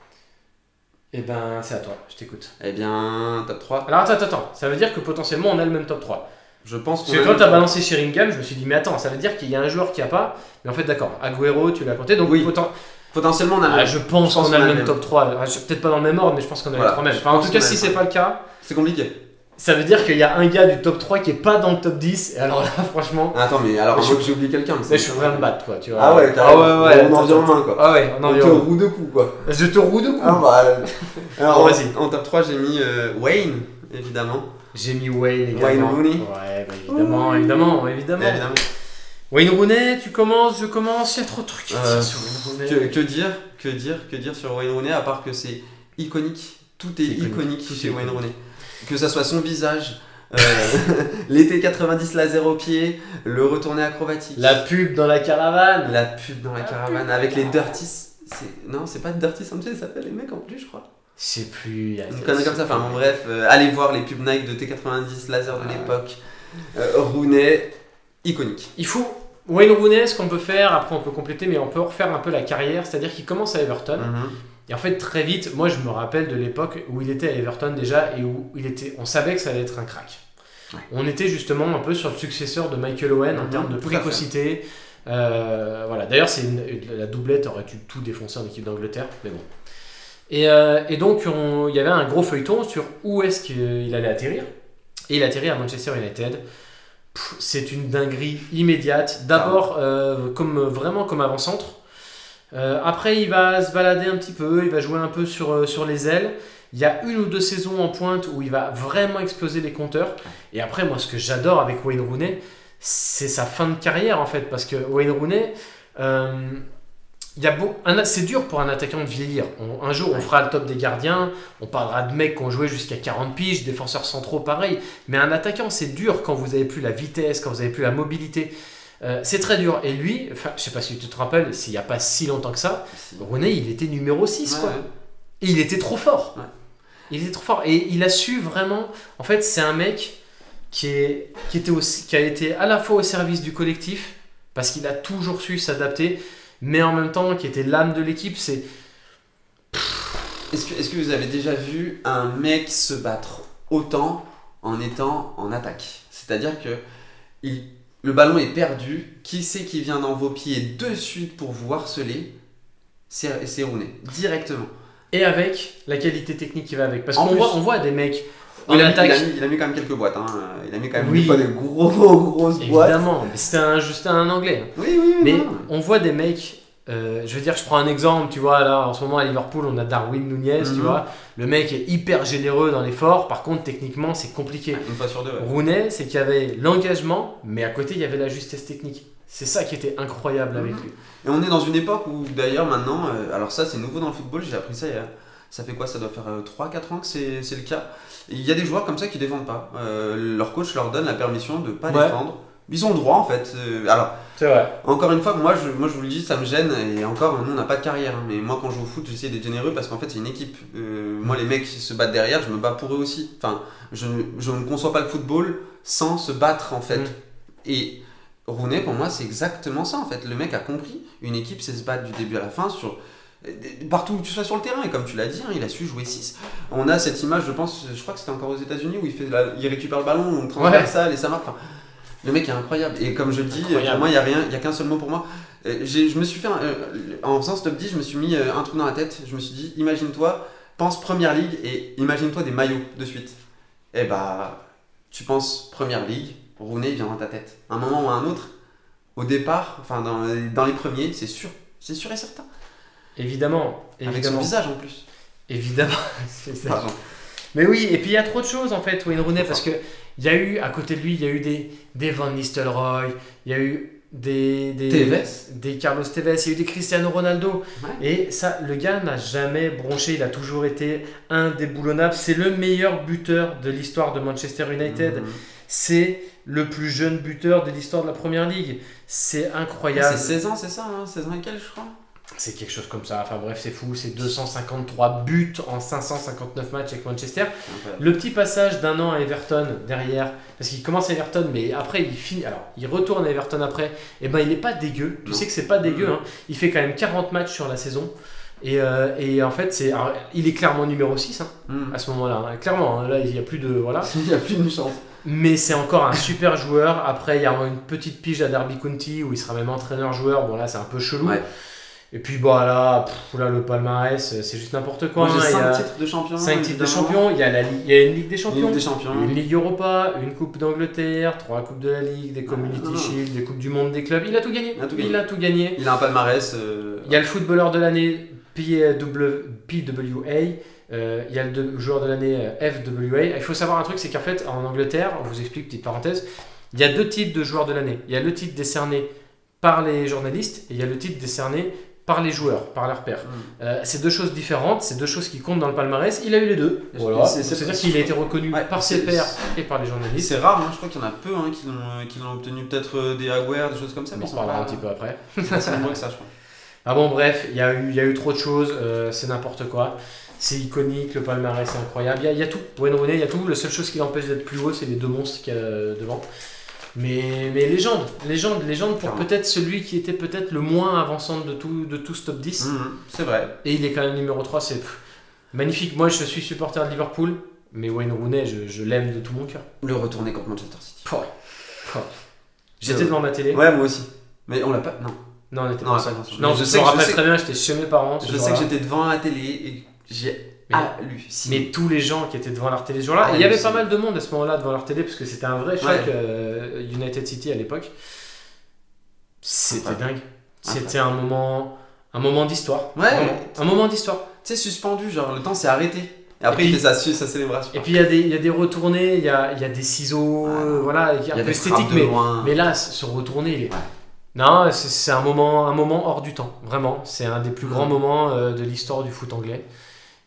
Speaker 1: Et ben, c'est à toi, je t'écoute.
Speaker 2: Eh bien, top 3.
Speaker 1: Alors attends, attends, attends, ça veut dire que potentiellement on a le même top 3.
Speaker 2: Je pense
Speaker 1: Parce
Speaker 2: qu'on.
Speaker 1: que
Speaker 2: a
Speaker 1: quand
Speaker 2: eu-
Speaker 1: t'as balancé Sheringham, je me suis dit, mais attends, ça veut dire qu'il y a un joueur qui a pas. Mais en fait, d'accord, Agüero, tu l'as compté, donc
Speaker 2: Oui.
Speaker 1: poten-
Speaker 2: Potentiellement, on a.
Speaker 1: Ah, je pense
Speaker 2: pense
Speaker 1: qu'on a le même top 3. Alors, je- Peut-être pas dans le même ordre, mais je pense qu'on a
Speaker 2: Voilà,
Speaker 1: les trois mêmes.
Speaker 2: je
Speaker 1: Enfin, en
Speaker 2: pense
Speaker 1: tout cas,
Speaker 2: qu'on a
Speaker 1: si
Speaker 2: les
Speaker 1: c'est pas le cas,
Speaker 2: C'est compliqué.
Speaker 1: ça veut dire qu'il y a un gars du top 3 qui est pas dans le top 10. Et alors là, franchement,
Speaker 2: Ah, Attends, mais alors,
Speaker 1: Mais
Speaker 2: je
Speaker 1: je-
Speaker 2: crois que j'ai oublié quelqu'un. mais
Speaker 1: là,
Speaker 2: c'est-
Speaker 1: je suis prêt à me battre, quoi, tu vois.
Speaker 2: Ah ouais,
Speaker 1: ah
Speaker 2: carrément.
Speaker 1: ouais, ouais.
Speaker 2: On en
Speaker 1: attends,
Speaker 2: vient en
Speaker 1: attends.
Speaker 2: main, quoi.
Speaker 1: Ah ouais, on en
Speaker 2: On
Speaker 1: vient
Speaker 2: te
Speaker 1: aux mains.
Speaker 2: roue de coups, quoi.
Speaker 1: Je te roue de coups.
Speaker 2: Ah bah. Alors,
Speaker 1: Bon,
Speaker 2: en-
Speaker 1: vas-y.
Speaker 2: En top 3, j'ai mis euh, Wayne, évidemment.
Speaker 1: J'ai mis Wayne également.
Speaker 2: Wayne Rooney.
Speaker 1: Ouais, bah évidemment, évidemment, évidemment.
Speaker 2: Évidemment.
Speaker 1: Wayne Rooney, tu commences, je commence, il y a trop de trucs. à dire
Speaker 2: Euh,
Speaker 1: sur Wayne Rooney.
Speaker 2: Que, que dire Que dire Que dire sur Wayne Rooney à part que c'est iconique. Tout est
Speaker 1: C'est
Speaker 2: iconique,
Speaker 1: iconique, tout
Speaker 2: chez
Speaker 1: est
Speaker 2: Wayne
Speaker 1: iconique.
Speaker 2: Rooney. Que ça soit son visage, euh, l'été 90 laser au pied, le retourné acrobatique,
Speaker 1: La pub dans la caravane.
Speaker 2: la pub dans la
Speaker 1: La
Speaker 2: caravane
Speaker 1: pub.
Speaker 2: avec les Dirties. C'est- Non, c'est pas Dirty Something, ça s'appelle les mecs en plus, je crois.
Speaker 1: Je sais plus.
Speaker 2: Une connerie comme ça, enfin bon, bref, euh, allez voir les pubs Nike de T90, laser de
Speaker 1: Ah.
Speaker 2: l'époque. Euh, Rooney, iconique.
Speaker 1: Il faut. Wayne Rooney, ce qu'on peut faire, après on peut compléter, mais on peut refaire un peu la carrière, c'est-à-dire qu'il commence à Everton.
Speaker 2: Mhm.
Speaker 1: Et en fait, très vite, moi je me rappelle de l'époque où il était à Everton déjà et où il était, on savait que ça allait être un crack.
Speaker 2: Ouais.
Speaker 1: On était justement un peu sur le successeur de Michael Owen en
Speaker 2: Mhm,
Speaker 1: termes de
Speaker 2: tout à fait.
Speaker 1: précocité, Euh, voilà. D'ailleurs, c'est une- une- la doublette aurait dû tout défoncer en équipe d'Angleterre, mais bon. Et, euh, et donc, on- il y avait un gros feuilleton sur où est-ce qu'il euh, allait atterrir. Et il atterrit à Manchester United. Pff, C'est une dinguerie immédiate. D'abord, euh, comme, vraiment comme avant-centre. Euh, après, il va se balader un petit peu, il va jouer un peu sur, euh, sur les ailes. Il y a une ou deux saisons en pointe où il va vraiment exploser les compteurs. Et après, moi, ce que j'adore avec Wayne Rooney, c'est sa fin de carrière en fait. Parce que Wayne Rooney, euh, il y a beau- un- c'est dur pour un attaquant de vieillir. On- un jour, on fera le top des gardiens, on parlera de mecs qui ont joué jusqu'à 40 piges, défenseurs centraux, pareil. Mais un attaquant, c'est dur quand vous avez plus la vitesse, quand vous avez plus la mobilité. Euh, c'est très dur. Et lui, enfin, je sais pas si tu te rappelles, s'il n'y a pas si longtemps que ça, René, il était numéro 6, quoi.
Speaker 2: Ouais, ouais.
Speaker 1: Et il était trop fort.
Speaker 2: Ouais.
Speaker 1: Il était trop fort. Et il a su vraiment. En fait, c'est un mec qui, est, qui, était aussi, qui a été à la fois au service du collectif, parce qu'il a toujours su s'adapter, mais en même temps qui était l'âme de l'équipe. C'est
Speaker 2: Est-ce que, est-ce que vous avez déjà vu un mec se battre autant en étant en attaque C'est-à-dire que il- le ballon est perdu, qui c'est qui vient dans vos pieds de suite pour vous harceler C'est c'est Rooney, directement.
Speaker 1: Et avec la qualité technique qui va avec. Parce
Speaker 2: En
Speaker 1: qu'on
Speaker 2: plus.
Speaker 1: voit, on voit des mecs en
Speaker 2: il, a mis,
Speaker 1: attaque.
Speaker 2: il a mis- il a mis quand même quelques boîtes, hein. il a mis quand même
Speaker 1: Oui.
Speaker 2: des fois des gros, grosses boîtes.
Speaker 1: Évidemment, mais c'était un, juste un anglais. hein.
Speaker 2: Oui, oui, oui.
Speaker 1: Mais
Speaker 2: non.
Speaker 1: on voit des mecs. euh, je veux dire, je prends un exemple, tu vois, là en ce moment à Liverpool, on a Darwin Nunez, tu
Speaker 2: Mhm.
Speaker 1: vois. Le mec est hyper généreux dans l'effort, par contre, techniquement, c'est compliqué.
Speaker 2: Une fois sur deux. ouais.
Speaker 1: Rooney, c'est qu'il y avait l'engagement, mais à côté, il y avait la justesse technique. C'est ça qui était incroyable avec
Speaker 2: Mhm.
Speaker 1: lui.
Speaker 2: Et on est dans une époque où d'ailleurs maintenant, euh, alors ça c'est nouveau dans le football, j'ai appris ça il y a- Ça fait quoi Ça doit faire 3-4 ans que c'est c'est le cas. Et Il y a des joueurs comme ça qui défendent pas. Euh, leur coach leur donne la permission de pas
Speaker 1: Ouais.
Speaker 2: défendre. Ils ont le droit en fait. Euh, alors,
Speaker 1: C'est vrai.
Speaker 2: encore une fois, moi je, moi je vous le dis, ça me gêne. Et encore, nous on n'a pas de carrière. hein, mais moi quand je joue au foot, j'essaie d'être généreux parce qu'en fait c'est une équipe. Euh, moi les mecs qui se battent derrière, je me bats pour eux aussi. Enfin, je, ne- je ne conçois pas le football sans se battre en fait.
Speaker 1: Mm.
Speaker 2: Et Rooney pour moi c'est exactement ça en fait. Le mec a compris. Une équipe c'est se battre du début à la fin sur. euh, Partout où tu sois sur le terrain, et comme tu l'as dit, hein, il a su jouer 6. On a cette image, je pense, je crois que c'était encore aux États-Unis où il, fait la- il récupère le ballon, on le transversal et ça marque. Enfin, le mec est incroyable. Et comme je le dis,
Speaker 1: Incroyable.
Speaker 2: pour moi, il n'y a rien, il y a qu'un seul mot pour moi. Euh, j'ai- je me suis fait, un- euh, en faisant ce top 10, je me suis mis euh, un trou dans la tête. Je me suis dit, imagine-toi, pense première ligue et imagine-toi des maillots de suite. Et bah, tu penses première ligue, Rooney vient dans ta tête. Un moment ou un autre, au départ, enfin dans, dans les premiers, c'est sûr, c'est sûr et certain.
Speaker 1: Évidemment.
Speaker 2: Avec son
Speaker 1: Évidemment.
Speaker 2: visage Ah. en plus.
Speaker 1: Évidemment. C'est ça.
Speaker 2: Pardon.
Speaker 1: Mais oui, et puis il y a trop de choses en fait, Wayne Rooney, parce que il y a eu, à côté de lui, il y a eu des, des Van Nistelrooy, il y a eu des, des,
Speaker 2: Tevez.
Speaker 1: des Carlos Tevez, il y a eu des Cristiano Ronaldo.
Speaker 2: Ouais.
Speaker 1: Et ça, le gars n'a jamais bronché, il a toujours été indéboulonnable. C'est le meilleur buteur de l'histoire de Manchester United.
Speaker 2: Mhm.
Speaker 1: C'est le plus jeune buteur de l'histoire de la Première Ligue. C'est incroyable.
Speaker 2: C'est 16 ans, c'est ça, hein 16 ans et quelques, je crois.
Speaker 1: C'est quelque chose comme ça. Enfin bref, c'est fou. C'est 253 buts en 559 matchs avec Manchester.
Speaker 2: Incroyable.
Speaker 1: Le petit passage d'un an à Everton derrière, parce qu'il commence à Everton, mais après il finit, alors il retourne à Everton après, et ben il n'est pas dégueu. Tu
Speaker 2: Non. Mm-hmm.
Speaker 1: sais que c'est pas dégueu,
Speaker 2: Non.
Speaker 1: hein. il fait quand même 40 matchs sur la saison. Et, euh, et en fait, c'est, alors, il est clairement numéro 6 hein,
Speaker 2: Mhm.
Speaker 1: à ce moment-là. hein. Clairement, hein. là, il n'y a plus de. Voilà.
Speaker 2: Hmm. Il n'y a plus une chance.
Speaker 1: Mais c'est encore un super joueur. Après, il y a une petite pige à Derby County où il sera même entraîneur-joueur. Bon, là, c'est un peu chelou.
Speaker 2: Ouais.
Speaker 1: Et puis, bon, là, pff, là, le palmarès, c'est juste n'importe quoi.
Speaker 2: Moi, j'ai
Speaker 1: hein. Il y a
Speaker 2: 5 titres de champion.
Speaker 1: cinq titres de
Speaker 2: évidemment.
Speaker 1: champion. Il y, a la Ligue- il y a une Ligue des
Speaker 2: Une
Speaker 1: champions.
Speaker 2: Ligue des champions.
Speaker 1: Une Ligue Europa, une Coupe d'Angleterre, trois Coupes de la Ligue, des Community
Speaker 2: Ah, Non, non.
Speaker 1: Shield, des Coupes du Monde, des clubs. Il a tout gagné.
Speaker 2: Il a tout gagné.
Speaker 1: Il a tout gagné.
Speaker 2: Il a un palmarès. euh,
Speaker 1: Il y a le footballeur de l'année PW- PWA. euh, il y a le de- joueur de l'année euh, FWA. Il faut savoir un truc, c'est qu'en fait, en Angleterre, on vous explique, petite parenthèse, il y a deux types de joueurs de l'année. Il y a le titre décerné par les journalistes et il y a le titre décerné par les joueurs, par leurs pairs.
Speaker 2: Mm.
Speaker 1: Euh, c'est deux choses différentes, c'est deux choses qui comptent dans le palmarès. Il a eu les deux.
Speaker 2: Et
Speaker 1: Voilà.
Speaker 2: c'est- c'est-
Speaker 1: C'est-à-dire qu'il a été reconnu
Speaker 2: Ouais,
Speaker 1: par ses
Speaker 2: c'est-
Speaker 1: pairs et par les
Speaker 2: Et
Speaker 1: journalistes.
Speaker 2: c'est rare, hein, je crois qu'il y en a peu hein, qui l'ont euh, qui l'ont obtenu, peut-être euh, des Haware, des choses comme ça.
Speaker 1: On en parlera un petit peu après.
Speaker 2: peu. C'est moins que ça, je crois.
Speaker 1: Ah bon, bref, il y, a eu- il y a eu trop de choses, euh, c'est n'importe quoi. C'est iconique, le palmarès, c'est incroyable. Il y a- il y, a tout. Wayne Rooney, il y a tout. La seule chose qui l'empêche d'être plus haut, c'est les deux monstres qu'il y a euh, devant. Mais, mais légende, légende, légende pour
Speaker 2: Clairement.
Speaker 1: peut-être celui qui était peut-être le moins avançant de tout, de tout ce top 10.
Speaker 2: Mhm, c'est vrai.
Speaker 1: Et il est quand même numéro 3, c'est pff, magnifique. Moi, je suis supporter de Liverpool, mais Wayne Rooney, je, je l'aime de tout mon cœur.
Speaker 2: Le retourné contre Manchester City.
Speaker 1: Pouah. Pouah. J'étais
Speaker 2: Euh,
Speaker 1: devant ma télé.
Speaker 2: Ouais, moi aussi. Mais on l'a pas. Non.
Speaker 1: Non, on était
Speaker 2: Non,
Speaker 1: pas
Speaker 2: pas
Speaker 1: ensemble.
Speaker 2: ensemble.
Speaker 1: Non,
Speaker 2: Mais je
Speaker 1: je
Speaker 2: sais
Speaker 1: me
Speaker 2: que- je
Speaker 1: rappelle
Speaker 2: sais-
Speaker 1: très bien, j'étais chez mes parents. ce
Speaker 2: Je sais
Speaker 1: jour-là.
Speaker 2: que j'étais devant la télé et j'ai
Speaker 1: Mais-
Speaker 2: halluciné.
Speaker 1: Mais tous les gens qui étaient devant leur télé ce jour-là,
Speaker 2: Ah,
Speaker 1: et il y avait
Speaker 2: c'est-
Speaker 1: pas mal de monde à ce moment-là devant leur télé, parce que c'était un vrai choc,
Speaker 2: Ouais.
Speaker 1: euh, United City à l'époque. C'était
Speaker 2: Incroyable.
Speaker 1: dingue. C'était un moment, un moment d'histoire.
Speaker 2: Ouais.
Speaker 1: Vraiment. Un moment d'histoire.
Speaker 2: Tu sais, suspendu, genre le temps s'est arrêté. Et après,
Speaker 1: Et
Speaker 2: il
Speaker 1: puis-
Speaker 2: fait sa, sa célébration.
Speaker 1: Et puis il y, a des- il y a des retournées, il y a, il y a des ciseaux,
Speaker 2: Ouais.
Speaker 1: euh, voilà, il y a un peu esthétique,
Speaker 2: frappes de
Speaker 1: mais,
Speaker 2: loin.
Speaker 1: mais là, ce ce retourné, il est.
Speaker 2: Ouais.
Speaker 1: Non, c'est- c'est un moment, un moment hors du temps, vraiment. C'est un des plus grands
Speaker 2: Ouais.
Speaker 1: moments euh, de l'histoire du foot anglais.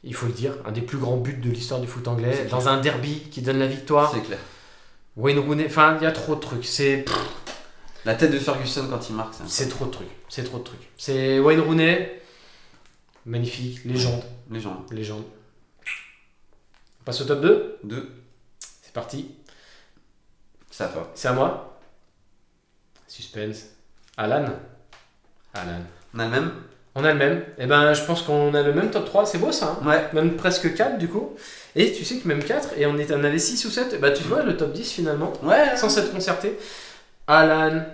Speaker 1: Il faut le dire, un des plus grands buts de l'histoire du foot
Speaker 2: C'est
Speaker 1: anglais.
Speaker 2: clair.
Speaker 1: Dans un derby qui donne la victoire,
Speaker 2: C'est clair.
Speaker 1: Wayne Rooney, enfin, il y a trop de trucs. C'est
Speaker 2: La tête de Ferguson quand il marque, c'est
Speaker 1: c'est trop de trucs. C'est trop de trucs. C'est Wayne Rooney, magnifique, légende,
Speaker 2: un- légende.
Speaker 1: légende. On passe au top 2,
Speaker 2: Deux,
Speaker 1: c'est parti.
Speaker 2: c'est à toi.
Speaker 1: C'est à moi. Suspense. Alan. Alan.
Speaker 2: On a le même
Speaker 1: On a le même. Et ben, je pense qu'on a le même top 3. C'est beau ça. hein
Speaker 2: Ouais.
Speaker 1: même presque 4 du coup. Et tu sais que même 4. Et on, est, on avait 6 ou 7. Bah, tu vois, le top 10 finalement,
Speaker 2: Ouais.
Speaker 1: sans s'être concerté. Alan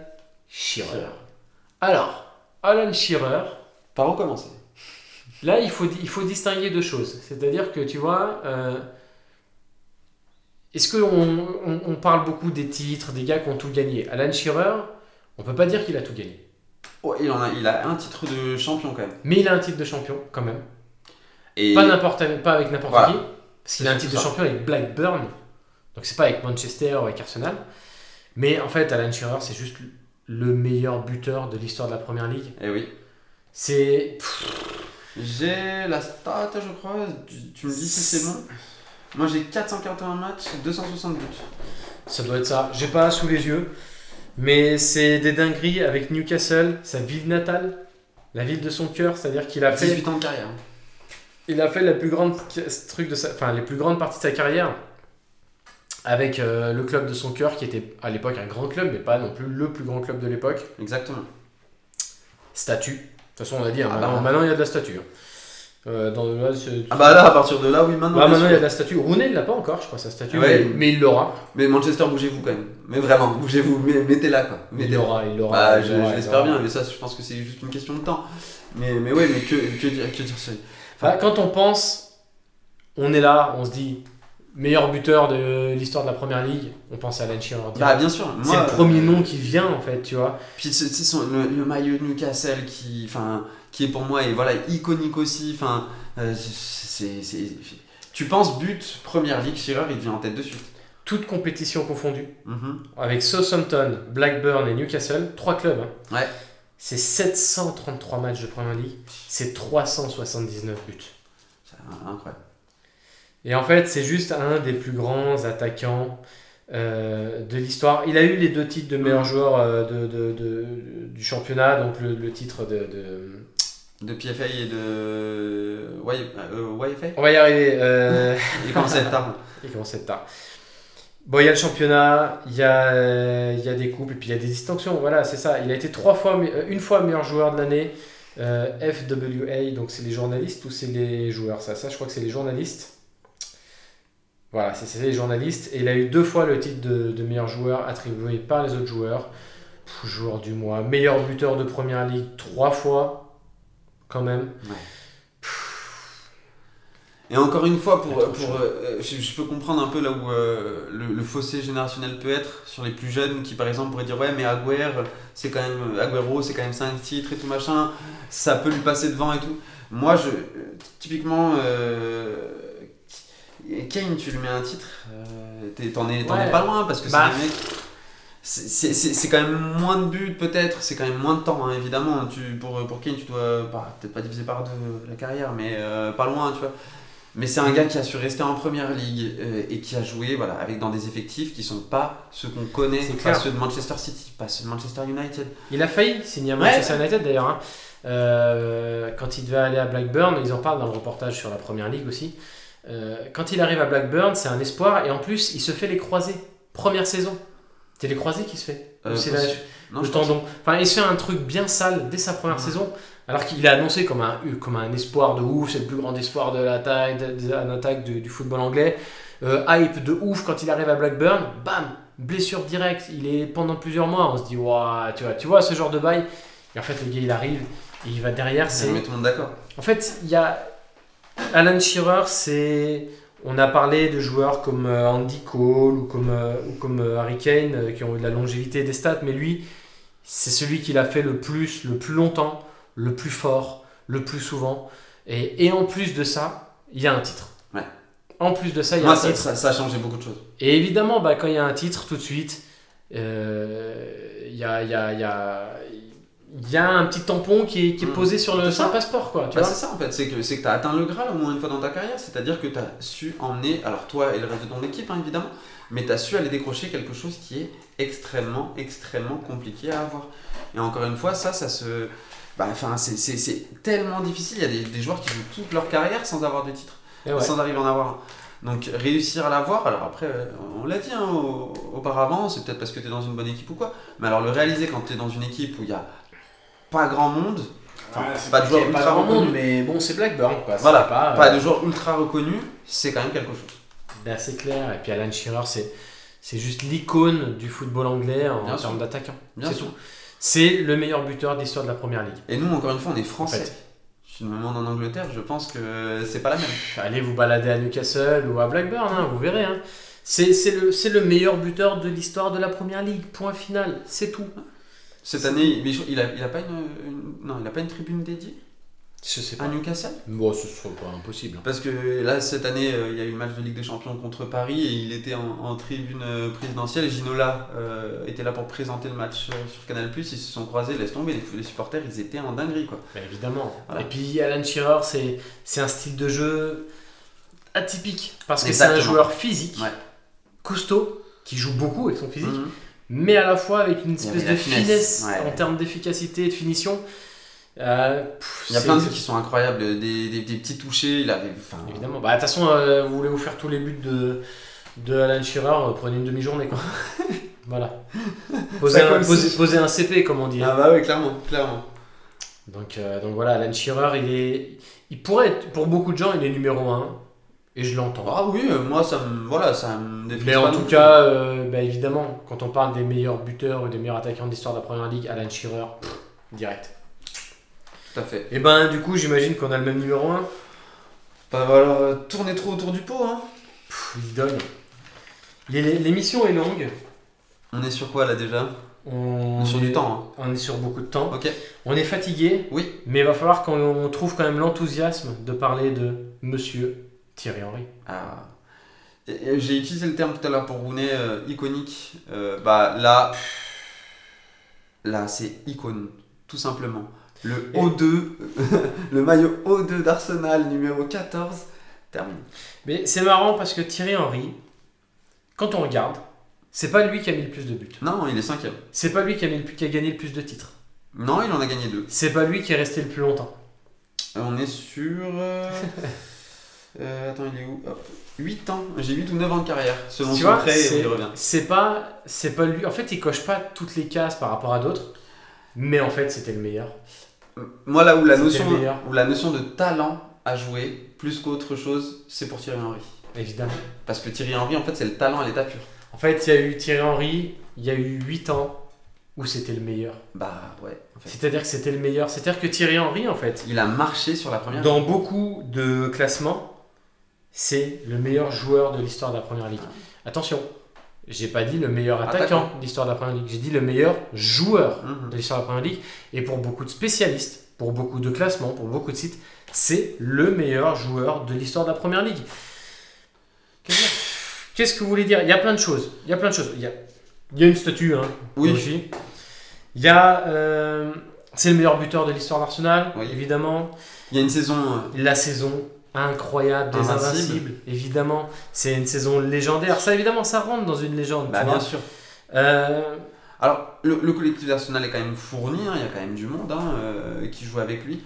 Speaker 1: Shearer. Alors, Alan Shearer.
Speaker 2: Par où commencer
Speaker 1: Là, il faut, il faut distinguer deux choses. C'est-à-dire que, tu vois, euh, est-ce qu'on on, on parle beaucoup des titres, des gars qui ont tout gagné Alan Shearer, on peut pas dire qu'il a tout gagné.
Speaker 2: Ouais, il, en a, il a un titre de champion quand même.
Speaker 1: Mais il a un titre de champion, quand même.
Speaker 2: Et
Speaker 1: Pas, n'importe, pas avec n'importe
Speaker 2: Voilà.
Speaker 1: qui. Parce qu'il a un titre de
Speaker 2: Ça.
Speaker 1: champion avec Blackburn. Donc c'est pas avec Manchester ou avec Arsenal. Mais en fait, Alan Shearer, c'est juste le meilleur buteur de l'histoire de la Première Ligue.
Speaker 2: Eh oui.
Speaker 1: C'est...
Speaker 2: J'ai la stat, je crois. Tu, tu me dis si c'est bon Moi j'ai 441 matchs, 260 buts.
Speaker 1: Ça doit être ça. J'ai pas sous les yeux. Mais c'est des dingueries avec Newcastle, sa ville natale, la ville de son cœur. C'est-à-dire qu'il a fait,
Speaker 2: 18 ans de carrière.
Speaker 1: il a fait la plus grande ca- truc de sa, enfin, les plus grandes parties de sa carrière avec euh, le club de son cœur qui était à l'époque un grand club, mais pas non plus le plus grand club de l'époque.
Speaker 2: Exactement.
Speaker 1: Statue. De toute façon, on a dit, hein,
Speaker 2: Ah
Speaker 1: maintenant,
Speaker 2: bah.
Speaker 1: maintenant, il y a de la statue. hein. Euh, dans, là, c'est-
Speaker 2: Ah bah là, à partir de là, oui, maintenant.
Speaker 1: Bah,
Speaker 2: bien
Speaker 1: maintenant, il y
Speaker 2: sûr. Ah
Speaker 1: a de la statue. Rooney ne l'a pas encore, je crois, sa statue,
Speaker 2: Ouais.
Speaker 1: mais, mais il l'aura.
Speaker 2: Mais Manchester, bougez-vous quand même. Mais vraiment, bougez-vous, mais- mettez-la quoi.
Speaker 1: Il
Speaker 2: Mettez-la.
Speaker 1: l'aura, il l'aura.
Speaker 2: Bah,
Speaker 1: il
Speaker 2: je-
Speaker 1: l'aura, il
Speaker 2: j'espère
Speaker 1: l'aura.
Speaker 2: bien, mais ça, je pense que c'est juste une question de temps. Mais, mais ouais, mais que, que dire, que dire sur
Speaker 1: Bah, quand on pense, on est là, on se dit meilleur buteur de l'histoire de la première ligue, on pense à Alan Shearer.
Speaker 2: Bah, bien sûr.
Speaker 1: c'est
Speaker 2: Moi, euh,
Speaker 1: le premier nom qui vient en fait, tu vois.
Speaker 2: Puis tu sais, son- le, le maillot de Newcastle qui, enfin, qui est pour moi et voilà iconique aussi. Enfin, euh, c'est, c'est- c'est- Tu penses but première ligue, Shearer, il devient en tête de suite.
Speaker 1: Toutes compétitions confondues,
Speaker 2: Mhm.
Speaker 1: avec Southampton, Blackburn et Newcastle, trois clubs. hein.
Speaker 2: Ouais.
Speaker 1: C'est 733 matchs de première ligue, c'est 379 buts.
Speaker 2: C'est incroyable.
Speaker 1: Et en fait, c'est juste un des plus grands attaquants euh, de l'histoire. Il a eu les deux titres de meilleur
Speaker 2: Mm.
Speaker 1: joueur euh, de- de- de- du championnat, donc le, le titre de- de,
Speaker 2: De PFA et de Y- euh, YFA.
Speaker 1: On va y arriver. euh,
Speaker 2: Il commence à être tard.
Speaker 1: il commence à être tard. Bon, il y a le championnat, il y a, euh, il y a des coupes, et puis il y a des distinctions. Voilà, c'est ça. Il a été trois fois, me- euh, une fois meilleur joueur de l'année. euh, FWA, donc c'est les journalistes ou c'est les joueurs Ça, ça je crois que c'est les journalistes. Voilà, c'est c'est les journalistes. Et il a eu deux fois le titre de, de meilleur joueur attribué par les autres joueurs. Pff, joueur du mois, meilleur buteur de première ligue trois fois, quand même.
Speaker 2: Et encore une fois, pour,
Speaker 1: Il y a trop de
Speaker 2: pour, euh, je, je peux comprendre un peu là où euh, le, le fossé générationnel peut être sur les plus jeunes qui, par exemple, pourraient dire Ouais, mais Agüero, c'est quand même Agüero, c'est quand même 5 titres et tout machin, ça peut lui passer devant et tout. Moi, je, euh, typiquement, euh, Kane, tu lui mets un titre, euh, t'es- t'en es, t'en
Speaker 1: Ouais.
Speaker 2: es pas loin parce que
Speaker 1: Bah.
Speaker 2: c'est des mecs. c'est- C'est c'est- c'est quand même moins de buts, peut-être, c'est quand même moins de temps, hein, évidemment. Tu, pour, pour Kane, tu dois bah, peut-être pas diviser par deux la carrière, mais euh, pas loin, tu vois. Mais c'est un gars qui a su rester en première ligue euh, et qui a joué voilà, avec dans des effectifs qui sont pas ceux qu'on connaît,
Speaker 1: C'est
Speaker 2: pas
Speaker 1: clair.
Speaker 2: ceux de Manchester City, pas ceux de Manchester United.
Speaker 1: Il a failli signer à
Speaker 2: Ouais.
Speaker 1: Manchester United d'ailleurs. hein. Euh, quand il devait aller à Blackburn, ils en parlent dans le reportage sur la première ligue aussi. Euh, quand il arrive à Blackburn, c'est un espoir et en plus, il se fait les croisés. Première saison. C'est les croisés qui se fait. Ou
Speaker 2: Euh,
Speaker 1: c'est
Speaker 2: pense-
Speaker 1: la-
Speaker 2: Non,
Speaker 1: le
Speaker 2: je pense-
Speaker 1: tendon. Enfin, il se fait un truc bien sale dès sa première
Speaker 2: Ouais.
Speaker 1: saison. Alors qu'il est annoncé comme un, comme un espoir de ouf, c'est le plus grand espoir de la taille, de, de- en attaque du, du football anglais. Euh, hype de ouf quand il arrive à Blackburn, bam, blessure directe, il est pendant plusieurs mois, on se dit, waouh, tu vois, tu vois ce genre de bail. Et en fait, le gars, il arrive, et il va derrière,
Speaker 2: Ça
Speaker 1: c'est.
Speaker 2: met tout le monde d'accord.
Speaker 1: En fait, il y a Alan Shearer, c'est on a parlé de joueurs comme euh, Andy Cole ou comme, euh, ou comme euh, Harry Kane euh, qui ont eu de la longévité et des stats, mais lui, c'est celui qui l'a fait le plus, le plus longtemps, le plus fort, le plus souvent. Et, et en plus de ça, il y a un titre.
Speaker 2: Ouais.
Speaker 1: En plus de ça, il y a
Speaker 2: Moi,
Speaker 1: un
Speaker 2: ça,
Speaker 1: titre.
Speaker 2: ça, ça a changé beaucoup de choses.
Speaker 1: Et évidemment, bah, quand il y a un titre, tout de suite, euh, il y, a, il y, a, il y, a, il y a un petit tampon qui est, qui est
Speaker 2: Mm.
Speaker 1: posé sur le,
Speaker 2: C'est
Speaker 1: sur le
Speaker 2: ça.
Speaker 1: passeport. Quoi, tu
Speaker 2: Bah,
Speaker 1: vois
Speaker 2: c'est ça en fait, c'est que c'est que t'as atteint le Graal au moins une fois dans ta carrière, c'est-à-dire que t'as su emmener, alors toi et le reste de ton équipe hein, évidemment, mais t'as su aller décrocher quelque chose qui est extrêmement, extrêmement compliqué à avoir. Et encore une fois, ça, ça se. Bah, enfin, c'est- c'est c'est tellement difficile, il y a des, des joueurs qui jouent toute leur carrière sans avoir de titre,
Speaker 1: Et ouais.
Speaker 2: sans arriver à en avoir un. Donc réussir à l'avoir, alors après, euh, on l'a dit hein, au- auparavant, c'est peut-être parce que t'es dans une bonne équipe ou quoi, mais alors le réaliser quand t'es dans une équipe où il y a pas grand monde, Enfin,
Speaker 3: Ouais, c'est
Speaker 2: pas de joueur
Speaker 3: compliqué,
Speaker 2: ultra
Speaker 3: grand
Speaker 2: reconnu.
Speaker 3: monde, mais bon, c'est Blackburn, quoi. c'est
Speaker 2: Voilà,
Speaker 3: pas, euh,
Speaker 2: pas de joueurs ultra reconnus, c'est quand même quelque chose.
Speaker 1: Ben, c'est clair. Et puis Alan Shearer, c'est, c'est juste l'icône du football anglais en
Speaker 2: Bien sûr.
Speaker 1: termes d'attaquant.
Speaker 2: Bien
Speaker 1: C'est
Speaker 2: sûr.
Speaker 1: C'est le meilleur buteur d'histoire de la première ligue.
Speaker 2: Et nous, encore une fois, on est français.
Speaker 1: En
Speaker 2: Je me demande en Angleterre, je pense que c'est pas la même.
Speaker 1: Pff, Allez vous balader à Newcastle ou à Blackburn, hein, vous verrez. hein. C'est, c'est le, c'est le meilleur buteur de l'histoire de la première ligue. Point final. C'est tout.
Speaker 2: Cette année, mais je- il a, il a pas une, une- non, il a pas une tribune dédiée
Speaker 1: Je sais
Speaker 2: à Newcastle
Speaker 3: Bon, ce serait pas impossible.
Speaker 2: Parce que là, cette année, euh, il y a eu le match de Ligue des Champions contre Paris et il était en, en tribune euh, présidentielle. Ginola euh, était là pour présenter le match euh, sur Canal+. Ils se sont croisés, laisse tomber, les, les supporters, ils étaient en dinguerie quoi.
Speaker 1: Ben, évidemment.
Speaker 2: Voilà.
Speaker 1: Et puis Alan Shearer, c'est, c'est un style de jeu atypique. Parce que c'est un
Speaker 2: Exactement.
Speaker 1: joueur physique,
Speaker 2: Ouais.
Speaker 1: costaud, qui joue beaucoup avec son physique.
Speaker 2: Mhm.
Speaker 1: mais à la fois avec une
Speaker 2: y
Speaker 1: espèce
Speaker 2: avait
Speaker 1: de
Speaker 2: la finesse,
Speaker 1: finesse,
Speaker 2: ouais.
Speaker 1: en termes d'efficacité et de finition. Euh, pff,
Speaker 2: Il y a
Speaker 1: c'est-
Speaker 2: plein de qui sont incroyables, des, des- des petits touchés, il avait, enfin,
Speaker 1: Évidemment. Bah, de toute façon, euh, vous voulez vous faire tous les buts de, de Alan Shearer, euh, prenez une demi-journée. quoi. voilà. Posez
Speaker 2: Ça
Speaker 1: un,
Speaker 2: comme si-
Speaker 1: posez- posez un CP, comme on dit.
Speaker 2: Ah bah oui, clairement, clairement.
Speaker 1: Donc, euh, donc voilà, Alan Shearer, il, est, il pourrait être, pour beaucoup de gens, il est numéro 1. Et je l'entends.
Speaker 2: Ah oui, euh, moi ça me voilà, ça me déplaît
Speaker 1: Mais
Speaker 2: pas
Speaker 1: en
Speaker 2: non
Speaker 1: tout
Speaker 2: plus.
Speaker 1: cas, euh, bah, évidemment, quand on parle des meilleurs buteurs ou des meilleurs attaquants de l'histoire de la première ligue, Alan Shearer, pff, direct.
Speaker 2: tout à fait.
Speaker 1: Et ben du coup j'imagine qu'on a le même numéro 1.
Speaker 2: Bah voilà, euh, tourner trop autour du pot hein.
Speaker 1: L'idole. L'émission est longue.
Speaker 2: On est sur quoi là déjà
Speaker 1: On
Speaker 2: On est sur
Speaker 1: est-
Speaker 2: du temps.
Speaker 1: On est sur beaucoup de temps.
Speaker 2: hein. OK.
Speaker 1: On est fatigué.
Speaker 2: Oui.
Speaker 1: Mais il va falloir qu'on trouve quand même l'enthousiasme de parler de Monsieur Thierry Henry.
Speaker 2: Ah. Et- et J'ai utilisé le terme tout à l'heure pour Rooney euh, iconique. Euh, bah là là c'est icône tout simplement. Le
Speaker 1: Et-
Speaker 2: O2 le maillot O2 d'Arsenal numéro 14 terminé.
Speaker 1: Mais c'est marrant parce que Thierry Henry, quand on regarde, c'est pas lui qui a mis le plus de buts.
Speaker 2: Non, il est cinquième.
Speaker 1: C'est pas lui qui a, mis le plus- qui a gagné le plus de titres.
Speaker 2: Non, il en a gagné deux.
Speaker 1: C'est pas lui qui est resté le plus longtemps.
Speaker 2: Euh, On est sur. euh, euh, attends, il est où 8 ans. J'ai 8 ou 9 ans de carrière, selon
Speaker 1: Tu
Speaker 2: son
Speaker 1: vois,
Speaker 2: prêt,
Speaker 1: c'est-
Speaker 2: on y revient.
Speaker 1: C'est pas, c'est pas lui. En fait, il coche pas toutes les cases par rapport à d'autres. Mais en fait, c'était le meilleur.
Speaker 2: Euh, Moi, là où la,
Speaker 1: C'était
Speaker 2: notion,
Speaker 1: le meilleur.
Speaker 2: où la notion de talent à jouer, plus qu'autre chose, c'est pour Thierry Henry.
Speaker 1: Évidemment.
Speaker 2: Parce que Thierry Henry, en fait, c'est le talent à l'état pur.
Speaker 1: En fait, il y a eu Thierry Henry, il y a eu 8 ans où c'était le meilleur.
Speaker 2: Bah ouais, en fait.
Speaker 1: C'est-à-dire que c'était le meilleur. C'est-à-dire que Thierry Henry, en fait,
Speaker 2: Il a marché sur la première.
Speaker 1: dans beaucoup de classements, c'est le meilleur joueur de l'histoire de la première ligue.
Speaker 2: Ah.
Speaker 1: Attention, j'ai pas dit le meilleur attaquant de l'histoire de la première ligue, j'ai dit le meilleur joueur
Speaker 2: Mhm.
Speaker 1: de l'histoire de la première ligue. Et pour beaucoup de spécialistes, pour beaucoup de classements, pour beaucoup de sites, c'est le meilleur joueur de l'histoire de la première ligue. Qu'est-ce que- Qu'est-ce que vous voulez dire Il y a plein de choses. Il y a plein de choses. Il y a, il y a une statue, hein,
Speaker 2: Oui.
Speaker 1: aussi. Il y a. euh, c'est le meilleur buteur de l'histoire d'Arsenal,
Speaker 2: Oui.
Speaker 1: évidemment.
Speaker 2: Il y a une saison. euh,
Speaker 1: La saison incroyable des
Speaker 2: Invincible.
Speaker 1: Invincibles, évidemment. C'est une saison légendaire. Ça, évidemment, ça rentre dans une légende.
Speaker 2: Bah,
Speaker 1: tu
Speaker 2: bien
Speaker 1: vois.
Speaker 2: sûr.
Speaker 1: Euh,
Speaker 2: Alors, le, le collectif d'Arsenal est quand même fourni, hein, il y a quand même du monde hein, euh, qui joue avec lui,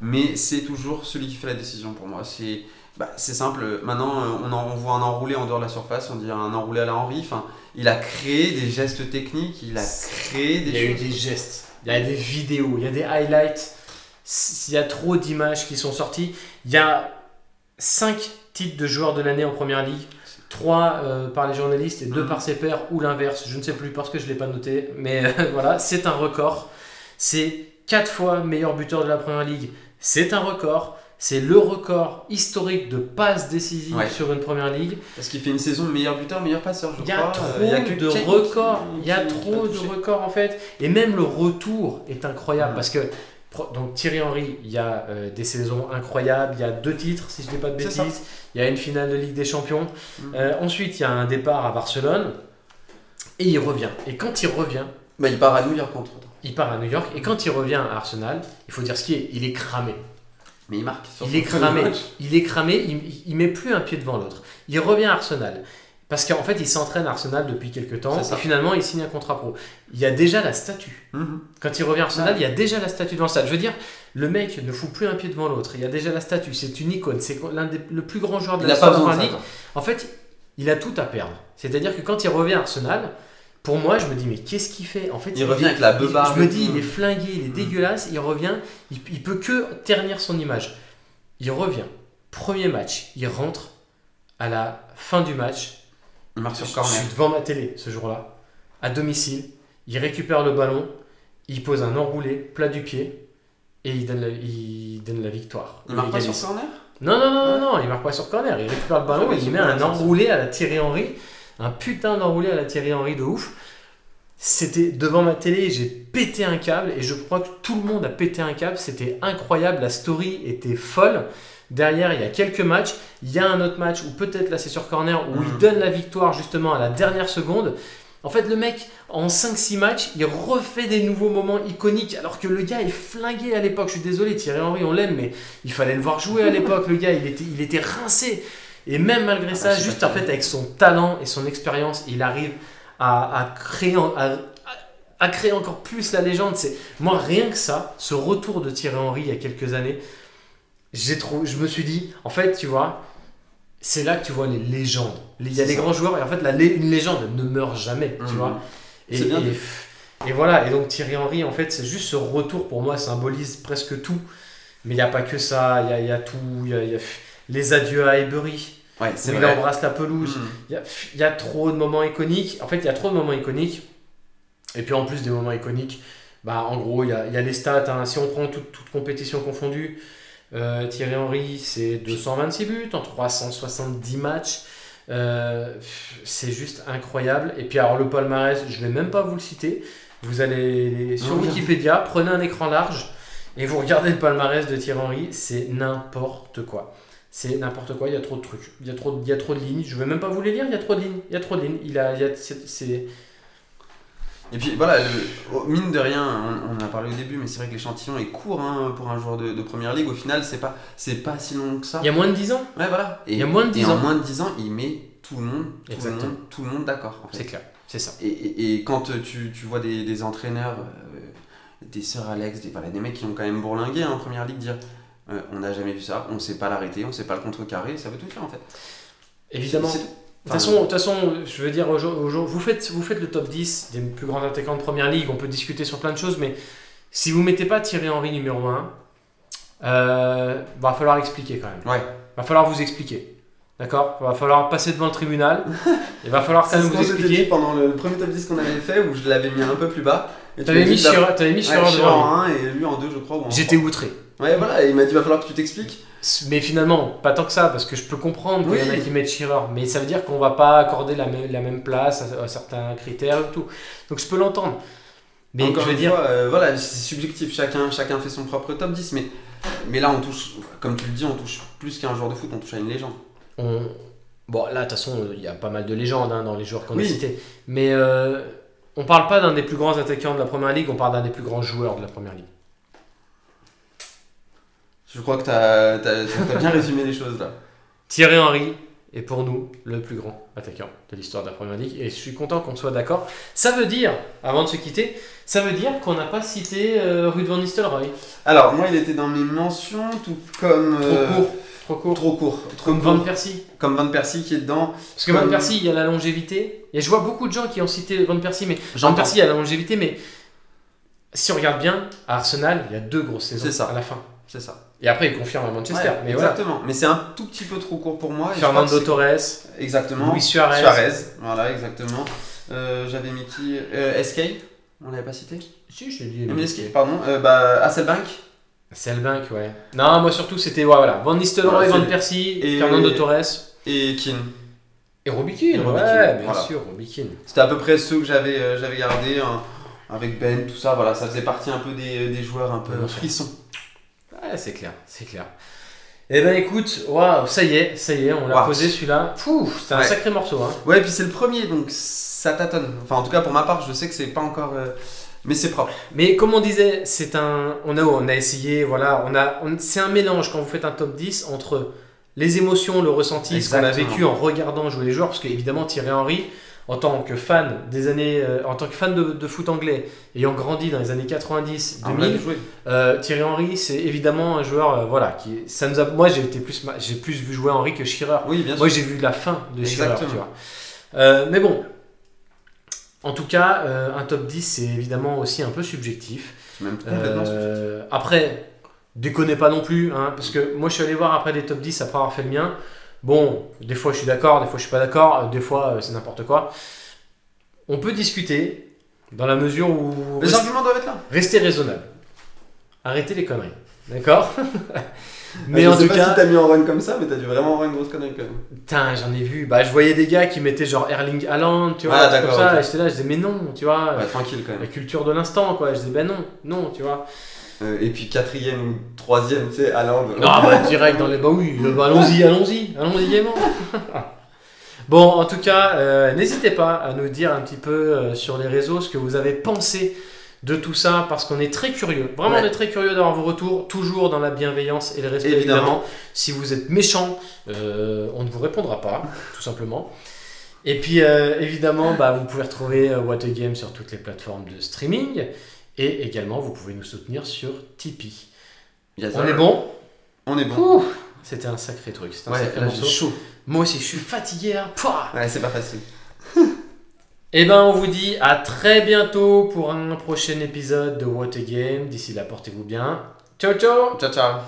Speaker 2: mais c'est toujours celui qui fait la décision pour moi. C'est bah, c'est simple, maintenant euh, on, en- on voit un enroulé en dehors de la surface, on dit un enroulé à la Henry, enfin, il a créé des gestes techniques, il a créé
Speaker 1: Il y a eu
Speaker 2: des choses.
Speaker 1: des gestes, il y a des vidéos, il y a des highlights. S- Il y a trop d'images qui sont sorties. Il y a 5 titres de joueurs de l'année en première ligue, 3 euh, par les journalistes et 2
Speaker 2: Mhm.
Speaker 1: par ses pairs ou l'inverse, je ne sais plus parce que je ne l'ai pas noté, mais euh, voilà, c'est un record. C'est 4 fois meilleur buteur de la Première Ligue, c'est un record. C'est le record historique de passes décisives
Speaker 2: Ouais.
Speaker 1: sur une Première Ligue.
Speaker 2: Parce qu'il fait une saison meilleur buteur, meilleur passeur, je
Speaker 1: Il y a
Speaker 2: crois.
Speaker 1: trop
Speaker 2: Euh, il y a que
Speaker 1: de
Speaker 2: Kane qui-
Speaker 1: records, il y a
Speaker 2: qui n'a pas
Speaker 1: trop de
Speaker 2: touché.
Speaker 1: records en fait. Et même le retour est incroyable
Speaker 2: Mhm.
Speaker 1: parce que pro- donc Thierry Henry, il y a euh, des saisons incroyables, il y a deux titres si je dis pas de
Speaker 2: C'est ça.
Speaker 1: bêtises, il y a une finale de Ligue des Champions.
Speaker 2: Mhm.
Speaker 1: Euh, ensuite, il y a un départ à Barcelone et il revient. Et quand il revient,
Speaker 2: Bah, il part à New York contre.
Speaker 1: il part à New York et quand il revient à Arsenal, il faut dire ce qui est, il est cramé.
Speaker 2: Mais il marque. sur
Speaker 1: Il
Speaker 2: son
Speaker 1: est cramé.
Speaker 2: premier match.
Speaker 1: Il est cramé, il, il met plus un pied devant l'autre. Il revient à Arsenal. Parce qu'en fait, il s'entraîne à Arsenal depuis quelques temps.
Speaker 2: C'est ça.
Speaker 1: Et finalement, il signe un contrat pro. Il y a déjà la statue.
Speaker 2: Mhm.
Speaker 1: Quand il revient à Arsenal, il y a déjà la statue devant le stade. Je veux dire, le mec ne fout plus un pied devant l'autre. Il y a déjà la statue. C'est une icône. C'est l'un des le plus grand joueur de
Speaker 2: Il n'a pas
Speaker 1: l'histoire de la
Speaker 2: besoin de
Speaker 1: Premier
Speaker 2: ça.
Speaker 1: League. En fait, il a tout à perdre. C'est-à-dire que quand il revient à Arsenal, pour moi, je me dis, mais qu'est-ce qu'il fait En fait,
Speaker 2: Il revient avec la
Speaker 1: je-
Speaker 2: beubarde
Speaker 1: Je me
Speaker 2: et
Speaker 1: dis,
Speaker 2: tout.
Speaker 1: il est flingué, il est
Speaker 2: Mm.
Speaker 1: dégueulasse, il revient, il, il peut que ternir son image. Il revient, premier match, il rentre à la fin du match.
Speaker 2: Il marque sur
Speaker 1: Je
Speaker 2: corner.
Speaker 1: suis devant ma télé ce jour-là, à domicile, il récupère le ballon, il pose un enroulé, plat du pied, et il donne la, il donne la victoire.
Speaker 2: Il marque pas sur
Speaker 1: égalise.
Speaker 2: corner
Speaker 1: Non, non, non, non, non, il marque pas sur corner. Il récupère le ballon
Speaker 2: Ouais,
Speaker 1: et il
Speaker 2: sur
Speaker 1: met
Speaker 2: corner,
Speaker 1: un
Speaker 2: ça,
Speaker 1: enroulé à la Thierry Henry. Un putain d'enroulé à la Thierry Henry de ouf. C'était devant ma télé, j'ai pété un câble et je crois que tout le monde a pété un câble. C'était incroyable, la story était folle. Derrière, il y a quelques matchs. Il y a un autre match où peut-être là c'est sur corner où
Speaker 2: Mhm.
Speaker 1: il donne la victoire justement à la dernière seconde. En fait, le mec, en 5-6 matchs, il refait des nouveaux moments iconiques alors que le gars est flingué à l'époque. Je suis désolé, Thierry Henry, on l'aime, mais il fallait le voir jouer à l'époque. Le gars, il était, il était rincé. Et même malgré
Speaker 2: Ah,
Speaker 1: ça,
Speaker 2: c'est
Speaker 1: juste
Speaker 2: pas
Speaker 1: en fait avec son talent et son expérience, il arrive à, à créer, en- à, à- à créer encore plus la légende. C'est Moi, rien que ça, ce retour de Thierry Henry il y a quelques années, j'ai trouvé, je me suis dit, en fait, tu vois, c'est là que tu vois les légendes. Il y a
Speaker 2: C'est
Speaker 1: les
Speaker 2: ça.
Speaker 1: grands joueurs, et en fait, la, lé- une légende ne meurt jamais, tu
Speaker 2: Mhm.
Speaker 1: vois. Et,
Speaker 2: C'est bien
Speaker 1: et- et voilà, et donc Thierry Henry, en fait, c'est juste ce retour pour moi symbolise presque tout. Mais il n'y a pas que ça, il y a, il y a tout, il y a, il y a les adieux à Highbury,
Speaker 2: Ouais,
Speaker 1: où
Speaker 2: c'est
Speaker 1: il
Speaker 2: vrai.
Speaker 1: embrasse la pelouse.
Speaker 2: Mhm.
Speaker 1: Il y a- il y, a trop de moments iconiques. En fait, il y a trop de moments iconiques. Et puis en plus des moments iconiques, bah, en gros, il y a, il y a les stats. hein. Si on prend toute, toute compétition confondue, euh, Thierry Henry, c'est 226 buts en 370 matchs. Euh, pff, c'est juste incroyable. Et puis alors le palmarès, je vais même pas vous le citer. Vous allez sur
Speaker 2: Non, regarde.
Speaker 1: Wikipédia, prenez un écran large et vous regardez le palmarès de Thierry Henry. C'est n'importe quoi. C'est n'importe quoi, il y a trop de trucs, il y a trop de, il y a trop de lignes, je vais même pas vous les lire, il y a trop de lignes, il y a trop de lignes, il a, il y a- c'est, c'est-
Speaker 2: Et puis voilà, le- oh, mine de rien, on, on en a parlé au début, mais c'est vrai que l'échantillon est court hein, pour un joueur de, de première ligue. Au final, c'est pas, c'est pas si long que ça.
Speaker 1: il y a moins de 10 ans,
Speaker 2: Ouais, voilà. Et,
Speaker 1: Il y a moins de
Speaker 2: et
Speaker 1: 10
Speaker 2: en
Speaker 1: ans.
Speaker 2: moins de 10 ans, il met tout le monde, tout le
Speaker 1: Exactement.
Speaker 2: monde, tout le monde d'accord. en fait.
Speaker 1: c'est clair, c'est ça.
Speaker 2: Et, et- et quand euh, tu, tu vois des, des entraîneurs, euh, des sœurs Alex, des, voilà, des mecs qui ont quand même bourlingué hein, en première ligue, dire euh, on n'a jamais vu ça, on sait pas l'arrêter, on sait pas le contrecarrer, ça veut tout dire en fait.
Speaker 1: Évidemment.
Speaker 2: C'est-
Speaker 1: De
Speaker 2: c'est-
Speaker 1: toute
Speaker 2: euh,
Speaker 1: façon, de toute façon, je veux dire, aujourd'hui, vous, faites, vous faites le top 10 des plus grands attaquants de première ligue, on peut discuter sur plein de choses, mais si vous mettez pas Thierry Henry numéro 1, euh, va falloir expliquer quand même.
Speaker 2: Ouais.
Speaker 1: Va falloir vous expliquer. D'accord Va falloir passer devant le tribunal, il va falloir quand
Speaker 2: C'est
Speaker 1: même
Speaker 2: ce
Speaker 1: vous
Speaker 2: qu'on s'était dit
Speaker 1: expliquer.
Speaker 2: pendant le premier top 10 qu'on avait fait où je l'avais mis un peu plus bas. Et tu
Speaker 1: T'avais
Speaker 2: m'as
Speaker 1: mis
Speaker 2: dit de la-
Speaker 1: Chira- t'avais mis
Speaker 2: Ouais, hein.
Speaker 1: Chirard
Speaker 2: Chirard
Speaker 1: devant.
Speaker 2: en 1 et lui en 2 je crois. ou en
Speaker 1: J'étais outré.
Speaker 2: trois. Ouais voilà, et il m'a dit va falloir que tu t'expliques.
Speaker 1: Mais finalement, pas tant que ça, parce que je peux comprendre qu'il y en a
Speaker 2: Oui.
Speaker 1: qui mettent Shearer, mais ça veut dire qu'on va pas accorder la, mê- la même place à, à certains critères et tout. Donc je peux l'entendre. Mais
Speaker 2: Encore
Speaker 1: je veux
Speaker 2: une
Speaker 1: dire,
Speaker 2: fois, euh, voilà, c'est subjectif, chacun, chacun fait son propre top 10, mais, mais là on touche, comme tu le dis, on touche plus qu'à un joueur de foot, on touche à une légende.
Speaker 1: on... bon, là, de toute façon, il y a pas mal de légendes hein, dans les joueurs qu'on a
Speaker 2: Oui.
Speaker 1: cités, mais euh, on parle pas d'un des plus grands attaquants de la première ligue, on parle d'un des plus grands joueurs de la première ligue.
Speaker 2: Je crois que t'as as, bien résumé les choses là.
Speaker 1: Thierry Henry est pour nous le plus grand attaquant de l'histoire de la Première Ligue et je suis content qu'on soit d'accord. Ça veut dire, avant de se quitter, ça veut dire qu'on n'a pas cité euh, Ruud van Nistelrooy.
Speaker 2: Alors, moi il était dans mes mentions, tout comme.
Speaker 1: Trop
Speaker 2: euh,
Speaker 1: court, trop court.
Speaker 2: Trop court. Trop
Speaker 1: Comme Van
Speaker 2: court.
Speaker 1: Persie.
Speaker 2: Comme Van Persie qui est dedans.
Speaker 1: Parce que Van
Speaker 2: Comme-
Speaker 1: Persie, il y a la longévité. Et je vois beaucoup de gens qui ont cité Van Persie, mais Van
Speaker 2: J'en
Speaker 1: Persie, il y a la longévité, mais si on regarde bien, à Arsenal, il y a deux grosses saisons
Speaker 2: C'est ça.
Speaker 1: à la fin.
Speaker 2: c'est ça.
Speaker 1: Et après, il confirme à Manchester.
Speaker 2: Ouais,
Speaker 1: mais voilà.
Speaker 2: exactement. Mais c'est un tout petit peu trop court pour moi. et je crois que
Speaker 1: Fernando
Speaker 2: c'est-
Speaker 1: Torres,
Speaker 2: Exactement.
Speaker 1: Luis Suarez.
Speaker 2: Suarez. Voilà, exactement. Euh, J'avais mis qui euh, SK On l'avait pas cité
Speaker 1: Si, je dis.
Speaker 2: Mais SK, pardon. Euh, bah, Hasselbank.
Speaker 1: Selbank, ouais. Non, moi surtout, c'était ouais, voilà. Van Nistelrooy,
Speaker 2: Voilà,
Speaker 1: Van
Speaker 2: c'est-
Speaker 1: Persie,
Speaker 2: et-
Speaker 1: Fernando Torres.
Speaker 2: et Keane.
Speaker 1: Et Robikin,
Speaker 2: Et
Speaker 1: ouais,
Speaker 2: Robikin,
Speaker 1: bien
Speaker 2: voilà.
Speaker 1: sûr, Robikin.
Speaker 2: C'était à peu près ceux que j'avais euh, j'avais gardé hein, avec Ben, tout ça. Voilà, ça faisait partie un peu des, euh, des joueurs un peu
Speaker 1: Ouais.
Speaker 2: frissons.
Speaker 1: Ouais, c'est clair, c'est clair. Eh ben écoute, waouh, ça y est, ça y est, on l'a
Speaker 2: Waouh.
Speaker 1: posé celui-là. Pouf, c'était un
Speaker 2: Ouais.
Speaker 1: sacré morceau. Hein.
Speaker 2: Ouais, et puis c'est le premier, donc ça tâtonne. Enfin, en tout cas pour ma part, je sais que c'est pas encore, euh, mais c'est propre.
Speaker 1: Mais comme on disait, c'est un, on a, on a essayé, voilà, on a, on- c'est un mélange quand vous faites un top 10 entre les émotions, le ressenti, ce qu'on a
Speaker 2: Exactement.
Speaker 1: vécu en regardant jouer les joueurs, parce qu'évidemment Thierry Henry, en tant que fan des années, euh, en tant que fan de, de foot anglais, ayant grandi dans les années 90,
Speaker 2: On l'a
Speaker 1: 2000,
Speaker 2: joué.
Speaker 1: euh, Thierry Henry, c'est évidemment un joueur, euh, voilà, qui, ça nous a, moi j'ai été plus, ma- j'ai plus vu jouer Henry que Shearer.
Speaker 2: Oui, bien sûr.
Speaker 1: Moi, j'ai vu la fin de Shearer, tu
Speaker 2: Exactement.
Speaker 1: vois. Euh, mais bon, en tout cas, euh, un top 10, c'est évidemment aussi un peu subjectif.
Speaker 2: C'est même complètement.
Speaker 1: Euh, après, déconnez pas non plus, hein, parce que moi, je suis allé voir après des top 10 après avoir fait le mien. Bon, des fois, je suis d'accord, des fois, je suis pas d'accord, euh, des fois, euh, c'est n'importe quoi. On peut discuter dans la mesure où.
Speaker 2: Les arguments doivent être là.
Speaker 1: Restez raisonnable. Arrêtez les conneries. D'accord Mais
Speaker 2: je
Speaker 1: en
Speaker 2: sais
Speaker 1: tout
Speaker 2: pas
Speaker 1: cas.
Speaker 2: si t'as mis en run comme ça, mais t'as dû vraiment avoir une grosse connerie quand même.
Speaker 1: Putain, j'en ai vu. Bah, je voyais des gars qui mettaient genre Erling Haaland, tu vois,
Speaker 2: Ah,
Speaker 1: des trucs comme
Speaker 2: d'accord,
Speaker 1: ça.
Speaker 2: ok.
Speaker 1: Et J'étais là, je disais, mais non, tu vois,
Speaker 2: Ouais, tranquille quand
Speaker 1: la
Speaker 2: même.
Speaker 1: culture de l'instant, quoi. Je disais, bah non, non, tu vois.
Speaker 2: Euh, et puis quatrième ou troisième, tu sais, Haaland.
Speaker 1: Non, bah, direct dans les. Bah oui, euh, bah, allons-y, allons-y, allons-y gaiement. bon, en tout cas, euh, n'hésitez pas à nous dire un petit peu euh, sur les réseaux ce que vous avez pensé de tout ça, parce qu'on est très curieux. Vraiment,
Speaker 2: Ouais.
Speaker 1: on est très curieux d'avoir vos retours, toujours dans la bienveillance et le respect,
Speaker 2: Évidemment.
Speaker 1: évidemment. Si vous êtes méchant, euh, on ne vous répondra pas, tout simplement. Et puis, euh, évidemment, bah, vous pouvez retrouver euh, What a Game sur toutes les plateformes de streaming. Et également, vous pouvez nous soutenir sur Tipeee.
Speaker 2: Yes,
Speaker 1: On
Speaker 2: sir.
Speaker 1: est bon
Speaker 2: On est bon.
Speaker 1: Ouh, C'était un sacré truc, c'était un
Speaker 2: Ouais,
Speaker 1: sacré
Speaker 2: là j'ai
Speaker 1: morceau.
Speaker 2: chaud.
Speaker 1: Moi aussi, je suis fatigué. Hein. Pouah
Speaker 2: Ouais, c'est pas facile.
Speaker 1: Eh ben, on vous dit à très bientôt pour un prochain épisode de What a Game. D'ici là, portez-vous bien. Ciao, ciao
Speaker 2: Ciao, ciao.